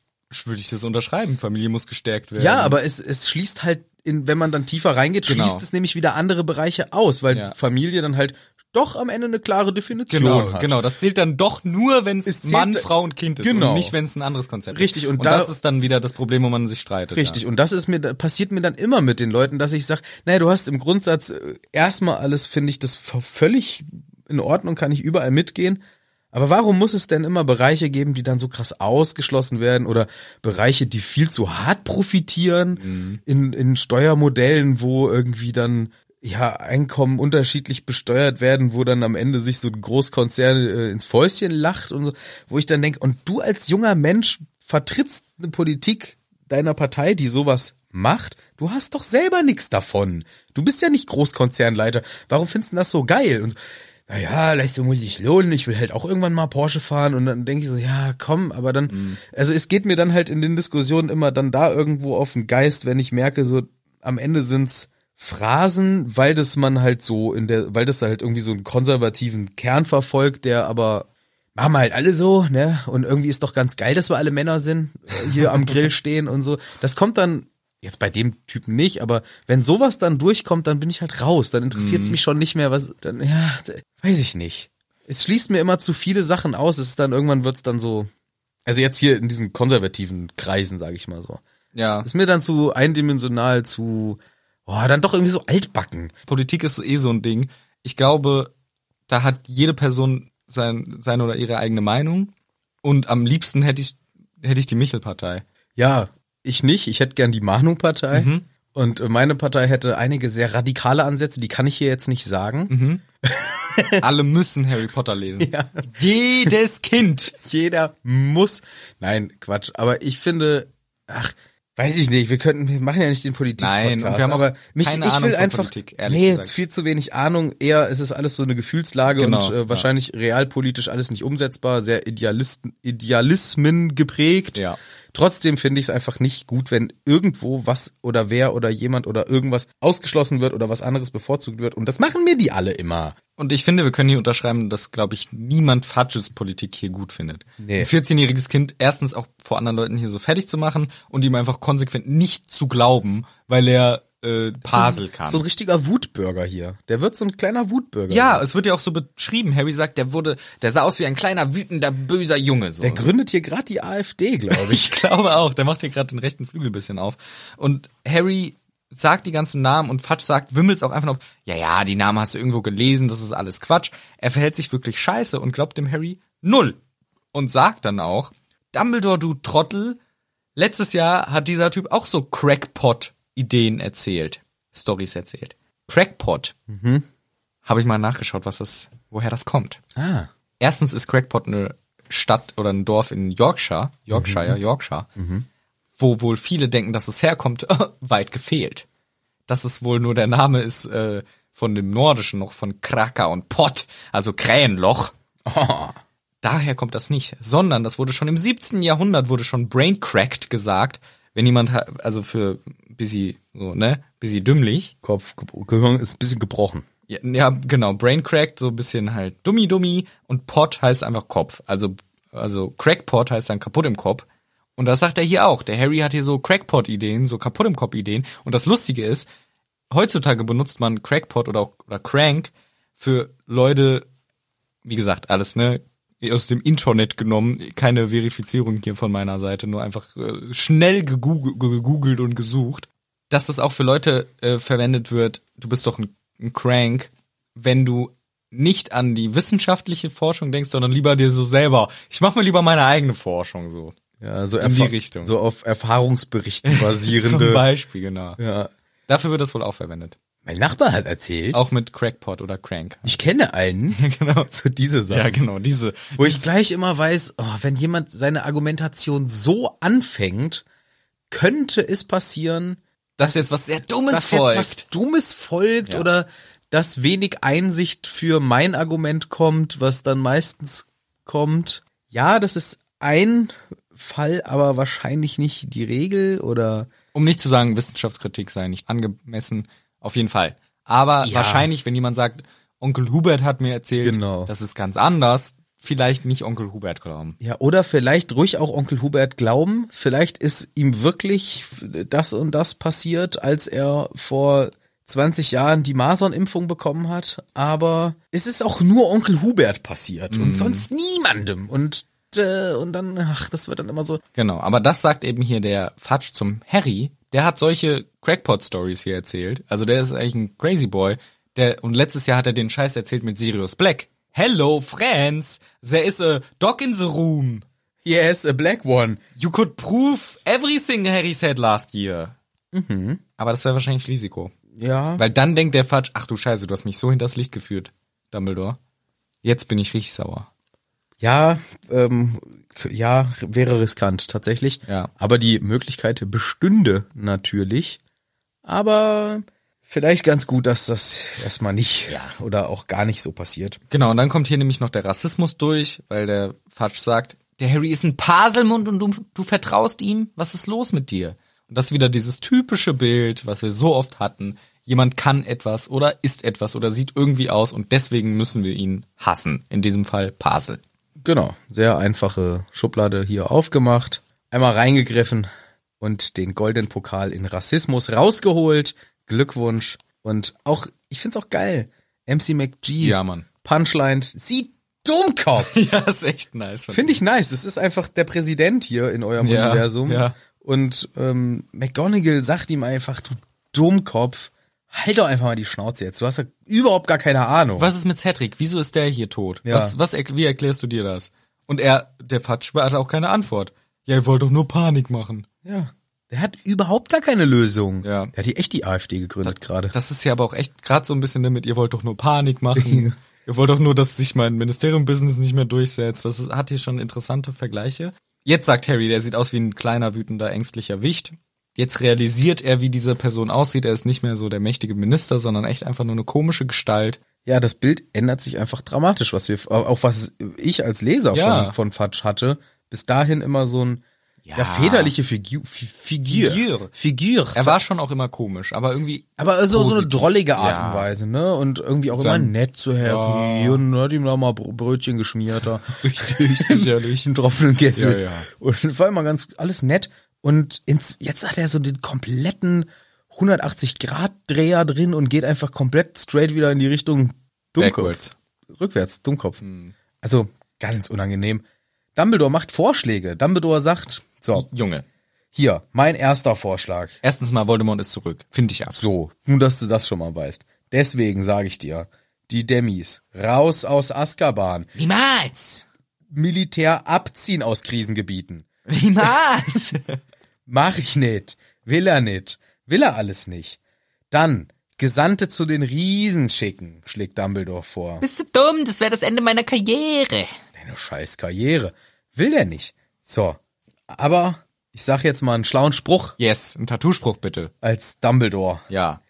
S1: würde ich das unterschreiben. Familie muss gestärkt werden.
S2: Ja, aber es, es schließt halt, in, wenn man dann tiefer reingeht,
S1: Genau.
S2: schließt es nämlich wieder andere Bereiche aus, weil
S1: Ja.
S2: Familie dann halt doch am Ende eine klare Definition
S1: Genau,
S2: hat.
S1: genau. Das zählt dann doch nur, wenn
S2: Es
S1: es
S2: zählt-
S1: Mann, Frau und Kind ist
S2: Genau.
S1: und nicht, wenn es ein anderes Konzept
S2: Richtig,
S1: ist.
S2: und
S1: und
S2: da-
S1: das ist dann wieder das Problem, wo man sich streitet.
S2: Richtig, und das ist mir da- passiert mir dann immer mit den Leuten, dass ich sage, naja, du hast im Grundsatz äh, erstmal alles, finde ich, das v- völlig in Ordnung, kann ich überall mitgehen. Aber warum muss es denn immer Bereiche geben, die dann so krass ausgeschlossen werden oder Bereiche, die viel zu hart profitieren in, in Steuermodellen, wo irgendwie dann ja Einkommen unterschiedlich besteuert werden, wo dann am Ende sich so ein Großkonzern äh, ins Fäustchen lacht und so, wo ich dann denke, und du als junger Mensch vertrittst eine Politik, deiner Partei, die sowas macht, du hast doch selber nichts davon. Du bist ja nicht Großkonzernleiter. Warum findest du das so geil? Und so, naja, Leistung muss sich lohnen. Ich will halt auch irgendwann mal Porsche fahren. Und dann denke ich so, ja, komm, aber dann, also es geht mir dann halt in den Diskussionen immer dann da irgendwo auf den Geist, wenn ich merke, so am Ende sind's Phrasen, weil das man halt so in der, weil das halt irgendwie so einen konservativen Kern verfolgt, der aber machen wir halt alle so, ne? Und irgendwie ist doch ganz geil, dass wir alle Männer sind, äh, hier am Grill stehen und so. Das kommt dann jetzt bei dem Typen nicht, aber wenn sowas dann durchkommt, dann bin ich halt raus. Dann interessiert es mich schon nicht mehr, was dann ja, d- weiß ich nicht. Es schließt mir immer zu viele Sachen aus. Es ist dann irgendwann wird's dann so also jetzt hier in diesen konservativen Kreisen, sage ich mal so.
S1: Ja.
S2: Es ist mir dann zu eindimensional, zu oh, dann doch irgendwie so altbacken.
S1: Politik ist eh so ein Ding. Ich glaube, da hat jede Person sein, seine oder ihre eigene Meinung. Und am liebsten hätte ich, hätte ich die Michel-Partei.
S2: Ja, ich nicht. Ich hätte gern die Manu-Partei. Und äh, meine Partei hätte einige sehr radikale Ansätze, die kann ich hier jetzt nicht sagen.
S1: Alle müssen Harry Potter lesen. Jedes Kind.
S2: Jeder muss. Nein, Quatsch. Aber ich finde, ach, weiß ich nicht, wir könnten, wir machen ja nicht den politik
S1: Nein, und wir haben auch
S2: aber mich,
S1: keine
S2: ich will
S1: Ahnung von
S2: einfach,
S1: Politik, ehrlich
S2: nee,
S1: gesagt.
S2: viel zu wenig Ahnung. Eher, es ist alles so eine Gefühlslage
S1: Genau,
S2: und
S1: ja.
S2: äh, wahrscheinlich realpolitisch alles nicht umsetzbar, sehr Idealisten, Idealismen geprägt.
S1: Ja.
S2: Trotzdem finde ich es einfach nicht gut, wenn irgendwo was oder wer oder jemand oder irgendwas ausgeschlossen wird oder was anderes bevorzugt wird. Und das machen mir die alle immer.
S1: Und ich finde, wir können hier unterschreiben, dass, glaube ich, niemand Fatsches Politik hier gut findet.
S2: Nee.
S1: Ein 14-jähriges Kind erstens auch vor anderen Leuten hier so fertig zu machen und ihm einfach konsequent nicht zu glauben, weil er äh, Pasel kann.
S2: So ein richtiger Wutbürger hier. Der wird so ein kleiner Wutbürger.
S1: ja, es wird ja auch so beschrieben. Harry sagt, der wurde, der sah aus wie ein kleiner, wütender, böser Junge. So.
S2: Der gründet hier gerade die AfD, glaube ich.
S1: Ich glaube auch, der macht hier gerade den rechten Flügel ein bisschen auf. Und Harry sagt die ganzen Namen und Fatsch sagt, wimmelt's auch einfach noch, ja, ja, die Namen hast du irgendwo gelesen, das ist alles Quatsch. Er verhält sich wirklich scheiße und glaubt dem Harry null. Und sagt dann auch, Dumbledore, du Trottel, letztes Jahr hat dieser Typ auch so Crackpot-Ideen erzählt, Stories erzählt. Crackpot. Mhm. Habe ich mal nachgeschaut, was das, woher das kommt.
S2: ah.
S1: Erstens ist Crackpot eine Stadt oder ein Dorf in Yorkshire, Yorkshire, Yorkshire, wo wohl viele denken, dass es herkommt, weit gefehlt. dass es wohl nur der Name ist äh, von dem Nordischen noch, von Kraka und Pott, also Krähenloch.
S2: Oh,
S1: Daher kommt das nicht, sondern das wurde schon im 17. Jahrhundert wurde schon brain cracked gesagt, wenn jemand ha- also für busy so, ne, busy dümmlich.
S2: Kopf, Gehirn ist ein bisschen gebrochen.
S1: Ja, ja genau, brain cracked, so ein bisschen halt dummy dummy und pot heißt einfach Kopf. Also also crackpot heißt dann kaputt im Kopf. Und das sagt er hier auch. Der Harry hat hier so crackpot Ideen, so kaputt im Kopf Ideen und das lustige ist, heutzutage benutzt man crackpot oder auch oder crank für Leute wie gesagt, alles, ne? Aus dem Internet genommen, keine Verifizierung hier von meiner Seite, nur einfach äh, schnell gegoogelt, gegoogelt und gesucht, dass das auch für Leute äh, verwendet wird, du bist doch ein, ein Crank, wenn du nicht an die wissenschaftliche Forschung denkst, sondern lieber dir so selber, ich mache mir lieber meine eigene Forschung so.
S2: Ja, so
S1: In die
S2: erfa-
S1: Richtung.
S2: So auf Erfahrungsberichten
S1: Zum
S2: basierende.
S1: Beispiel, genau.
S2: ja.
S1: Dafür wird das wohl auch verwendet.
S2: Mein Nachbar hat erzählt,
S1: Auch mit Crackpot oder Crank.
S2: ich kenne einen.
S1: genau.
S2: So diese Sachen.
S1: Ja, genau, diese.
S2: Wo ich gleich immer weiß, oh, wenn jemand seine Argumentation so anfängt, könnte es passieren,
S1: Das ist jetzt was sehr Dummes
S2: dass
S1: folgt.
S2: jetzt was Dummes folgt
S1: Ja.
S2: oder dass wenig Einsicht für mein Argument kommt, was dann meistens kommt. Ja, das ist ein Fall, aber wahrscheinlich nicht die Regel oder
S1: um nicht zu sagen, Wissenschaftskritik sei nicht angemessen, auf jeden Fall. Aber
S2: Ja.
S1: wahrscheinlich, wenn jemand sagt, Onkel Hubert hat mir erzählt,
S2: Genau.
S1: das ist ganz anders, vielleicht nicht Onkel Hubert glauben.
S2: ja, oder vielleicht ruhig auch Onkel Hubert glauben. Vielleicht ist ihm wirklich das und das passiert, als er vor 20 Jahren die Masernimpfung bekommen hat. Aber es ist auch nur Onkel Hubert passiert und sonst niemandem. Und, äh, und dann, ach, das wird dann immer so,
S1: Genau, aber das sagt eben hier der Fatsch zum Harry, der hat solche Crackpot-Stories hier erzählt. Also der ist eigentlich ein Crazy Boy. Der, und letztes Jahr hat er den Scheiß erzählt mit Sirius Black. Hello, friends! There is a dog in the room.
S2: Yes, a black one.
S1: You could prove everything Harry said last year.
S2: Mhm.
S1: Aber das wäre wahrscheinlich Risiko.
S2: Ja.
S1: Weil dann denkt der Fatsch, ach du Scheiße, du hast mich so hinters Licht geführt, Dumbledore. Jetzt bin ich richtig sauer.
S2: Ja, ähm, k- ja, r- wäre riskant tatsächlich.
S1: Ja.
S2: Aber die Möglichkeit bestünde natürlich. Aber vielleicht ganz gut, dass das erstmal nicht oder auch gar nicht so passiert.
S1: Genau, und dann kommt hier nämlich noch der Rassismus durch, weil der Fatsch sagt, der Harry ist ein Paselmund und du, du vertraust ihm, was ist los mit dir? Und das ist wieder dieses typische Bild, was wir so oft hatten. Jemand kann etwas oder ist etwas oder sieht irgendwie aus und deswegen müssen wir ihn hassen. In diesem Fall Pasel.
S2: Genau, sehr einfache Schublade hier aufgemacht, einmal reingegriffen und den goldenen Pokal in Rassismus rausgeholt. Glückwunsch und auch ich find's auch geil. MC McG
S1: Ja, Mann.
S2: Punchline, sie Dummkopf.
S1: Ja, ist echt nice.
S2: Finde ich nice. Das ist einfach der Präsident hier in eurem
S1: Ja,
S2: Universum.
S1: ja.
S2: Und ähm, McGonagall sagt ihm einfach, du Dummkopf, halt doch einfach mal die Schnauze jetzt. Du hast ja überhaupt gar keine Ahnung.
S1: Was ist mit Cedric? Wieso ist der hier tot?
S2: Ja.
S1: Was, was, erk- wie erklärst du dir das? Und er, der Fatsch, hat auch keine Antwort. Ja, ihr wollt doch nur Panik machen.
S2: Ja. Der hat überhaupt gar keine Lösung.
S1: Ja.
S2: Der hat hier echt die AfD gegründet gerade.
S1: Das ist ja aber auch echt gerade so ein bisschen damit, ihr wollt doch nur Panik machen. ihr wollt doch nur, dass sich mein Ministerium-Business nicht mehr durchsetzt. Das ist, hat hier schon interessante Vergleiche. Jetzt sagt Harry, der sieht aus wie ein kleiner, wütender, ängstlicher Wicht. Jetzt realisiert er, wie diese Person aussieht. Er ist nicht mehr so der mächtige Minister, sondern echt einfach nur eine komische Gestalt.
S2: Ja, das Bild ändert sich einfach dramatisch, was wir, auch was ich als Leser
S1: Ja.
S2: von, von Fatsch hatte. Bis dahin immer so ein, ja,
S1: Ja.
S2: väterliche Figur, Fi- Figur.
S1: Figur.
S2: Figur.
S1: Er war schon auch immer komisch, aber irgendwie
S2: Aber so, so eine
S1: Positiv.
S2: drollige Art
S1: Ja.
S2: und Weise, ne? Und irgendwie auch
S1: Sein-
S2: immer nett zu Harry
S1: Ja.
S2: und hat ihm da mal Br- Brötchen geschmiert. Da.
S1: Richtig, sicherlich.
S2: Einen Tropfen im Kessel.
S1: Ja, ja.
S2: Und war immer ganz, alles nett. Und ins, jetzt hat er so den kompletten 180-Grad-Dreher drin und geht einfach komplett straight wieder in die Richtung Dummkopf.
S1: Backwards.
S2: Rückwärts, Dummkopf.
S1: Hm.
S2: Also ganz unangenehm. Dumbledore macht Vorschläge. Dumbledore sagt, so,
S1: Oh, Junge.
S2: hier, mein erster Vorschlag.
S1: Erstens mal, Voldemort ist zurück. Finde ich ab.
S2: So, nur dass du das schon mal weißt. Deswegen sage ich dir, die Demis, raus aus Azkaban,
S1: Niemals!
S2: Militär abziehen aus Krisengebieten.
S1: Niemals!
S2: Mach ich nicht, will er nicht, will er alles nicht. Dann Gesandte zu den Riesen schicken, schlägt Dumbledore vor.
S1: Bist du dumm? Das wäre das Ende meiner Karriere.
S2: Deine scheiß Karriere. Will er nicht. So, aber ich sag jetzt mal einen schlauen Spruch
S1: Yes, ein Tattoospruch bitte.
S2: als Dumbledore.
S1: Ja.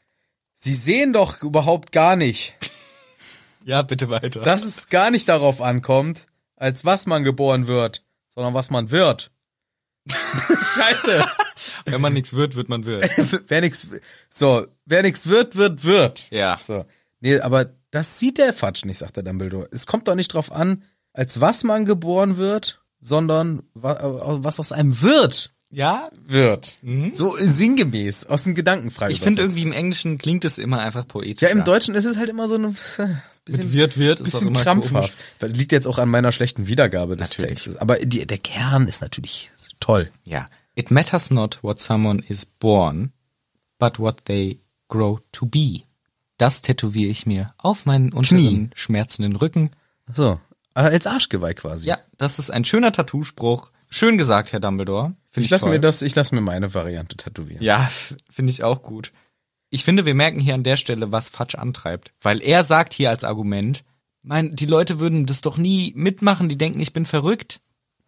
S2: Sie sehen doch überhaupt gar nicht,
S1: Ja, bitte weiter.
S2: dass es gar nicht darauf ankommt, als was man geboren wird, sondern was man wird. Scheiße.
S1: Wenn man nichts wird, wird man wird.
S2: wer nix, so, wer nix wird, wird, wird.
S1: Ja.
S2: So. Nee, aber das sieht der Fatsch nicht, sagt der Dumbledore. Es kommt doch nicht drauf an, als was man geboren wird, sondern wa- au- was aus einem wird,
S1: Ja?
S2: wird.
S1: Mhm.
S2: So sinngemäß, aus den Gedankenfragen.
S1: Ich finde
S2: übersetzt.
S1: irgendwie im Englischen klingt es immer einfach poetisch.
S2: Ja, im Deutschen ist es halt immer so ein bisschen,
S1: Mit wird, wird ist auch
S2: bisschen
S1: immer
S2: krampfhaft.
S1: komisch.
S2: Das liegt jetzt auch an meiner schlechten Wiedergabe des
S1: Natürlich.
S2: Textes. Aber die, der Kern ist natürlich toll.
S1: Ja. It matters not what someone is born, but what they grow to be. Das tätowiere ich mir auf meinen unteren schmerzenden Rücken.
S2: So. Aber Als Arschgeweih quasi.
S1: Ja, das ist ein schöner Tattoospruch. Schön gesagt, Herr Dumbledore. Find
S2: Ich lasse
S1: toll.
S2: mir das, ich lasse mir meine Variante tätowieren.
S1: Ja, f- finde ich auch gut. Ich finde, wir merken hier an der Stelle, was Fatsch antreibt. Weil er sagt hier als Argument, mein, die Leute würden das doch nie mitmachen, die denken, ich bin verrückt.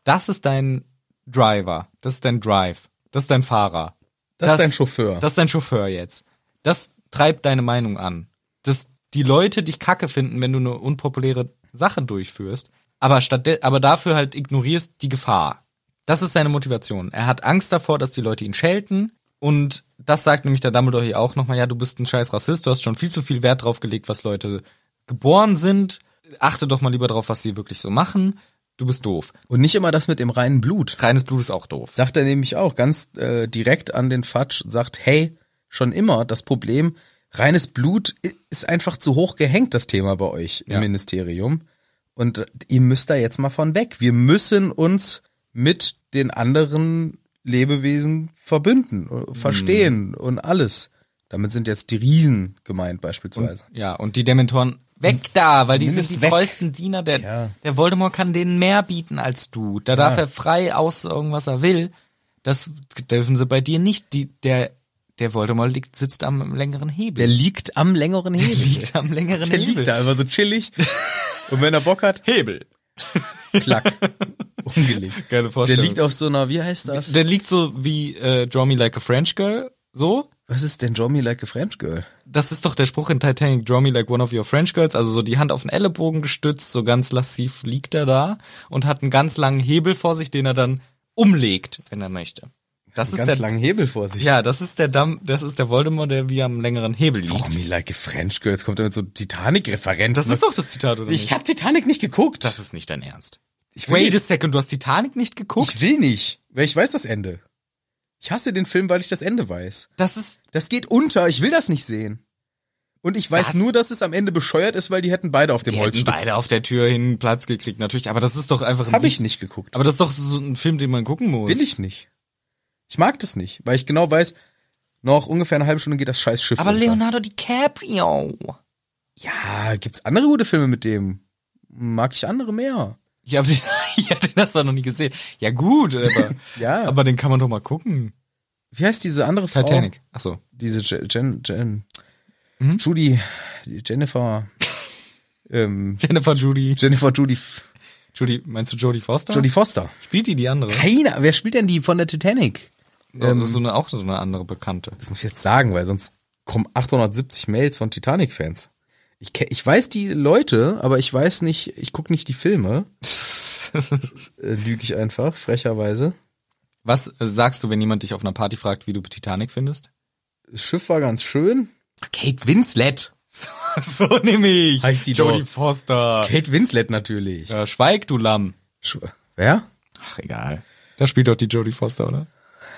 S1: Das ist dein Driver. Das ist dein Drive. Das ist dein Fahrer.
S2: Das ist dein Chauffeur.
S1: Das ist dein Chauffeur jetzt. Das treibt deine Meinung an. Dass die Leute dich kacke finden, wenn du eine unpopuläre Sache durchführst, aber, statt aber dafür halt ignorierst die Gefahr. Das ist seine Motivation. Er hat Angst davor, dass die Leute ihn schelten. Und das sagt nämlich der Dumbledore hier auch nochmal, ja, du bist ein scheiß Rassist, du hast schon viel zu viel Wert drauf gelegt, was Leute geboren sind. Achte doch mal lieber drauf, was sie wirklich so machen. Du bist doof.
S2: Und nicht immer das mit dem reinen Blut.
S1: Reines Blut ist auch doof.
S2: Sagt er nämlich auch ganz äh, direkt an den Fatsch, sagt, hey, schon immer das Problem, reines Blut i- ist einfach zu hoch gehängt, das Thema bei euch im
S1: Ja.
S2: Ministerium. Und ihr müsst da jetzt mal von weg. Wir müssen uns mit den anderen Lebewesen verbünden, äh,
S1: Hm.
S2: verstehen und alles. Damit sind jetzt die Riesen gemeint beispielsweise.
S1: Ja, und die Dementoren weg da, weil die sind
S2: Zumindest
S1: die
S2: weg.
S1: treuesten Diener. Der,
S2: Ja.
S1: der Voldemort kann denen mehr bieten als du. Da darf er frei aussaugen, was er will. Das dürfen sie bei dir nicht. Die, der, der Voldemort liegt, sitzt am längeren
S2: der
S1: Hebel.
S2: liegt am längeren Hebel.
S1: liegt am längeren
S2: der
S1: Hebel.
S2: liegt da immer so chillig. und wenn er Bock hat,
S1: Hebel.
S2: klack. Umgelegt.
S1: Geile
S2: Der
S1: Vorstellung.
S2: liegt auf so einer, wie heißt das?
S1: der liegt so wie äh, Draw Me Like a French Girl. So.
S2: Was ist denn Draw Me Like a French Girl?
S1: Das ist doch der Spruch in Titanic, draw me like one of your French girls, also so die Hand auf den Ellenbogen gestützt, so ganz lassiv liegt er da und hat einen ganz langen Hebel vor sich, den er dann umlegt, wenn er möchte. Das ist der,
S2: langen Hebel vor sich. Ja.
S1: ja, das ist der Damm, das ist der Voldemort, der wie am längeren Hebel liegt.
S2: Draw Me Like a French Girl. Jetzt kommt er mit so Titanic-Referenz.
S1: das ist doch das Zitat, oder
S2: Ich
S1: nicht?
S2: hab Titanic nicht geguckt.
S1: Das ist nicht dein Ernst.
S2: ich,
S1: Wait a
S2: will,
S1: second, du hast Titanic nicht geguckt?
S2: ich will nicht, weil ich weiß das Ende. Ich hasse den Film, weil ich das Ende weiß.
S1: das ist,
S2: Das geht unter. Ich will das nicht sehen. Und ich weiß
S1: Was?
S2: nur, dass es am Ende bescheuert ist, weil die hätten beide auf dem
S1: die hätten
S2: Holzstück.
S1: beide auf der Tür hin einen Platz gekriegt, natürlich, aber das ist doch einfach ein
S2: Hab ich
S1: wichtig-
S2: nicht geguckt.
S1: Aber das ist doch so ein Film, den man gucken muss.
S2: will ich nicht. Ich mag das nicht, weil ich genau weiß, noch ungefähr eine halbe Stunde geht das scheiß Schiff
S1: Aber
S2: unter.
S1: Leonardo DiCaprio.
S2: Ja, gibt's andere gute Filme mit dem? Mag ich andere mehr.
S1: Ich habe den, ja, den hast du noch nie gesehen. Ja gut, aber,
S2: Ja.
S1: aber den kann man doch mal gucken.
S2: Wie heißt diese andere Frau?
S1: Titanic. Mhm. Ach so.
S2: Diese Je- Jen, Jen, Judy, Jennifer, ähm,
S1: Jennifer Judy.
S2: Jennifer Judy, F-
S1: Judy, meinst du Jodie Foster?
S2: Jodie Foster.
S1: spielt die die andere?
S2: Keiner, wer spielt denn die von der Titanic?
S1: Ähm, so eine, auch so eine andere Bekannte.
S2: Das muss ich jetzt sagen, weil sonst kommen 870 Mails von Titanic-Fans. Ich, ke- ich weiß die Leute, aber ich weiß nicht, ich gucke nicht die Filme. Äh, Lüge ich einfach, frecherweise.
S1: Was äh, sagst du, wenn jemand dich auf einer Party fragt, wie du Titanic findest?
S2: Das Schiff war ganz schön.
S1: Kate Winslet. So, so nehme ich.
S2: Heißt die
S1: Jodie
S2: doch.
S1: Foster.
S2: Kate Winslet natürlich.
S1: Ja, äh, schweig, du Lamm.
S2: Schw- Wer?
S1: Ach, egal. Da spielt doch die Jodie Foster, oder?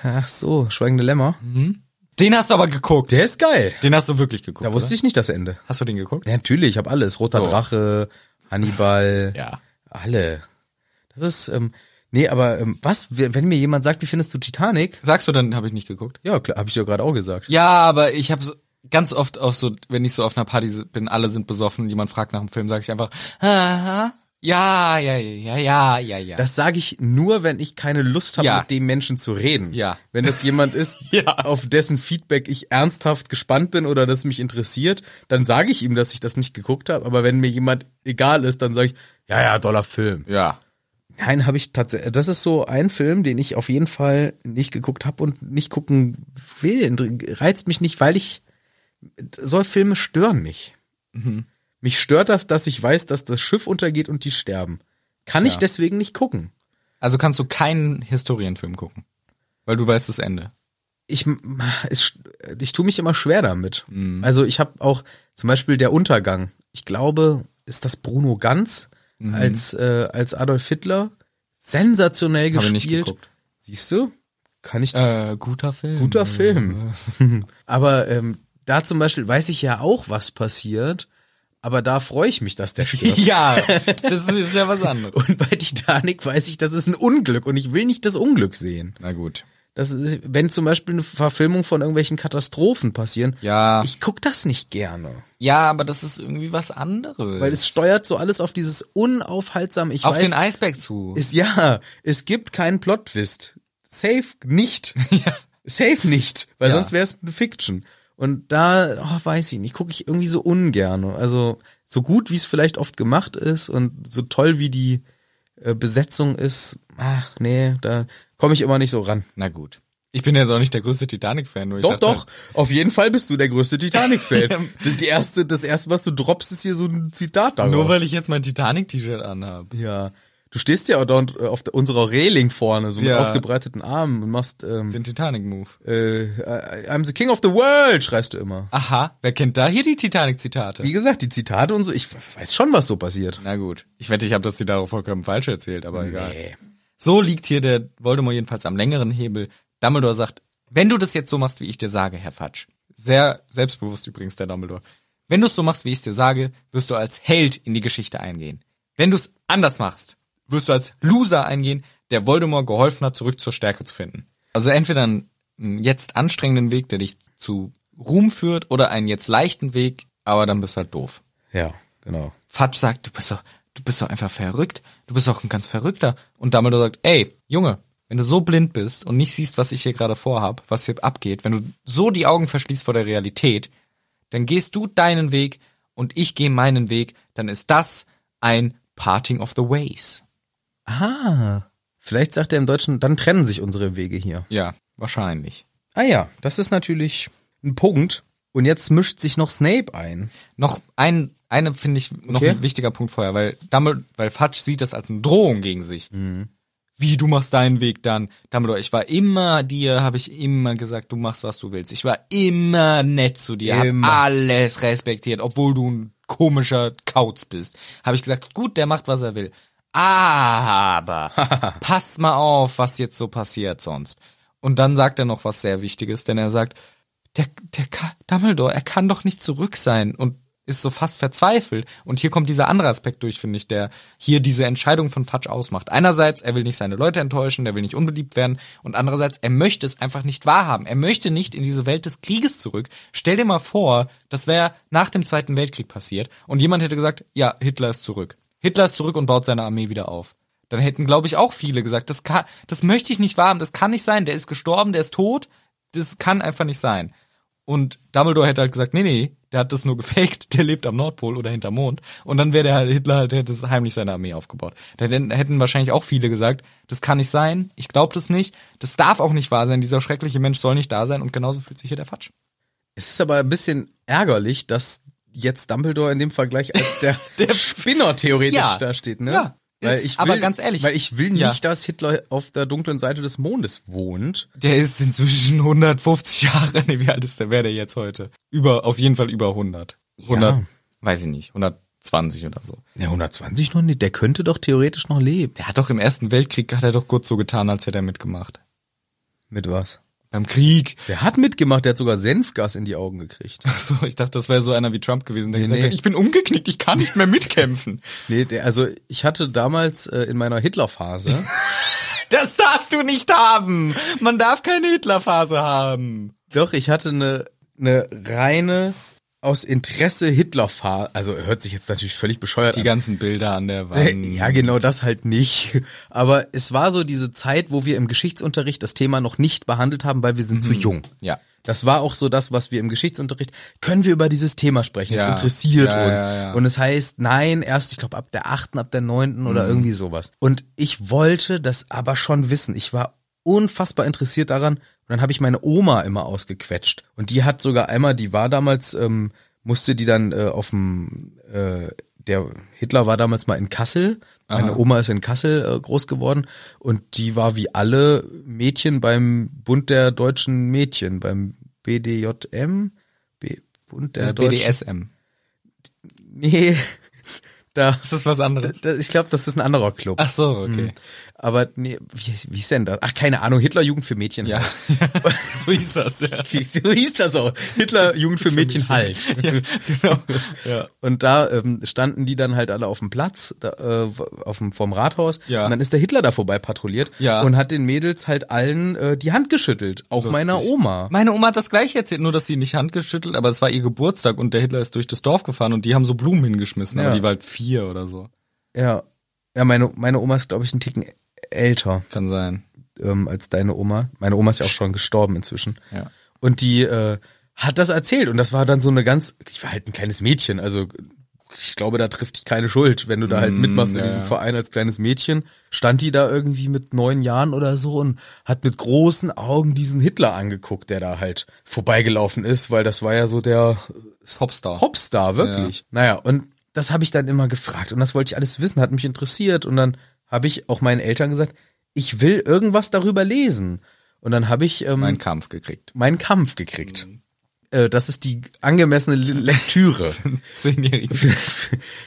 S2: Ach so, Schweigende Lämmer.
S1: Mhm. Den hast du aber geguckt.
S2: Der ist geil.
S1: Den hast du wirklich geguckt,
S2: Da wusste ich nicht das Ende.
S1: ich. Hast du den geguckt?
S2: Ja, natürlich, ich habe alles. Roter
S1: So.
S2: Drache, Hannibal,
S1: Ja.
S2: alle. Das ist, ähm, nee, aber ähm, was, wenn wenn mir jemand sagt, wie findest du Titanic?
S1: Sagst du dann, habe ich nicht geguckt?
S2: Ja, klar, habe ich ja gerade auch gesagt.
S1: Ja, aber ich habe so ganz oft auch so, wenn ich so auf einer Party bin, alle sind besoffen, jemand fragt nach dem Film, sage ich einfach, Haha, ja, ja, ja, ja, ja, ja.
S2: Das sage ich nur, wenn ich keine Lust habe,
S1: Ja.
S2: mit dem Menschen zu reden.
S1: Ja.
S2: Wenn das jemand ist,
S1: Ja.
S2: auf dessen Feedback ich ernsthaft gespannt bin oder das mich interessiert, dann sage ich ihm, dass ich das nicht geguckt habe. Aber wenn mir jemand egal ist, dann sage ich, ja, ja, toller Film.
S1: ja.
S2: Nein, habe ich tatsächlich. Das ist so ein Film, den ich auf jeden Fall nicht geguckt habe und nicht gucken will. Inter- Reizt mich nicht, weil ich soll Filme stören mich.
S1: Mhm.
S2: Mich stört das, dass ich weiß, dass das Schiff untergeht und die sterben. Kann ich
S1: Ja.
S2: deswegen nicht gucken.
S1: Also kannst du keinen Historienfilm gucken, weil du weißt das Ende.
S2: Ich, m- es, ich tue mich immer schwer damit.
S1: Mhm.
S2: Also ich habe auch zum Beispiel der Untergang. Ich glaube, ist das Bruno Ganz
S1: Mhm.
S2: als, äh, als Adolf Hitler sensationell
S1: Habe ich
S2: gespielt.
S1: nicht geguckt.
S2: Siehst du? Kann ich
S1: Äh, guter Film.
S2: Guter Film. aber ähm, da zum Beispiel weiß ich ja auch, was passiert, aber da freue ich mich, dass der stirbt.
S1: Ja, das ist ja was anderes.
S2: Und bei Titanic weiß ich, das ist ein Unglück und ich will nicht das Unglück sehen.
S1: Na gut.
S2: Das ist, wenn zum Beispiel eine Verfilmung von irgendwelchen Katastrophen passieren,
S1: Ja.
S2: ich guck das nicht gerne,
S1: Ja, aber das ist irgendwie was anderes.
S2: weil es steuert so alles auf dieses unaufhaltsame. Ich
S1: auf
S2: weiß,
S1: den Eisberg zu.
S2: ist ja, es gibt keinen Plot-Twist. Safe nicht. Safe nicht, weil
S1: Ja.
S2: sonst wäre es eine Fiction. Und da, oh, weiß ich nicht, gucke ich irgendwie so ungern. Also so gut, wie es vielleicht oft gemacht ist und so toll, wie die äh, Besetzung ist, ach nee, da komme ich immer nicht so ran.
S1: Na gut. Ich bin jetzt auch nicht der größte Titanic-Fan. nur ich
S2: Doch,
S1: dachte-
S2: doch, auf jeden Fall bist du der größte Titanic-Fan. Die- die erste, das erste, was du droppst, ist hier so ein Zitat daraus.
S1: Nur weil ich jetzt mein Titanic-T-Shirt anhabe.
S2: Ja. Du stehst ja auch dort äh, auf der, unserer Reling vorne, so mit
S1: Ja.
S2: ausgebreiteten Armen und machst, ähm,
S1: Den Titanic-Move.
S2: äh, I- I'm the king of the world, schreist du immer.
S1: Aha, wer kennt da hier die Titanic-Zitate?
S2: Wie gesagt, die Zitate und so, ich weiß schon, was so passiert.
S1: Na gut. Ich wette, ich habe das Zitat auch vollkommen falsch erzählt, aber egal.
S2: Nee.
S1: So liegt hier der Voldemort jedenfalls am längeren Hebel. Dumbledore sagt, wenn du das jetzt so machst, wie ich dir sage, Herr Fatsch. Sehr selbstbewusst übrigens, der Dumbledore. Wenn du es so machst, wie ich es dir sage, wirst du als Held in die Geschichte eingehen. Wenn du es anders machst, wirst du als Loser eingehen, der Voldemort geholfen hat, zurück zur Stärke zu finden. Also entweder einen einen jetzt anstrengenden Weg, der dich zu Ruhm führt, oder einen jetzt leichten Weg, aber dann bist du halt doof.
S2: Ja, genau.
S1: Fatsch sagt, du bist doch, du bist doch einfach verrückt, du bist doch ein ganz Verrückter. Und Dumbledore sagt, ey, Junge, wenn du so blind bist und nicht siehst, was ich hier gerade vorhab, was hier abgeht, wenn du so die Augen verschließt vor der Realität, dann gehst du deinen Weg und ich gehe meinen Weg, dann ist das ein Parting of the Ways.
S2: Ah. Vielleicht sagt er im Deutschen, dann trennen sich unsere Wege hier.
S1: Ja, wahrscheinlich.
S2: Ah ja, das ist natürlich ein Punkt. Und jetzt mischt sich noch Snape ein.
S1: Noch ein, eine finde ich noch
S2: Okay.
S1: ein wichtiger Punkt vorher, weil Dumbledore, weil Fatsch sieht das als eine Drohung gegen sich. Wie, du machst deinen Weg dann? Dumbledore, ich war immer dir, habe ich immer gesagt, du machst, was du willst. Ich war immer nett zu dir, habe
S2: Immer.
S1: alles respektiert, obwohl du ein komischer Kauz bist. Habe ich gesagt, gut, der macht, was er will. Aber pass mal auf, was jetzt so passiert sonst. Und dann sagt er noch was sehr Wichtiges, denn er sagt, der, der Ka- Dumbledore, er kann doch nicht zurück sein und ist so fast verzweifelt. Und hier kommt dieser andere Aspekt durch, finde ich, der hier diese Entscheidung von Fatsch ausmacht. Einerseits, er will nicht seine Leute enttäuschen, er will nicht unbeliebt werden. Und andererseits, er möchte es einfach nicht wahrhaben. Er möchte nicht in diese Welt des Krieges zurück. Stell dir mal vor, das wäre nach dem Zweiten Weltkrieg passiert und jemand hätte gesagt, ja, Hitler ist zurück. Hitler ist zurück und baut seine Armee wieder auf. Dann hätten, glaube ich, auch viele gesagt, das kann, das möchte ich nicht wahrhaben, das kann nicht sein, der ist gestorben, der ist tot, das kann einfach nicht sein. Und Dumbledore hätte halt gesagt, nee, nee, der hat das nur gefaked, der lebt am Nordpol oder hinterm Mond. Und dann wäre der halt Hitler, halt, hätte es heimlich seine Armee aufgebaut. Da hätten hätten wahrscheinlich auch viele gesagt, das kann nicht sein, ich glaube das nicht, das darf auch nicht wahr sein, dieser schreckliche Mensch soll nicht da sein und genauso fühlt sich hier der Fatsch.
S2: Es ist aber ein bisschen ärgerlich, dass jetzt Dumbledore in dem Vergleich als der, der Spinner theoretisch
S1: Ja.
S2: da steht, ne?
S1: Ja.
S2: Weil ich will,
S1: Aber ganz ehrlich.
S2: Weil ich will nicht,
S1: Ja.
S2: dass Hitler auf der dunklen Seite des Mondes wohnt.
S1: Der ist inzwischen 150 Jahre, nee, wie alt ist der, wer der jetzt heute? Über, auf jeden Fall über 100. 100, weiß ich nicht, 120 oder so.
S2: Ja, 120 noch nicht. Der könnte doch theoretisch noch leben.
S1: Der hat doch im Ersten Weltkrieg, hat er doch kurz so getan, als hätte er mitgemacht.
S2: Mit was?
S1: Beim Krieg.
S2: Der hat mitgemacht, der hat sogar Senfgas in die Augen gekriegt.
S1: Ach so, ich dachte, das wäre so einer wie Trump gewesen, der
S2: Nee,
S1: gesagt
S2: nee.
S1: hat, ich bin umgeknickt, ich kann nicht mehr mitkämpfen.
S2: Nee, der, also ich hatte damals äh, in meiner Hitlerphase,
S1: Das darfst du nicht haben. Man darf keine Hitlerphase haben.
S2: doch, ich hatte eine, eine reine aus Interesse Hitlerphase, also hört sich jetzt natürlich völlig bescheuert
S1: Die
S2: an.
S1: ganzen Bilder an der
S2: Äh,
S1: Wand.
S2: Ja, genau das halt nicht. Aber es war so diese Zeit, wo wir im Geschichtsunterricht das Thema noch nicht behandelt haben, weil wir sind zu jung.
S1: Mhm. Ja.
S2: Das war auch so das, was wir im Geschichtsunterricht, können wir über dieses Thema sprechen, es
S1: Ja.
S2: interessiert
S1: Ja,
S2: uns.
S1: ja, ja.
S2: Und es heißt, nein, erst, ich glaube, ab der achten, ab der neunten oder
S1: Mhm.
S2: irgendwie sowas. Und ich wollte das aber schon wissen. Ich war unfassbar interessiert daran Und dann habe ich meine Oma immer ausgequetscht. Und die hat sogar einmal, die war damals, ähm, musste die dann äh, auf dem, äh, der Hitler war damals mal in Kassel. Meine
S1: Aha.
S2: Oma ist in Kassel äh, groß geworden und die war wie alle Mädchen beim Bund der deutschen Mädchen, beim BDJM, B Bund
S1: Äh,
S2: der deutschen.
S1: BDSM.
S2: Nee, da,
S1: Ist das was anderes? Hm.
S2: da, ich glaube, das ist ein anderer Club.
S1: Ach so, okay.
S2: Aber nee, wie, wie ist denn das? Ach, keine Ahnung, Hitlerjugend für Mädchen.
S1: Ja. so hieß das, ja.
S2: Die- So hieß das auch. Hitlerjugend für Mädchen halt.
S1: genau. Ja.
S2: Und da ähm, standen die dann halt alle auf dem Platz, da, äh, auf dem, vom Rathaus.
S1: Ja.
S2: Und dann ist der Hitler da vorbei patrouilliert
S1: Ja.
S2: und hat den Mädels halt allen äh, die Hand geschüttelt. Auch
S1: Lustig.
S2: meiner Oma.
S1: Meine Oma hat das gleiche erzählt, nur dass sie nicht handgeschüttelt, aber es war ihr Geburtstag und der Hitler ist durch das Dorf gefahren und die haben so Blumen hingeschmissen,
S2: Ja.
S1: aber die war halt vier oder so.
S2: Ja. Ja, meine, meine Oma ist, glaube ich, einen Ticken älter
S1: Kann sein.
S2: ähm, als deine Oma. Meine Oma ist ja auch schon gestorben inzwischen.
S1: Ja.
S2: Und die äh, hat das erzählt und das war dann so eine ganz, ich war halt ein kleines Mädchen, also ich glaube, da trifft dich keine Schuld, wenn du da halt
S1: Mm,
S2: mitmachst in
S1: ja,
S2: diesem
S1: ja.
S2: Verein als kleines Mädchen. Stand die da irgendwie mit neun Jahren oder so und hat mit großen Augen diesen Hitler angeguckt, der da halt vorbeigelaufen ist, weil das war ja so der
S1: Popstar.
S2: Popstar, wirklich. Naja, und das habe ich dann immer gefragt und das wollte ich alles wissen, hat mich interessiert und dann habe ich auch meinen Eltern gesagt, ich will irgendwas darüber lesen. Und dann habe ich ähm,
S1: Mein Mhm. Kampf gekriegt.
S2: meinen Kampf gekriegt. Äh, das ist die angemessene Le- Lektüre.
S1: Zehnjährige.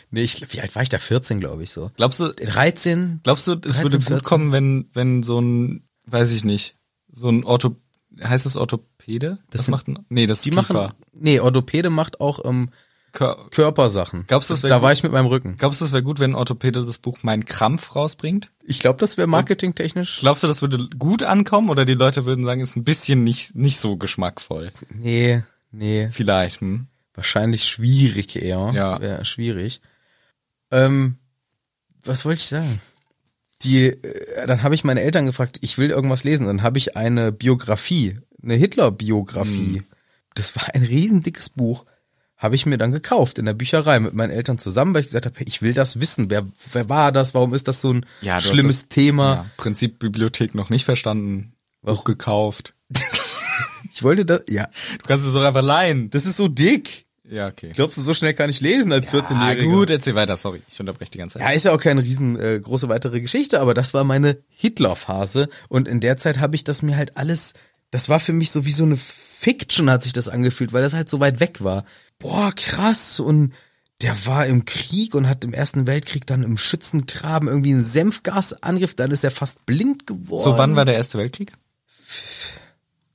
S2: nee, ich, wie alt war ich da? 14, glaube ich, so.
S1: Glaubst du,
S2: 13?
S1: glaubst du, es
S2: 13,
S1: würde gut
S2: 14?
S1: kommen, wenn, wenn so ein, weiß ich nicht, so ein Ortho, heißt das Orthopäde? Das,
S2: sind-
S1: macht ein, nee, das ist
S2: Die machen,
S1: Kiefer.
S2: nee, Orthopäde macht auch ähm,
S1: Kör-
S2: Körpersachen.
S1: Glaubst du, das wär
S2: Da
S1: gut?
S2: war ich mit meinem Rücken.
S1: Glaubst du, es wäre gut, wenn ein Orthopäde das Buch Mein Krampf rausbringt?
S2: Ich glaube, das wäre marketingtechnisch.
S1: Glaubst du, das würde gut ankommen oder die Leute würden sagen, ist ein bisschen nicht, nicht so geschmackvoll?
S2: Nee, nee.
S1: Vielleicht, hm?
S2: Wahrscheinlich schwierig eher.
S1: Ja.
S2: Wär schwierig. Ähm, was wollte ich sagen? Die, äh, dann habe ich meine Eltern gefragt, ich will irgendwas lesen. Dann habe ich eine Biografie, eine Hitler-Biografie.
S1: Mhm.
S2: Das war ein riesendickes Buch. Habe ich mir dann gekauft in der Bücherei mit meinen Eltern zusammen, weil ich gesagt habe, hey, ich will das wissen. Wer, wer war das? Warum ist das so ein
S1: Ja, du hast
S2: schlimmes
S1: das-
S2: Thema?
S1: Ja, Prinzip Bibliothek noch nicht verstanden. Buch gekauft.
S2: Ich wollte das, ja.
S1: Du kannst es doch einfach leihen.
S2: Das ist so dick.
S1: Ja, okay.
S2: Glaubst du, so schnell kann ich lesen als 14-Jähriger?
S1: Ah, gut, erzähl weiter, sorry. Ich unterbreche die ganze Zeit.
S2: Ja, ist ja auch keine riesen äh, große weitere Geschichte, aber das war meine Hitler-Phase und in der Zeit habe ich das mir halt alles, das war für mich so wie so eine Fiction hat sich das angefühlt, weil das halt so weit weg war. Boah, krass und der war im Krieg und hat im Ersten Weltkrieg dann im Schützengraben irgendwie einen Senfgasangriff, dann ist er fast blind geworden.
S1: so, wann war der Erste Weltkrieg?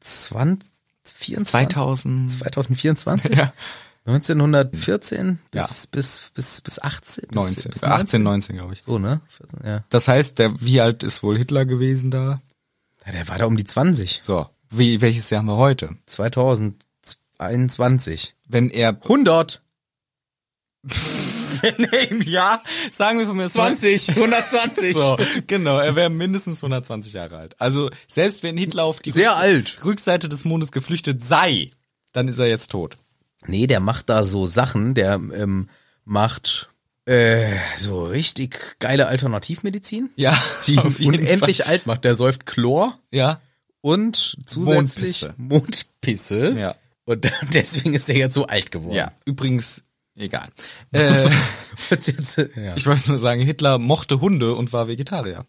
S2: 20, 24,
S1: 2000.
S2: 2024?
S1: Ja.
S2: 1914 bis,
S1: Ja.
S2: bis, bis, bis 18? Bis,
S1: 19.
S2: bis
S1: 18, 19, glaube ich.
S2: So, ne? 14, ja.
S1: Das heißt, der, wie alt ist wohl Hitler gewesen da?
S2: ja. Der war da um die 20.
S1: So. Wie, welches Jahr haben wir heute?
S2: 2021.
S1: Wenn er
S2: 100.
S1: wenn er im Jahr, sagen wir von mir
S2: 120.
S1: So, genau, er wäre mindestens 120 Jahre alt. Also selbst wenn Hitler auf die
S2: Sehr alt.
S1: Rückseite des Mondes geflüchtet sei, dann ist er jetzt tot.
S2: Nee, der macht da so Sachen, der ähm, macht äh, so richtig geile Alternativmedizin,
S1: Ja,
S2: die
S1: auf jeden
S2: unendlich
S1: Fall.
S2: alt macht. Der säuft Chlor
S1: Ja,
S2: und zusätzlich
S1: Mondpisse.
S2: Mondpisse.
S1: Ja.
S2: Und dann- deswegen ist der jetzt so alt geworden.
S1: ja. Übrigens, egal. Äh,
S2: Jetzt- ja.
S1: ich wollte nur sagen, Hitler mochte Hunde und war Vegetarier.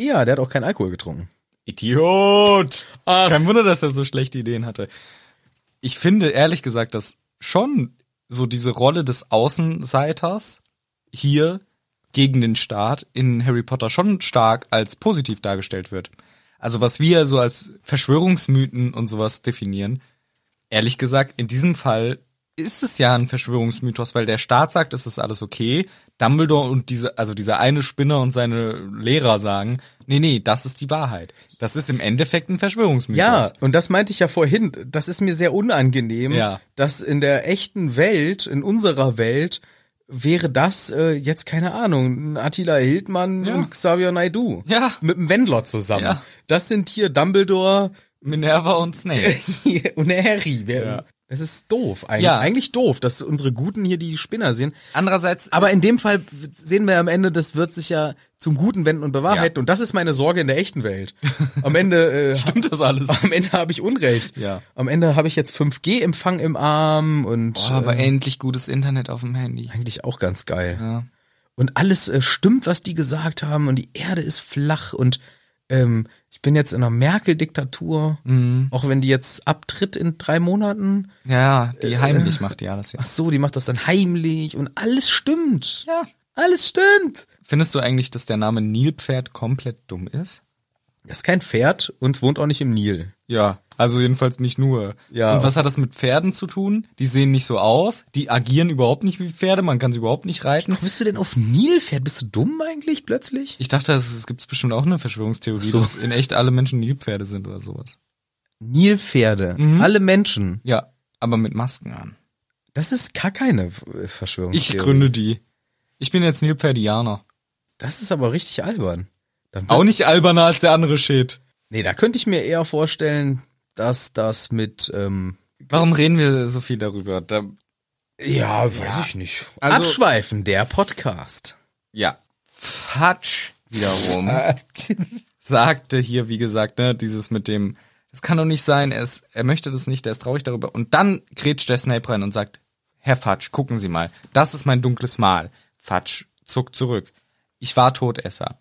S2: ja, der hat auch keinen Alkohol getrunken.
S1: Idiot! Kein Wunder, dass er so schlechte Ideen hatte. Ich finde ehrlich gesagt, dass schon so diese Rolle des Außenseiters hier gegen den Staat in Harry Potter schon stark als positiv dargestellt wird. Also was wir so als Verschwörungsmythen und sowas definieren, ehrlich gesagt, in diesem Fall ist es ja ein Verschwörungsmythos, weil der Staat sagt, es ist alles okay. Dumbledore und diese, also dieser eine Spinner und seine Lehrer sagen, nee, nee, das ist die Wahrheit. Das ist im Endeffekt ein Verschwörungsmythos.
S2: Ja, und das meinte ich ja vorhin. Das ist mir sehr unangenehm,
S1: Ja.
S2: dass in der echten Welt, in unserer Welt, wäre das äh, jetzt keine Ahnung, ein Attila Hildmann
S1: Ja.
S2: und Xavier Naidoo.
S1: Ja.
S2: Mit dem Wendler zusammen.
S1: Ja.
S2: Das sind hier Dumbledore
S1: Minerva und Snape.
S2: und Harry. Wer-
S1: Ja.
S2: Das ist doof. Eigentlich,
S1: Ja.
S2: eigentlich doof, dass unsere Guten hier die Spinner sehen.
S1: Andererseits,
S2: Aber in dem Fall sehen wir am Ende, das wird sich ja zum Guten wenden und bewahrheiten.
S1: Ja.
S2: Und das ist meine Sorge in der echten Welt. Am Ende, äh,
S1: stimmt das alles?
S2: am Ende habe ich Unrecht.
S1: Ja.
S2: Am Ende habe ich jetzt 5G-Empfang im Arm und
S1: Boah, Ah, aber
S2: äh,
S1: endlich gutes Internet auf dem Handy.
S2: eigentlich auch ganz geil.
S1: Ja.
S2: Und alles äh, stimmt, was die gesagt haben und die Erde ist flach und ähm, ich bin jetzt in einer Merkel-Diktatur,
S1: Mhm.
S2: auch wenn die jetzt abtritt in drei Monaten.
S1: Ja, die heimlich macht ja das ja.
S2: Ach so, die macht das dann heimlich und alles stimmt.
S1: Ja.
S2: Alles stimmt.
S1: Findest du eigentlich, dass der Name Nilpferd komplett dumm ist?
S2: Das ist kein Pferd und wohnt auch nicht im Nil.
S1: Ja, also jedenfalls nicht nur.
S2: Ja.
S1: Und was hat das mit Pferden zu tun? Die sehen nicht so aus, die agieren überhaupt nicht wie Pferde, man kann sie überhaupt nicht reiten.
S2: Kommst du denn auf Nilpferd? Bist du dumm eigentlich plötzlich?
S1: Ich dachte, es gibt bestimmt auch eine Verschwörungstheorie,
S2: so.
S1: dass in echt alle Menschen Nilpferde sind oder sowas.
S2: Nilpferde. Alle Menschen.
S1: Ja, aber mit Masken an.
S2: Das ist gar keine äh,
S1: Ich
S2: Verschwörungstheorie.
S1: gründe die. Ich bin jetzt Nilpferdianer.
S2: Das ist aber richtig albern. Dann
S1: Auch nicht alberner als der andere Shit.
S2: nee, da könnte ich mir eher vorstellen, dass das mit ähm,
S1: Warum reden wir so viel darüber? Da,
S2: ja, weiß ich nicht.
S1: Also-
S2: Abschweifen, der Podcast.
S1: ja. Fatsch wiederum. sagte hier, wie gesagt, ne, dieses mit dem, das kann doch nicht sein, er, ist, er möchte das nicht, er ist traurig darüber. Und dann grätscht der Snape rein und sagt, Herr Fatsch, gucken Sie mal, das ist mein dunkles Mal. Fatsch zuckt zurück. Ich war Todesser.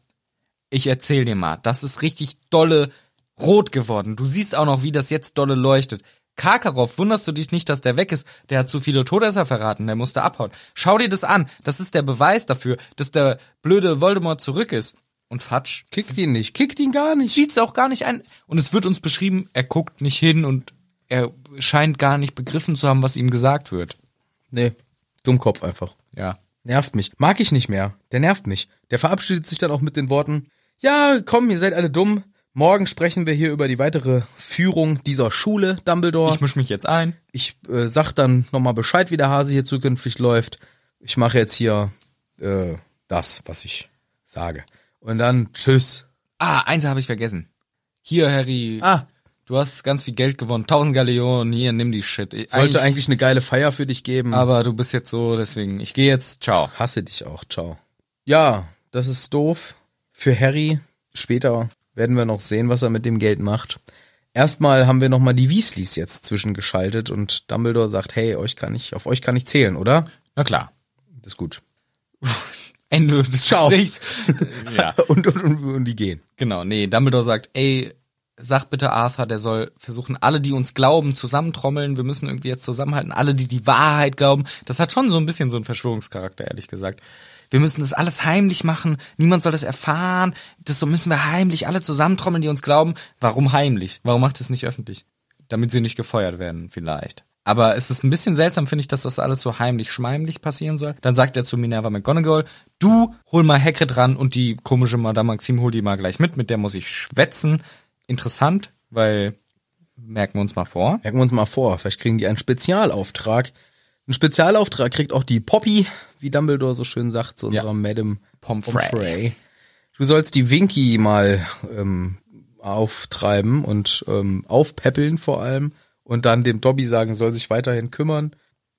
S1: Ich erzähl dir mal, das ist richtig dolle rot geworden. Du siehst auch noch, wie das jetzt dolle leuchtet. Karkaroff, wunderst du dich nicht, dass der weg ist? Der hat zu viele Todesser verraten, der musste abhauen. Schau dir das an, das ist der Beweis dafür, dass der blöde Voldemort zurück ist. Und Fatsch
S2: Kickt ihn nicht, kickt ihn gar nicht.
S1: sieht's auch gar nicht ein. Und es wird uns beschrieben, er guckt nicht hin und er scheint gar nicht begriffen zu haben, was ihm gesagt wird.
S2: Nee, Dummkopf einfach.
S1: Ja.
S2: Nervt mich. Mag ich nicht mehr. Der nervt mich. Der verabschiedet sich dann auch mit den Worten, ja, komm, ihr seid alle dumm. Morgen sprechen wir hier über die weitere Führung dieser Schule, Dumbledore.
S1: Ich misch mich jetzt ein.
S2: Ich, äh, sag dann nochmal Bescheid, wie der Hase hier zukünftig läuft. Ich mache jetzt hier äh, das, was ich sage. Und dann tschüss.
S1: Ah, eins habe ich vergessen. Hier, Harry.
S2: Ah,
S1: Du hast ganz viel Geld gewonnen. 1000 Galeonen. Hier, nimm die Shit. Ich,
S2: sollte eigentlich eine geile Feier für dich geben.
S1: Aber du bist jetzt so, deswegen. Ich gehe jetzt. Ciao.
S2: Hasse dich auch. Ciao. Ja, das ist doof. Für Harry. Später werden wir noch sehen, was er mit dem Geld macht. Erstmal haben wir nochmal die Weasleys jetzt zwischengeschaltet und Dumbledore sagt, hey, euch kann ich, auf euch kann ich zählen, oder?
S1: Na klar.
S2: Das ist gut.
S1: Ende des
S2: Ciao.
S1: Gesprächs. ja.
S2: Und, und, und, und die gehen.
S1: Genau, nee, Dumbledore sagt, ey, sag bitte Arthur, der soll versuchen, alle, die uns glauben, zusammentrommeln. Wir müssen irgendwie jetzt zusammenhalten. Alle, die die Wahrheit glauben. Das hat schon so ein bisschen so einen Verschwörungscharakter, ehrlich gesagt. Wir müssen das alles heimlich machen. Niemand soll das erfahren. Das so müssen wir heimlich alle zusammentrommeln, die uns glauben. Warum heimlich? Warum macht ihr es nicht öffentlich? Damit sie nicht gefeuert werden, vielleicht. Aber es ist ein bisschen seltsam, finde ich, dass das alles so heimlich schmeimlich passieren soll. Dann sagt er zu Minerva McGonagall, du hol mal Hagrid ran und die komische Madame Maxim hol die mal gleich mit, mit der muss ich schwätzen. Interessant, weil merken wir uns mal vor.
S2: Merken wir uns mal vor. Vielleicht kriegen die einen Spezialauftrag. Einen Spezialauftrag kriegt auch die Poppy, wie Dumbledore so schön sagt, zu
S1: Ja.
S2: unserer Madame
S1: Pomfrey.
S2: Du sollst die Winky mal ähm, auftreiben und ähm, aufpäppeln vor allem und dann dem Dobby sagen, soll sich weiterhin kümmern.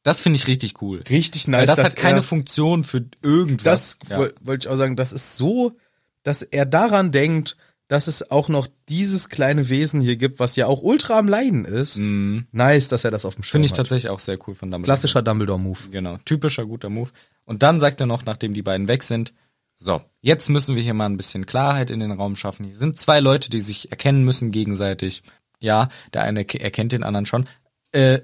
S1: Das finde ich richtig cool.
S2: Richtig nice.
S1: weil das
S2: dass
S1: hat keine
S2: er-
S1: Funktion für irgendwas.
S2: Das
S1: Ja.
S2: woll- wollte ich auch sagen, das ist so, dass er daran denkt, dass es auch noch dieses kleine Wesen hier gibt, was ja auch ultra am Leiden ist. Nice, dass er das auf dem Schirm
S1: Finde ich
S2: hat.
S1: tatsächlich auch sehr cool von Dumbledore.
S2: Klassischer Dumbledore-Move.
S1: Genau, typischer guter Move. Und dann sagt er noch, nachdem die beiden weg sind, so, jetzt müssen wir hier mal ein bisschen Klarheit in den Raum schaffen. Hier sind zwei Leute, die sich erkennen müssen gegenseitig. Ja, der eine ke- erkennt den anderen schon. Äh,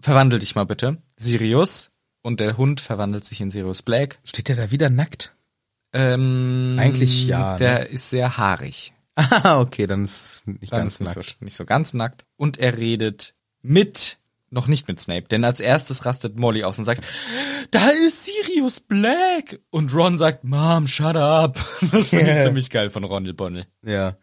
S1: verwandel dich mal bitte. Sirius und der Hund verwandelt sich in Sirius Black.
S2: Steht er da wieder nackt?
S1: Ähm,
S2: Eigentlich ja, ne?
S1: Der ist sehr haarig.
S2: Ah, okay, dann ist nicht
S1: Dann
S2: ganz
S1: ist nicht
S2: nackt.
S1: So, nicht so ganz nackt. Und er redet mit, noch nicht mit Snape, denn als erstes rastet Molly aus und sagt, da ist Sirius Black. Und Ron sagt, Mom, shut up. Das finde ich
S2: Yeah.
S1: ziemlich geil von Ronald Bonnell.
S2: Ja.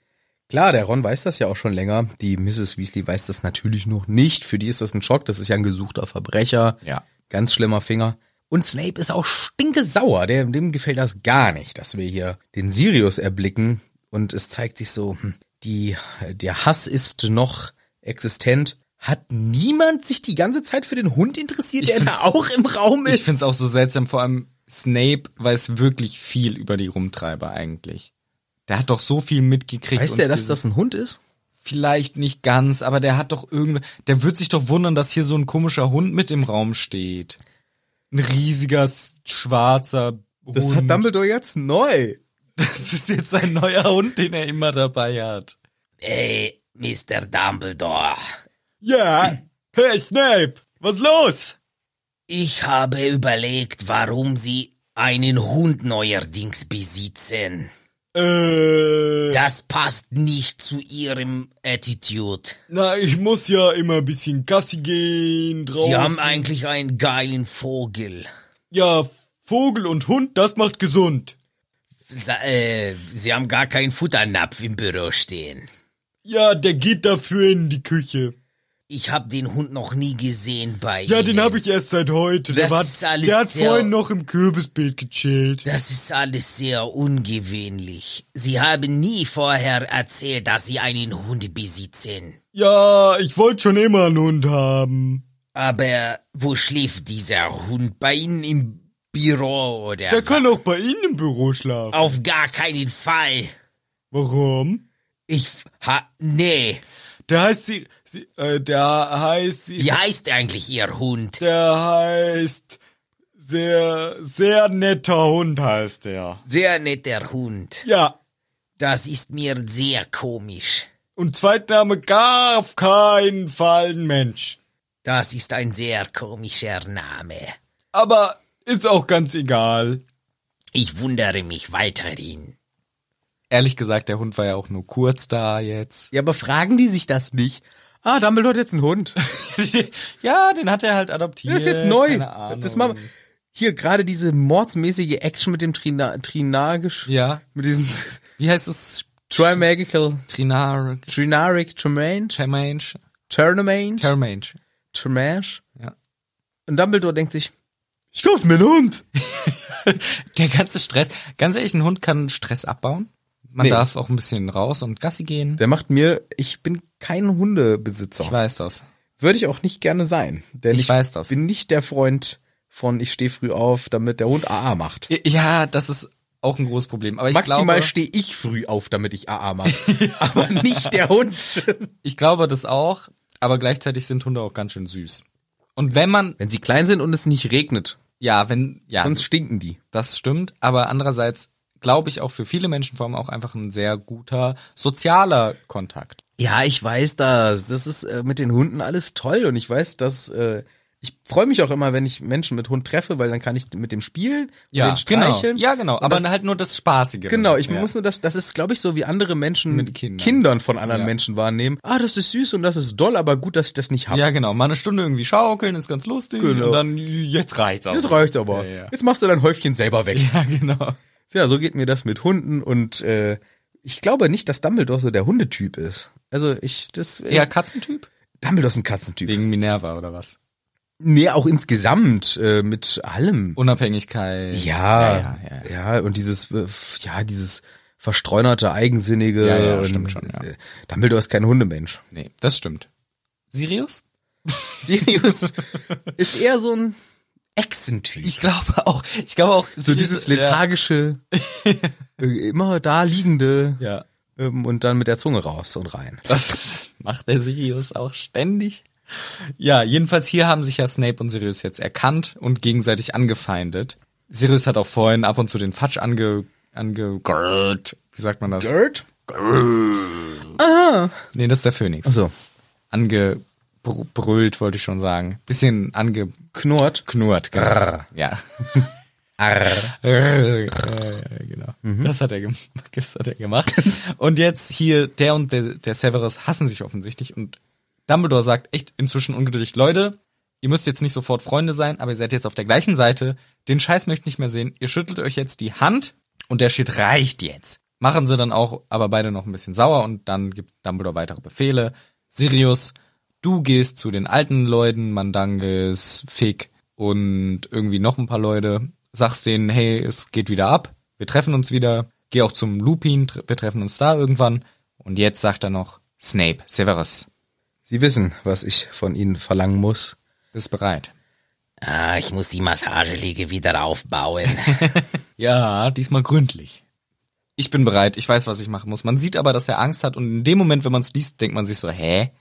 S2: Klar, der Ron weiß das ja auch schon länger. Die Mrs. Weasley weiß das natürlich noch nicht. Für die ist das ein Schock. Das ist ja ein gesuchter Verbrecher.
S1: Ja.
S2: Ganz schlimmer Finger. Und Snape ist auch stinkesauer. Der, dem gefällt das gar nicht, dass wir hier den Sirius erblicken. Und es zeigt sich so, hm, die, der Hass ist noch existent. Hat niemand sich die ganze Zeit für den Hund interessiert, der da auch im Raum ist?
S1: Ich finde es auch so seltsam, vor allem Snape weiß wirklich viel über die Rumtreiber eigentlich. Der hat doch so viel mitgekriegt.
S2: Weißt
S1: und
S2: der, dass
S1: gesehen.
S2: das ein Hund ist?
S1: Vielleicht nicht ganz, aber der hat doch irgend, der wird sich doch wundern, dass hier so ein komischer Hund mit im Raum steht. Ein riesiger, s- schwarzer Hund.
S2: Dumbledore jetzt neu.
S1: das ist jetzt sein neuer Hund, den er immer dabei hat.
S2: Ey, Mr. Äh, Dumbledore,
S1: Ja, hey Snape, was los?
S2: ich habe überlegt, warum Sie einen Hund neuerdings besitzen.
S1: Äh,
S2: Das passt nicht zu Ihrem Attitude.
S1: na, ich muss ja immer ein bisschen Gassi gehen, draußen.
S2: Sie haben eigentlich einen geilen Vogel.
S1: Ja, Vogel und Hund, das macht gesund.
S2: Sa äh, Sie haben gar keinen Futternapf im Büro stehen.
S1: Ja, der geht dafür in die Küche.
S2: Ich habe den Hund noch nie gesehen bei
S1: Ja,
S2: Ihnen.
S1: den habe ich erst seit heute. der
S2: Das
S1: war,
S2: ist alles
S1: der hat
S2: sehr-
S1: vorhin noch im Kürbisbeet gechillt.
S2: Das ist alles sehr ungewöhnlich. Sie haben nie vorher erzählt, dass Sie einen Hund besitzen.
S1: Ja, ich wollte schon immer einen Hund haben.
S2: Aber wo schläft dieser Hund? Bei Ihnen im Büro oder?
S1: Der kann auch bei Ihnen im Büro schlafen.
S2: Auf gar keinen Fall.
S1: Warum?
S2: Ich ha nee.
S1: Der heißt sie, sie äh, der heißt sie,
S2: Wie heißt eigentlich Ihr Hund?
S1: der heißt sehr, sehr netter Hund heißt der.
S2: Sehr netter Hund.
S1: Ja,
S2: Das ist mir sehr komisch.
S1: und Zweitname gar auf keinen Fall ein Mensch.
S2: Das ist ein sehr komischer Name.
S1: Aber ist auch ganz egal.
S2: Ich wundere mich weiterhin.
S1: Ehrlich gesagt, der Hund war ja auch nur kurz da jetzt.
S2: Ja, aber fragen die sich das nicht? Ah, Dumbledore hat jetzt einen Hund.
S1: ja, den hat er halt adoptiert.
S2: Das ist jetzt neu.
S1: Keine Ahnung.
S2: Das machen wir- Hier gerade diese mordsmäßige Action mit dem Trina Trinagisch.
S1: Ja.
S2: Mit diesem
S1: Wie heißt es?
S2: Trimagical
S1: Trinar,
S2: Trinaric Tremaine
S1: Termange,
S2: Tournament
S1: Termange.
S2: Tremash.
S1: Ja.
S2: Und Dumbledore denkt sich, ich kauf mir einen Hund.
S1: Der ganze Stress. Ganz ehrlich, ein Hund kann Stress abbauen. Man
S2: Nee.
S1: darf auch ein bisschen raus und Gassi gehen.
S2: Der macht mir, ich bin kein Hundebesitzer.
S1: Ich weiß das.
S2: Würde ich auch nicht gerne sein. Denn
S1: Ich
S2: ich,
S1: weiß das.
S2: bin nicht der Freund von ich stehe früh auf, damit der Hund AA macht.
S1: Ja, das ist auch ein großes Problem. Aber ich
S2: Maximal
S1: glaube,
S2: stehe ich früh auf, damit ich AA mache. Aber nicht der Hund.
S1: ich glaube das auch. Aber gleichzeitig sind Hunde auch ganz schön süß. Und wenn man,
S2: Wenn sie klein sind und es nicht regnet,
S1: ja, wenn, ja,
S2: sonst stinken die.
S1: das stimmt. Aber andererseits glaube ich auch für viele Menschen vor allem auch einfach ein sehr guter sozialer Kontakt.
S2: Ja, ich weiß das. Das ist äh, mit den Hunden alles toll und ich weiß, dass äh, ich freue mich auch immer, wenn ich Menschen mit Hund treffe, weil dann kann ich mit dem spielen, und den
S1: genau.
S2: streicheln.
S1: Ja, genau.
S2: Und
S1: Aber
S2: das,
S1: halt nur das Spaßige.
S2: genau. Ich
S1: ja.
S2: muss nur das. Das ist, glaube ich, so wie andere Menschen
S1: Mit Kindern.
S2: von anderen
S1: Ja.
S2: Menschen wahrnehmen. Ah, das ist süß und das ist doll, aber gut, dass ich das nicht habe.
S1: Ja, genau. Mal eine Stunde irgendwie schaukeln, ist ganz lustig.
S2: Genau.
S1: Und dann, jetzt reicht's auch.
S2: Das reicht aber.
S1: Ja, ja.
S2: Jetzt machst du dein Häufchen selber weg.
S1: Ja, genau.
S2: Ja, so geht mir das mit Hunden und äh, ich glaube nicht, dass Dumbledore so der Hundetyp ist. Also ich, das ist,
S1: Eher Katzentyp?
S2: Dumbledore ist ein Katzentyp.
S1: Wegen Minerva oder was?
S2: Nee, auch insgesamt äh, mit allem.
S1: Unabhängigkeit.
S2: ja,
S1: Ja, ja, ja.
S2: und dieses, äh, f- ja, dieses verstreunerte, eigensinnige.
S1: Ja, ja,
S2: und,
S1: stimmt schon, ja.
S2: äh, Dumbledore ist kein Hundemensch.
S1: Nee, das stimmt. Sirius?
S2: Sirius ist eher so ein Echsentyp.
S1: Ich glaube auch. Ich glaube auch.
S2: so dieses lethargische, äh, immer da liegende
S1: Ja. ja.
S2: ähm, und dann mit der Zunge raus und rein.
S1: Das macht der Sirius auch ständig. Ja, jedenfalls hier haben sich ja Snape und Sirius jetzt erkannt und gegenseitig angefeindet. Sirius hat auch vorhin ab und zu den Fatsch ange... ange... Wie sagt man das?
S2: Dirt?
S1: Nee, das ist der Phönix.
S2: Also,
S1: angebrüllt, wollte ich schon sagen. Bisschen
S2: knurrt.
S1: angeknurrt. Genau. Ja.
S2: Arr.
S1: Äh, genau. Das hat er gemacht. Das hat er gemacht. Und jetzt hier, der und der, der Severus hassen sich offensichtlich und Dumbledore sagt echt inzwischen ungeduldig, Leute, ihr müsst jetzt nicht sofort Freunde sein, aber ihr seid jetzt auf der gleichen Seite. Den Scheiß möchte ich nicht mehr sehen. Ihr schüttelt euch jetzt die Hand und der Shit reicht jetzt. Machen sie dann auch, aber beide noch ein bisschen sauer und dann gibt Dumbledore weitere Befehle. Sirius, du gehst zu den alten Leuten, Mandanges, Fick und irgendwie noch ein paar Leute, sagst denen, hey, es geht wieder ab, wir treffen uns wieder, geh auch zum Lupin, tr- wir treffen uns da irgendwann. Und jetzt sagt er noch, Snape, Severus,
S2: Sie wissen, was ich von Ihnen verlangen muss.
S1: Bist bereit?
S4: Ah, ich muss die Massageliege wieder aufbauen.
S1: Ja, diesmal gründlich. Ich bin bereit, ich weiß, was ich machen muss. Man sieht aber, dass er Angst hat und in dem Moment, wenn man es liest, denkt man sich so, hä?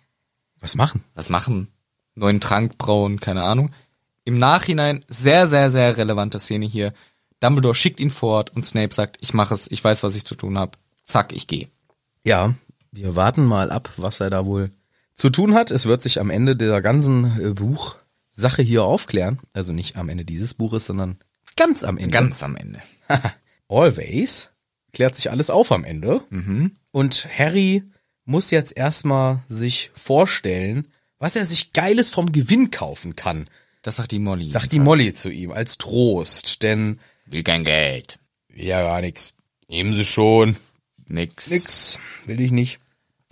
S2: Was machen?
S1: was machen, neuen Trank brauen, keine Ahnung. Im Nachhinein sehr, sehr, sehr relevante Szene hier. Dumbledore schickt ihn fort und Snape sagt, ich mache es, ich weiß, was ich zu tun habe. Zack, ich gehe.
S2: Ja, wir warten mal ab, was er da wohl zu tun hat. Es wird sich am Ende dieser ganzen äh, Buchsache hier aufklären. Also nicht am Ende dieses Buches, sondern ganz am Ende.
S1: Ganz am Ende.
S2: Always klärt sich alles auf am Ende. Und Harry muss jetzt erstmal sich vorstellen, was er sich Geiles vom Gewinn kaufen kann,
S1: Das sagt die Molly.
S2: sagt die Molly zu ihm als Trost. Denn,
S1: will kein Geld.
S2: ja, gar nix. Nehmen Sie schon.
S1: Nix.
S2: Nix, will ich nicht.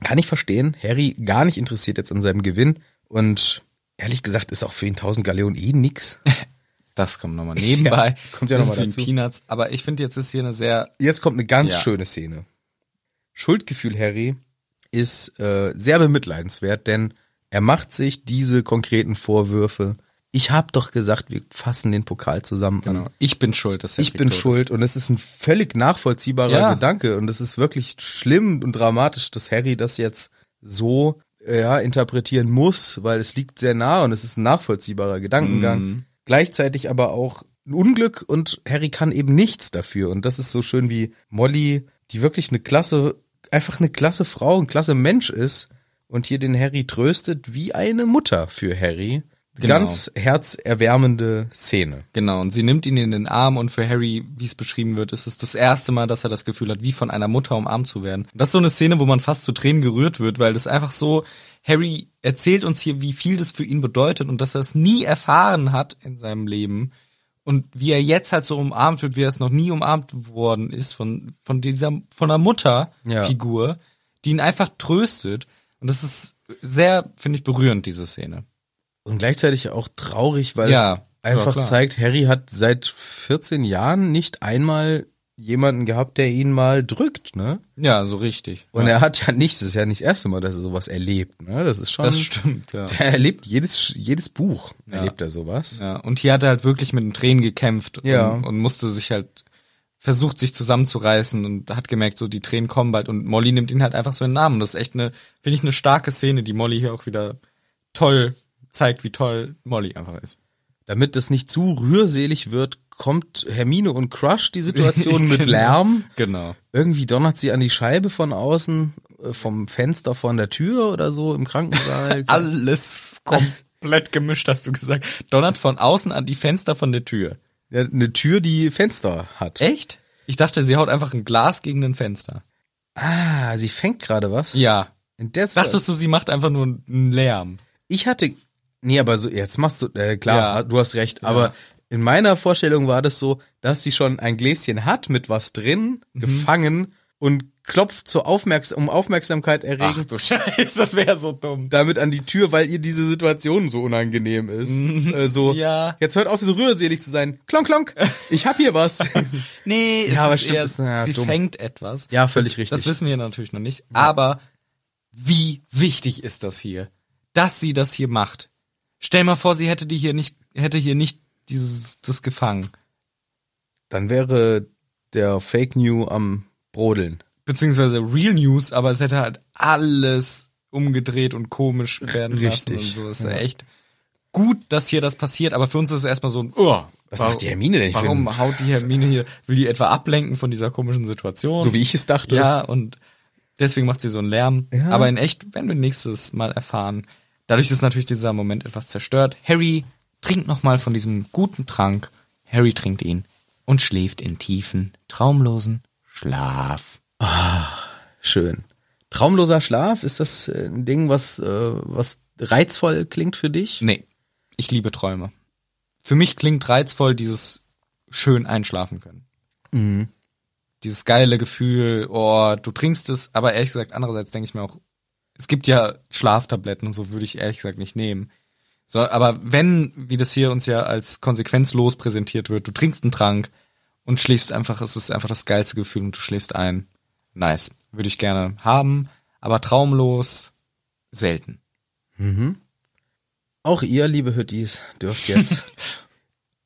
S2: Kann ich verstehen. Harry gar nicht interessiert jetzt an seinem Gewinn. Und ehrlich gesagt ist auch für ihn 1000 Galeonen eh nix.
S1: Das kommt nochmal
S2: Ist ja-
S1: nebenbei.
S2: kommt ja
S1: Das
S2: noch mal
S1: ist wie
S2: dazu.
S1: Peanuts. Aber ich finde jetzt ist hier eine sehr,
S2: Jetzt kommt eine ganz
S1: Ja.
S2: schöne Szene. Schuldgefühl Harry ist äh, sehr bemitleidenswert, denn er macht sich diese konkreten Vorwürfe. Ich hab doch gesagt, wir fassen den Pokal zusammen an.
S1: genau, ich bin schuld, dass
S2: Ich
S1: Harry
S2: bin
S1: tot
S2: schuld und es ist ein völlig nachvollziehbarer
S1: Ja.
S2: Gedanke und es ist wirklich schlimm und dramatisch, dass Harry das jetzt so äh, ja, interpretieren muss, weil es liegt sehr nah und es ist ein nachvollziehbarer Gedankengang.
S1: Mhm.
S2: Gleichzeitig aber auch ein Unglück und Harry kann eben nichts dafür und das ist so schön wie Molly, die wirklich eine klasse, einfach eine klasse Frau, ein klasse Mensch ist und hier den Harry tröstet wie eine Mutter für Harry.
S1: Genau.
S2: Ganz herzerwärmende Szene.
S1: Genau, und sie nimmt ihn in den Arm und für Harry, wie es beschrieben wird, ist es das erste Mal, dass er das Gefühl hat, wie von einer Mutter umarmt zu werden. Das ist so eine Szene, wo man fast zu Tränen gerührt wird, weil das einfach so, Harry erzählt uns hier, wie viel das für ihn bedeutet und dass er es nie erfahren hat in seinem Leben und wie er jetzt halt so umarmt wird, wie er es noch nie umarmt worden ist von, von dieser, von einer
S2: Ja.
S1: Mutterfigur, die ihn einfach tröstet. Und das ist sehr, finde ich, berührend, diese Szene.
S2: und gleichzeitig auch traurig, weil
S1: Ja,
S2: es einfach
S1: ja, klar.
S2: zeigt, Harry hat seit 14 Jahren nicht einmal jemanden gehabt, der ihn mal drückt, ne?
S1: Ja, so richtig.
S2: Und er hat ja nichts, das ist ja nicht das erste Mal, dass er sowas erlebt, ne? Das ist schon
S1: das stimmt, ja.
S2: Er erlebt jedes jedes Buch, erlebt er sowas.
S1: Ja, und hier hat er halt wirklich mit den Tränen gekämpft
S2: Ja.
S1: und, und musste sich halt versucht, sich zusammenzureißen und hat gemerkt, so die Tränen kommen bald und Molly nimmt ihn halt einfach so in den Namen. Das ist echt eine, finde ich, eine starke Szene, die Molly hier auch wieder toll zeigt, wie toll Molly einfach ist.
S2: Damit das nicht zu rührselig wird, kommt Hermine und Crush die Situation mit
S1: Genau.
S2: Lärm.
S1: Genau.
S2: Irgendwie donnert sie an die Scheibe von außen, äh, vom Fenster von der Tür oder so im Krankensaal.
S1: Alles komplett gemischt, hast du gesagt. Donnert von außen an die Fenster von der Tür.
S2: Ja, Eine Tür, die Fenster hat.
S1: Echt? Ich dachte, sie haut einfach ein Glas gegen ein Fenster.
S2: Ah, sie fängt gerade was.
S1: Ja.
S2: Und das
S1: Dachtest du, sie macht einfach nur einen Lärm?
S2: ich hatte nee, aber so jetzt machst du äh, klar,
S1: Ja.
S2: du hast recht, aber in meiner Vorstellung war das so, dass sie schon ein Gläschen hat mit was drin,
S1: Mhm.
S2: gefangen und klopft zur Aufmerks um Aufmerksamkeit erregen,
S1: du Scheiße, das wäre so dumm.
S2: damit an die Tür, weil ihr diese Situation so unangenehm ist. Äh, so
S1: Mhm. Ja.
S2: jetzt hört auf so rührselig zu sein. Klonk klonk. Ich hab hier was.
S1: Nee, es
S2: Ja, aber
S1: ist
S2: stimmt,
S1: eher,
S2: ist, ja,
S1: sie
S2: dumm.
S1: fängt etwas.
S2: Ja, völlig
S1: das,
S2: richtig.
S1: Das wissen wir natürlich noch nicht. Aber wie wichtig ist das hier, dass sie das hier macht? Stell mal vor, sie hätte die hier nicht, hätte hier nicht dieses das gefangen,
S2: Dann wäre der Fake New am brodeln.
S1: beziehungsweise Real News, aber es hätte halt alles umgedreht und komisch werden
S2: richtig,
S1: lassen und so. Ist
S2: ja.
S1: ja. echt gut, dass hier das passiert. Aber für uns ist es erstmal so ein. Oh,
S2: Was macht die Hermine denn für
S1: Warum
S2: einen-
S1: haut die Hermine hier? Will die etwa ablenken von dieser komischen Situation?
S2: So wie ich es dachte.
S1: Ja, und deswegen macht sie so einen Lärm. Aber in echt werden wir nächstes Mal erfahren. Dadurch ist natürlich dieser Moment etwas zerstört. Harry trinkt nochmal von diesem guten Trank. Harry trinkt ihn und schläft in tiefen, traumlosen Schlaf.
S2: Schön. Traumloser Schlaf, ist das äh, ein Ding, was, äh, was reizvoll klingt für dich?
S1: Nee, ich liebe Träume. Für mich klingt reizvoll dieses schön einschlafen können. Dieses geile Gefühl, oh, du trinkst es, aber ehrlich gesagt, andererseits denke ich mir auch, es gibt ja Schlaftabletten und so würde ich ehrlich gesagt nicht nehmen. So, aber wenn, wie das hier uns ja als konsequenzlos präsentiert wird, du trinkst einen Trank und schläfst einfach, es ist einfach das geilste Gefühl und du schläfst ein. Nice. Würde ich gerne haben, aber traumlos selten.
S2: Auch ihr, liebe Hüttis, dürft jetzt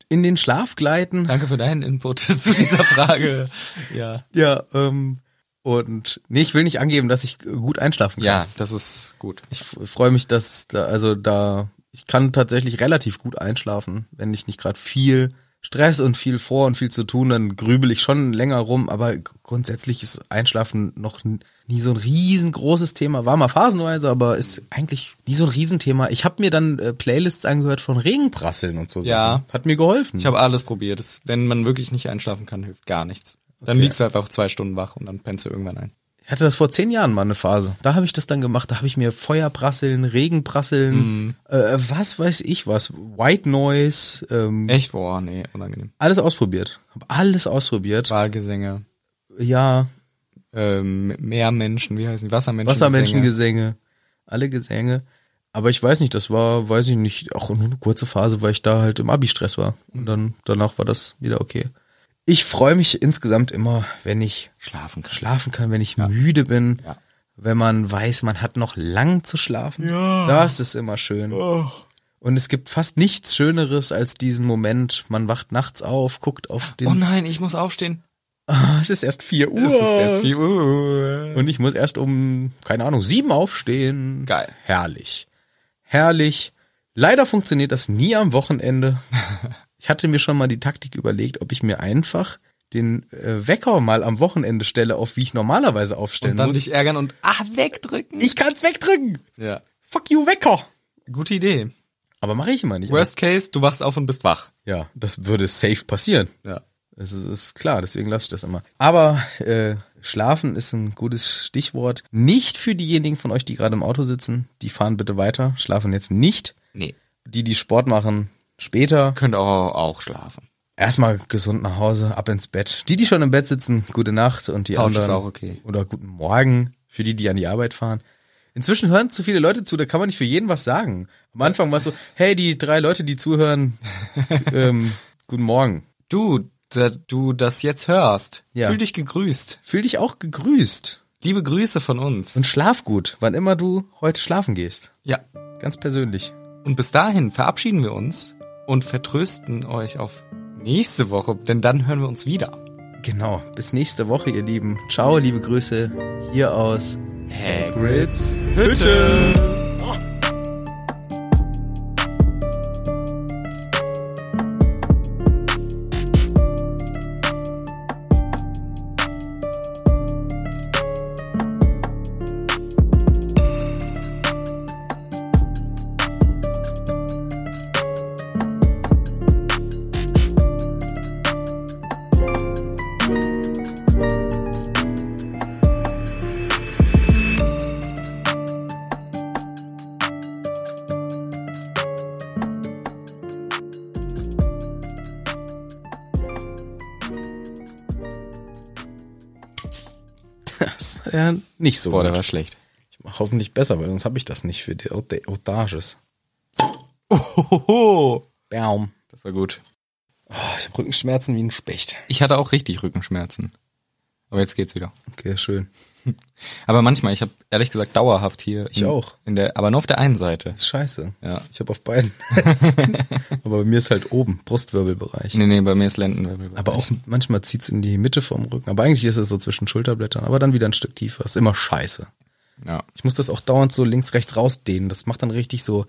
S2: in den Schlaf gleiten.
S1: Danke für deinen Input zu dieser Frage. ja.
S2: Ja, ähm, und nee, ich will nicht angeben, dass ich gut einschlafen kann.
S1: Ja, das ist gut.
S2: Ich f- freue mich, dass da, also da, ich kann tatsächlich relativ gut einschlafen, wenn ich nicht gerade viel Stress und viel vor und viel zu tun, dann grübel ich schon länger rum, aber g- grundsätzlich ist Einschlafen noch n- nie so ein riesengroßes Thema. War mal phasenweise, aber ist eigentlich nie so ein Riesenthema. Ich habe mir dann äh, Playlists angehört von Regenprasseln und so.
S1: Ja.
S2: Sachen. Hat mir geholfen.
S1: Ich habe alles probiert. Es- Wenn man wirklich nicht einschlafen kann, hilft gar nichts. Dann
S2: Okay.
S1: liegst du halt einfach zwei Stunden wach und dann pennst du irgendwann ein.
S2: Ich hatte das vor zehn Jahren mal eine Phase. Da habe ich das dann gemacht. Da habe ich mir Feuerprasseln,
S1: Mhm.
S2: Regenprasseln, äh, was weiß ich was, White Noise, ähm,
S1: Echt? Boah, nee, unangenehm.
S2: alles ausprobiert. Habe alles ausprobiert.
S1: Wahlgesänge,
S2: Ja,
S1: ähm, Meermenschen, wie heißen die? Wassermenschen.
S2: Wassermenschengesänge, alle Gesänge. Aber ich weiß nicht, das war, weiß ich nicht, auch nur eine kurze Phase, weil ich da halt im Abi-Stress war.
S1: Mhm.
S2: Und dann danach war das wieder okay. Ich freue mich insgesamt immer, wenn ich
S1: Schlafen kann.
S2: schlafen kann, wenn ich müde bin,
S1: Ja.
S2: wenn man weiß, man hat noch lang zu schlafen. Das ist immer schön.
S1: Oh.
S2: Und es gibt fast nichts Schöneres als diesen Moment, man wacht nachts auf, guckt auf den.
S1: Oh nein, ich muss aufstehen.
S2: Ah, es ist erst 4 Uhr.
S1: Es ist erst 4 Uhr.
S2: Und ich muss erst um, keine Ahnung, sieben aufstehen.
S1: Geil.
S2: Herrlich. Herrlich. Leider funktioniert das nie am Wochenende. Ich hatte mir schon mal die Taktik überlegt, ob ich mir einfach den äh, Wecker mal am Wochenende stelle, auf wie ich normalerweise aufstellen
S1: Und dann
S2: muss.
S1: dich ärgern und ah, wegdrücken.
S2: Ich kann's wegdrücken.
S1: Ja.
S2: Fuck you, Wecker.
S1: Gute Idee.
S2: Aber mache ich immer nicht.
S1: Worst case, du wachst auf und bist wach.
S2: Ja, das würde safe passieren.
S1: Ja.
S2: Das ist, ist klar, deswegen lasse ich das immer. Aber äh, schlafen ist ein gutes Stichwort. Nicht für diejenigen von euch, die gerade im Auto sitzen. Die fahren bitte weiter, schlafen jetzt nicht.
S1: Nee.
S2: Die, die Sport machen, später.
S1: Könnt auch, auch schlafen.
S2: Erstmal gesund nach Hause, ab ins Bett. Die, die schon im Bett sitzen, gute Nacht und die
S1: Couch
S2: anderen.
S1: ist auch okay.
S2: Oder guten Morgen für die, die an die Arbeit fahren. Inzwischen hören zu viele Leute zu, da kann man nicht für jeden was sagen. Am Anfang war es so, hey, die drei Leute, die zuhören, ähm, guten Morgen.
S1: Du, da du das jetzt hörst,
S2: Ja.
S1: fühl dich gegrüßt.
S2: Fühl dich auch gegrüßt.
S1: Liebe Grüße von uns.
S2: Und schlaf gut, wann immer du heute schlafen gehst.
S1: ja.
S2: Ganz persönlich.
S1: Und bis dahin verabschieden wir uns und vertrösten euch auf nächste Woche, denn dann hören wir uns wieder.
S2: Genau. Bis nächste Woche, ihr Lieben. Ciao, liebe Grüße hier aus Grits Hütte. Das war ja nicht so. gut.
S1: war schlecht.
S2: Ich mach hoffentlich besser, weil sonst habe ich das nicht für die Ode- Odages.
S1: Ohoho.
S2: Baum.
S1: Das war gut.
S2: Oh, ich habe Rückenschmerzen wie ein Specht.
S1: Ich hatte auch richtig Rückenschmerzen. Aber jetzt geht's wieder.
S2: Okay, schön.
S1: Aber manchmal, ich habe ehrlich gesagt dauerhaft hier.
S2: Ich
S1: in,
S2: auch.
S1: In der, aber nur auf der einen Seite.
S2: Das ist scheiße.
S1: Ja.
S2: Ich habe auf beiden. Aber bei mir ist halt oben, Brustwirbelbereich.
S1: Nee, nee, bei mir ist Lendenwirbel.
S2: Aber auch manchmal zieht's in die Mitte vom Rücken. Aber eigentlich ist es so zwischen Schulterblättern, aber dann wieder ein Stück tiefer. Ist immer scheiße.
S1: Ja.
S2: Ich muss das auch dauernd so links, rechts rausdehnen. Das macht dann richtig so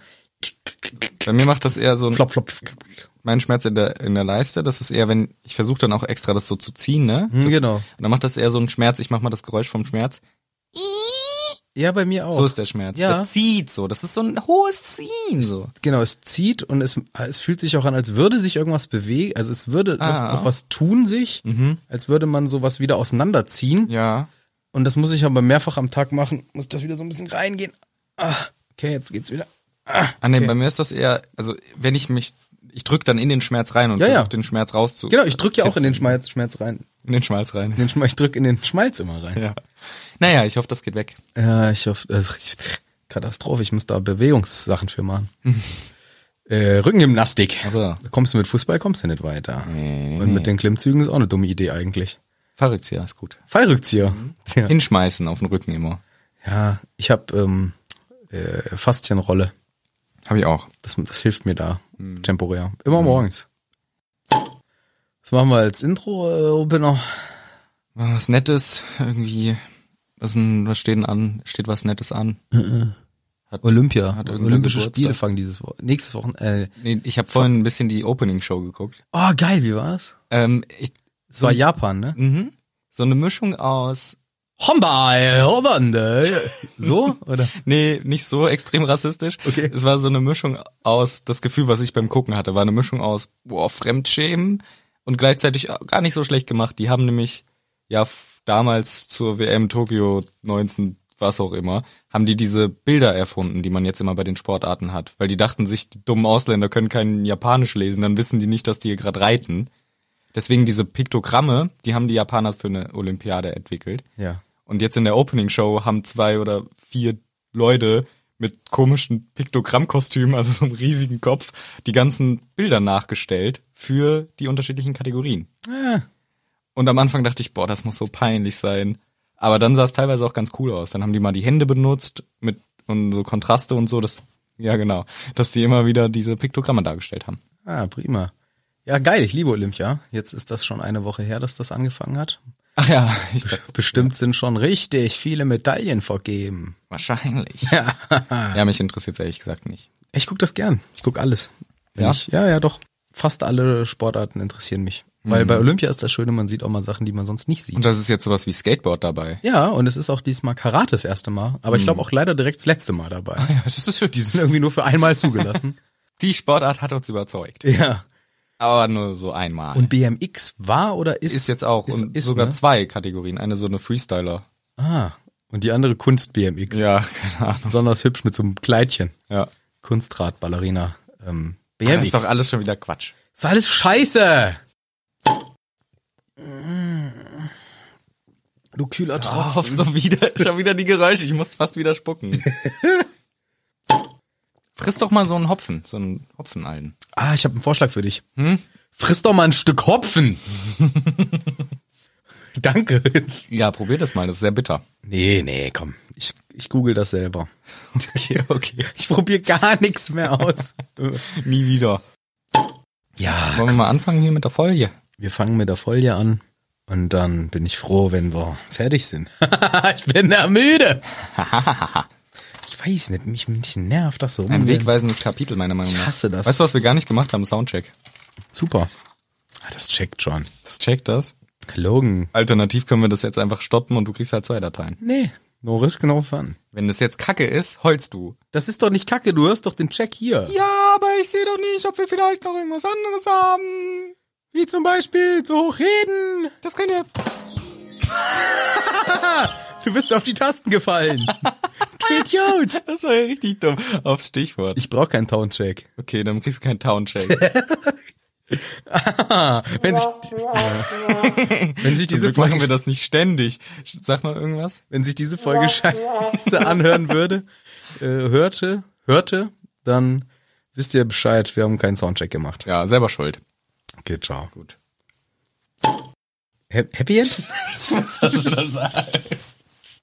S1: Bei mir macht das eher so ein,
S2: flop, flop. flop.
S1: mein Schmerz in der, in der Leiste. Das ist eher, wenn, ich versuche dann auch extra das so zu ziehen, ne?
S2: Hm,
S1: Das,
S2: genau.
S1: Und dann macht das eher so einen Schmerz. Ich mache mal das Geräusch vom Schmerz.
S2: Ja, bei mir auch.
S1: So ist der Schmerz.
S2: Oh. Ja.
S1: Der zieht so. Das ist so ein hohes Ziehen. So.
S2: Genau, es zieht und es, es fühlt sich auch an, als würde sich irgendwas bewegen. Also es würde das,
S1: Ah.
S2: auch was tun sich, als würde man sowas wieder auseinanderziehen.
S1: Ja.
S2: Und das muss ich aber mehrfach am Tag machen. Muss das wieder so ein bisschen reingehen. Ah, okay, jetzt geht's wieder.
S1: Ah, nee, bei mir ist das eher, also wenn ich mich, ich drück dann in den Schmerz rein und
S2: Ja, ja.
S1: versuche den Schmerz rauszu.
S2: Genau, ich drücke ja auch in den
S1: kitzeln.
S2: Schmerz, Schmerz rein.
S1: In den Schmerz rein.
S2: In den Schmerz, ich drücke in den Schmalz immer rein.
S1: Ja. Naja, ich hoffe, das geht weg.
S2: Ja, ich hoffe, also, ich, Katastrophe, ich muss da Bewegungssachen für machen. äh, Rückengymnastik.
S1: Ach so.
S2: Kommst du mit Fußball, kommst du nicht weiter.
S1: Nee, nee,
S2: Und mit den Klimmzügen ist auch eine dumme Idee eigentlich.
S1: Verrückt, ja, ist gut. Mhm.
S2: Fallrückzieher. Tja.
S1: Hinschmeißen auf den Rücken immer.
S2: Ja, ich habe ähm, äh, Faszienrolle.
S1: Habe ich auch.
S2: Das, das hilft mir da
S1: Mhm.
S2: temporär. Immer morgens. Das machen wir als Intro, äh, Opener.
S1: Was Nettes, irgendwie. Was, denn, was steht denn an? Steht was Nettes an? Hat,
S2: Olympia.
S1: Hat irgendwer
S2: Olympische
S1: Geburtstag?
S2: Spiele fangen dieses Wo nächstes Wochenende. Äh,
S1: Nee, ich habe vorhin ein bisschen die Opening-Show geguckt.
S2: oh, geil, wie war das?
S1: Ähm, ich,
S2: Es war Japan, ne?
S1: mhm. so eine Mischung aus,
S2: Honda, äh,
S1: äh.
S2: Hollande. So? Oder?
S1: nee, nicht so extrem rassistisch.
S2: Okay.
S1: Es war so eine Mischung aus, das Gefühl, was ich beim Gucken hatte, war eine Mischung aus, boah, Fremdschämen und gleichzeitig auch gar nicht so schlecht gemacht. Die haben nämlich, ja, f- damals zur WM Tokio 19, was auch immer, haben die diese Bilder erfunden, die man jetzt immer bei den Sportarten hat. Weil die dachten sich, die dummen Ausländer können kein Japanisch lesen, dann wissen die nicht, dass die hier gerade reiten. Deswegen diese Piktogramme, die haben die Japaner für eine Olympiade entwickelt.
S2: Ja.
S1: Und jetzt in der Opening Show haben zwei oder vier Leute mit komischen Piktogrammkostümen, also so einem riesigen Kopf, die ganzen Bilder nachgestellt für die unterschiedlichen Kategorien.
S2: Ah,
S1: Und am Anfang dachte ich, boah, das muss so peinlich sein. Aber dann sah es teilweise auch ganz cool aus. Dann haben die mal die Hände benutzt mit und so Kontraste und so, das ja genau, dass die immer wieder diese Piktogramme dargestellt haben.
S2: ah, prima. Ja, geil, ich liebe Olympia. Jetzt ist das schon eine Woche her, dass das angefangen hat.
S1: Ach ja, ich dachte,
S2: Bestimmt sind schon richtig viele Medaillen vergeben.
S1: wahrscheinlich. Ja, mich interessiert's ehrlich gesagt nicht.
S2: Ich guck das gern. Ich guck alles. Wenn
S1: Ja?
S2: Ich, ja, ja, doch. Fast alle Sportarten interessieren mich. Weil bei Olympia ist das Schöne, man sieht auch mal Sachen, die man sonst nicht sieht.
S1: Mhm. Und das ist jetzt sowas wie Skateboard dabei.
S2: ja, und es ist auch diesmal Karate das erste Mal, aber ich glaube auch leider direkt das letzte Mal dabei.
S1: Mhm. Ah, Ja, das ist für
S2: Die sind irgendwie nur für einmal zugelassen.
S1: Die Sportart hat uns überzeugt.
S2: ja.
S1: Aber nur so einmal.
S2: Und BMX war oder ist?
S1: ist jetzt auch
S2: ist,
S1: und
S2: ist,
S1: sogar
S2: ne?
S1: zwei Kategorien. Eine so eine Freestyler.
S2: Ah, und die andere Kunst-BMX.
S1: Ja, keine Ahnung.
S2: Besonders hübsch mit so einem Kleidchen.
S1: Ja.
S2: Kunstradballerina. Ähm, BMX.
S1: Das ist doch alles schon wieder Quatsch.
S2: ist alles scheiße. Du kühler
S1: Oh, so wieder, schon wieder die Geräusche. Ich muss fast wieder spucken. Friss doch mal so einen Hopfen, so einen Hopfenalden.
S2: Ah, ich habe einen Vorschlag für dich.
S1: Hm?
S2: Friss doch mal ein Stück Hopfen. Danke.
S1: Ja, probier das mal, das ist sehr bitter.
S2: Nee, nee, komm. Ich, ich google das selber.
S1: Okay, okay.
S2: Ich probiere gar nichts mehr aus.
S1: Nie wieder.
S2: ja,
S1: Wollen wir mal anfangen hier mit der Folie?
S2: wir fangen mit der Folie an und dann bin ich froh, wenn wir fertig sind. ich bin da müde. ich weiß nicht, mich, mich nervt das so.
S1: Ein wegweisendes Kapitel, meiner Meinung nach.
S2: Ich hasse das. ne?
S1: Weißt du, was wir gar nicht gemacht haben? Soundcheck.
S2: Super. Ah, Das checkt schon.
S1: Das checkt das.
S2: Logan.
S1: Alternativ können wir das jetzt einfach stoppen und du kriegst halt zwei Dateien.
S2: Nee, no risk, no fun.
S1: Wenn das jetzt Kacke ist, heulst du.
S2: Das ist doch nicht kacke, du hörst doch den Check hier.
S1: Ja, aber ich sehe doch nicht, ob wir vielleicht noch irgendwas anderes haben.
S2: Wie zum Beispiel zu hoch reden.
S1: Das kann ja.
S2: Du bist auf die Tasten gefallen. Du Idiot.
S1: Das war ja richtig dumm. Aufs Stichwort.
S2: Ich brauche keinen Towncheck.
S1: Okay, dann kriegst du keinen Townshake.
S2: Ah, wenn sich, wenn sich
S1: Diese
S2: diese
S1: Glück machen
S2: Folge,
S1: wir das nicht ständig. Sag mal irgendwas.
S2: wenn sich diese Folge scheiße anhören würde, äh, hörte, hörte, dann wisst ihr Bescheid, wir haben keinen Soundcheck gemacht.
S1: Ja, selber schuld.
S2: Okay, ciao.
S1: Gut.
S2: Ha- Happy End?
S1: Was hast du da sagen?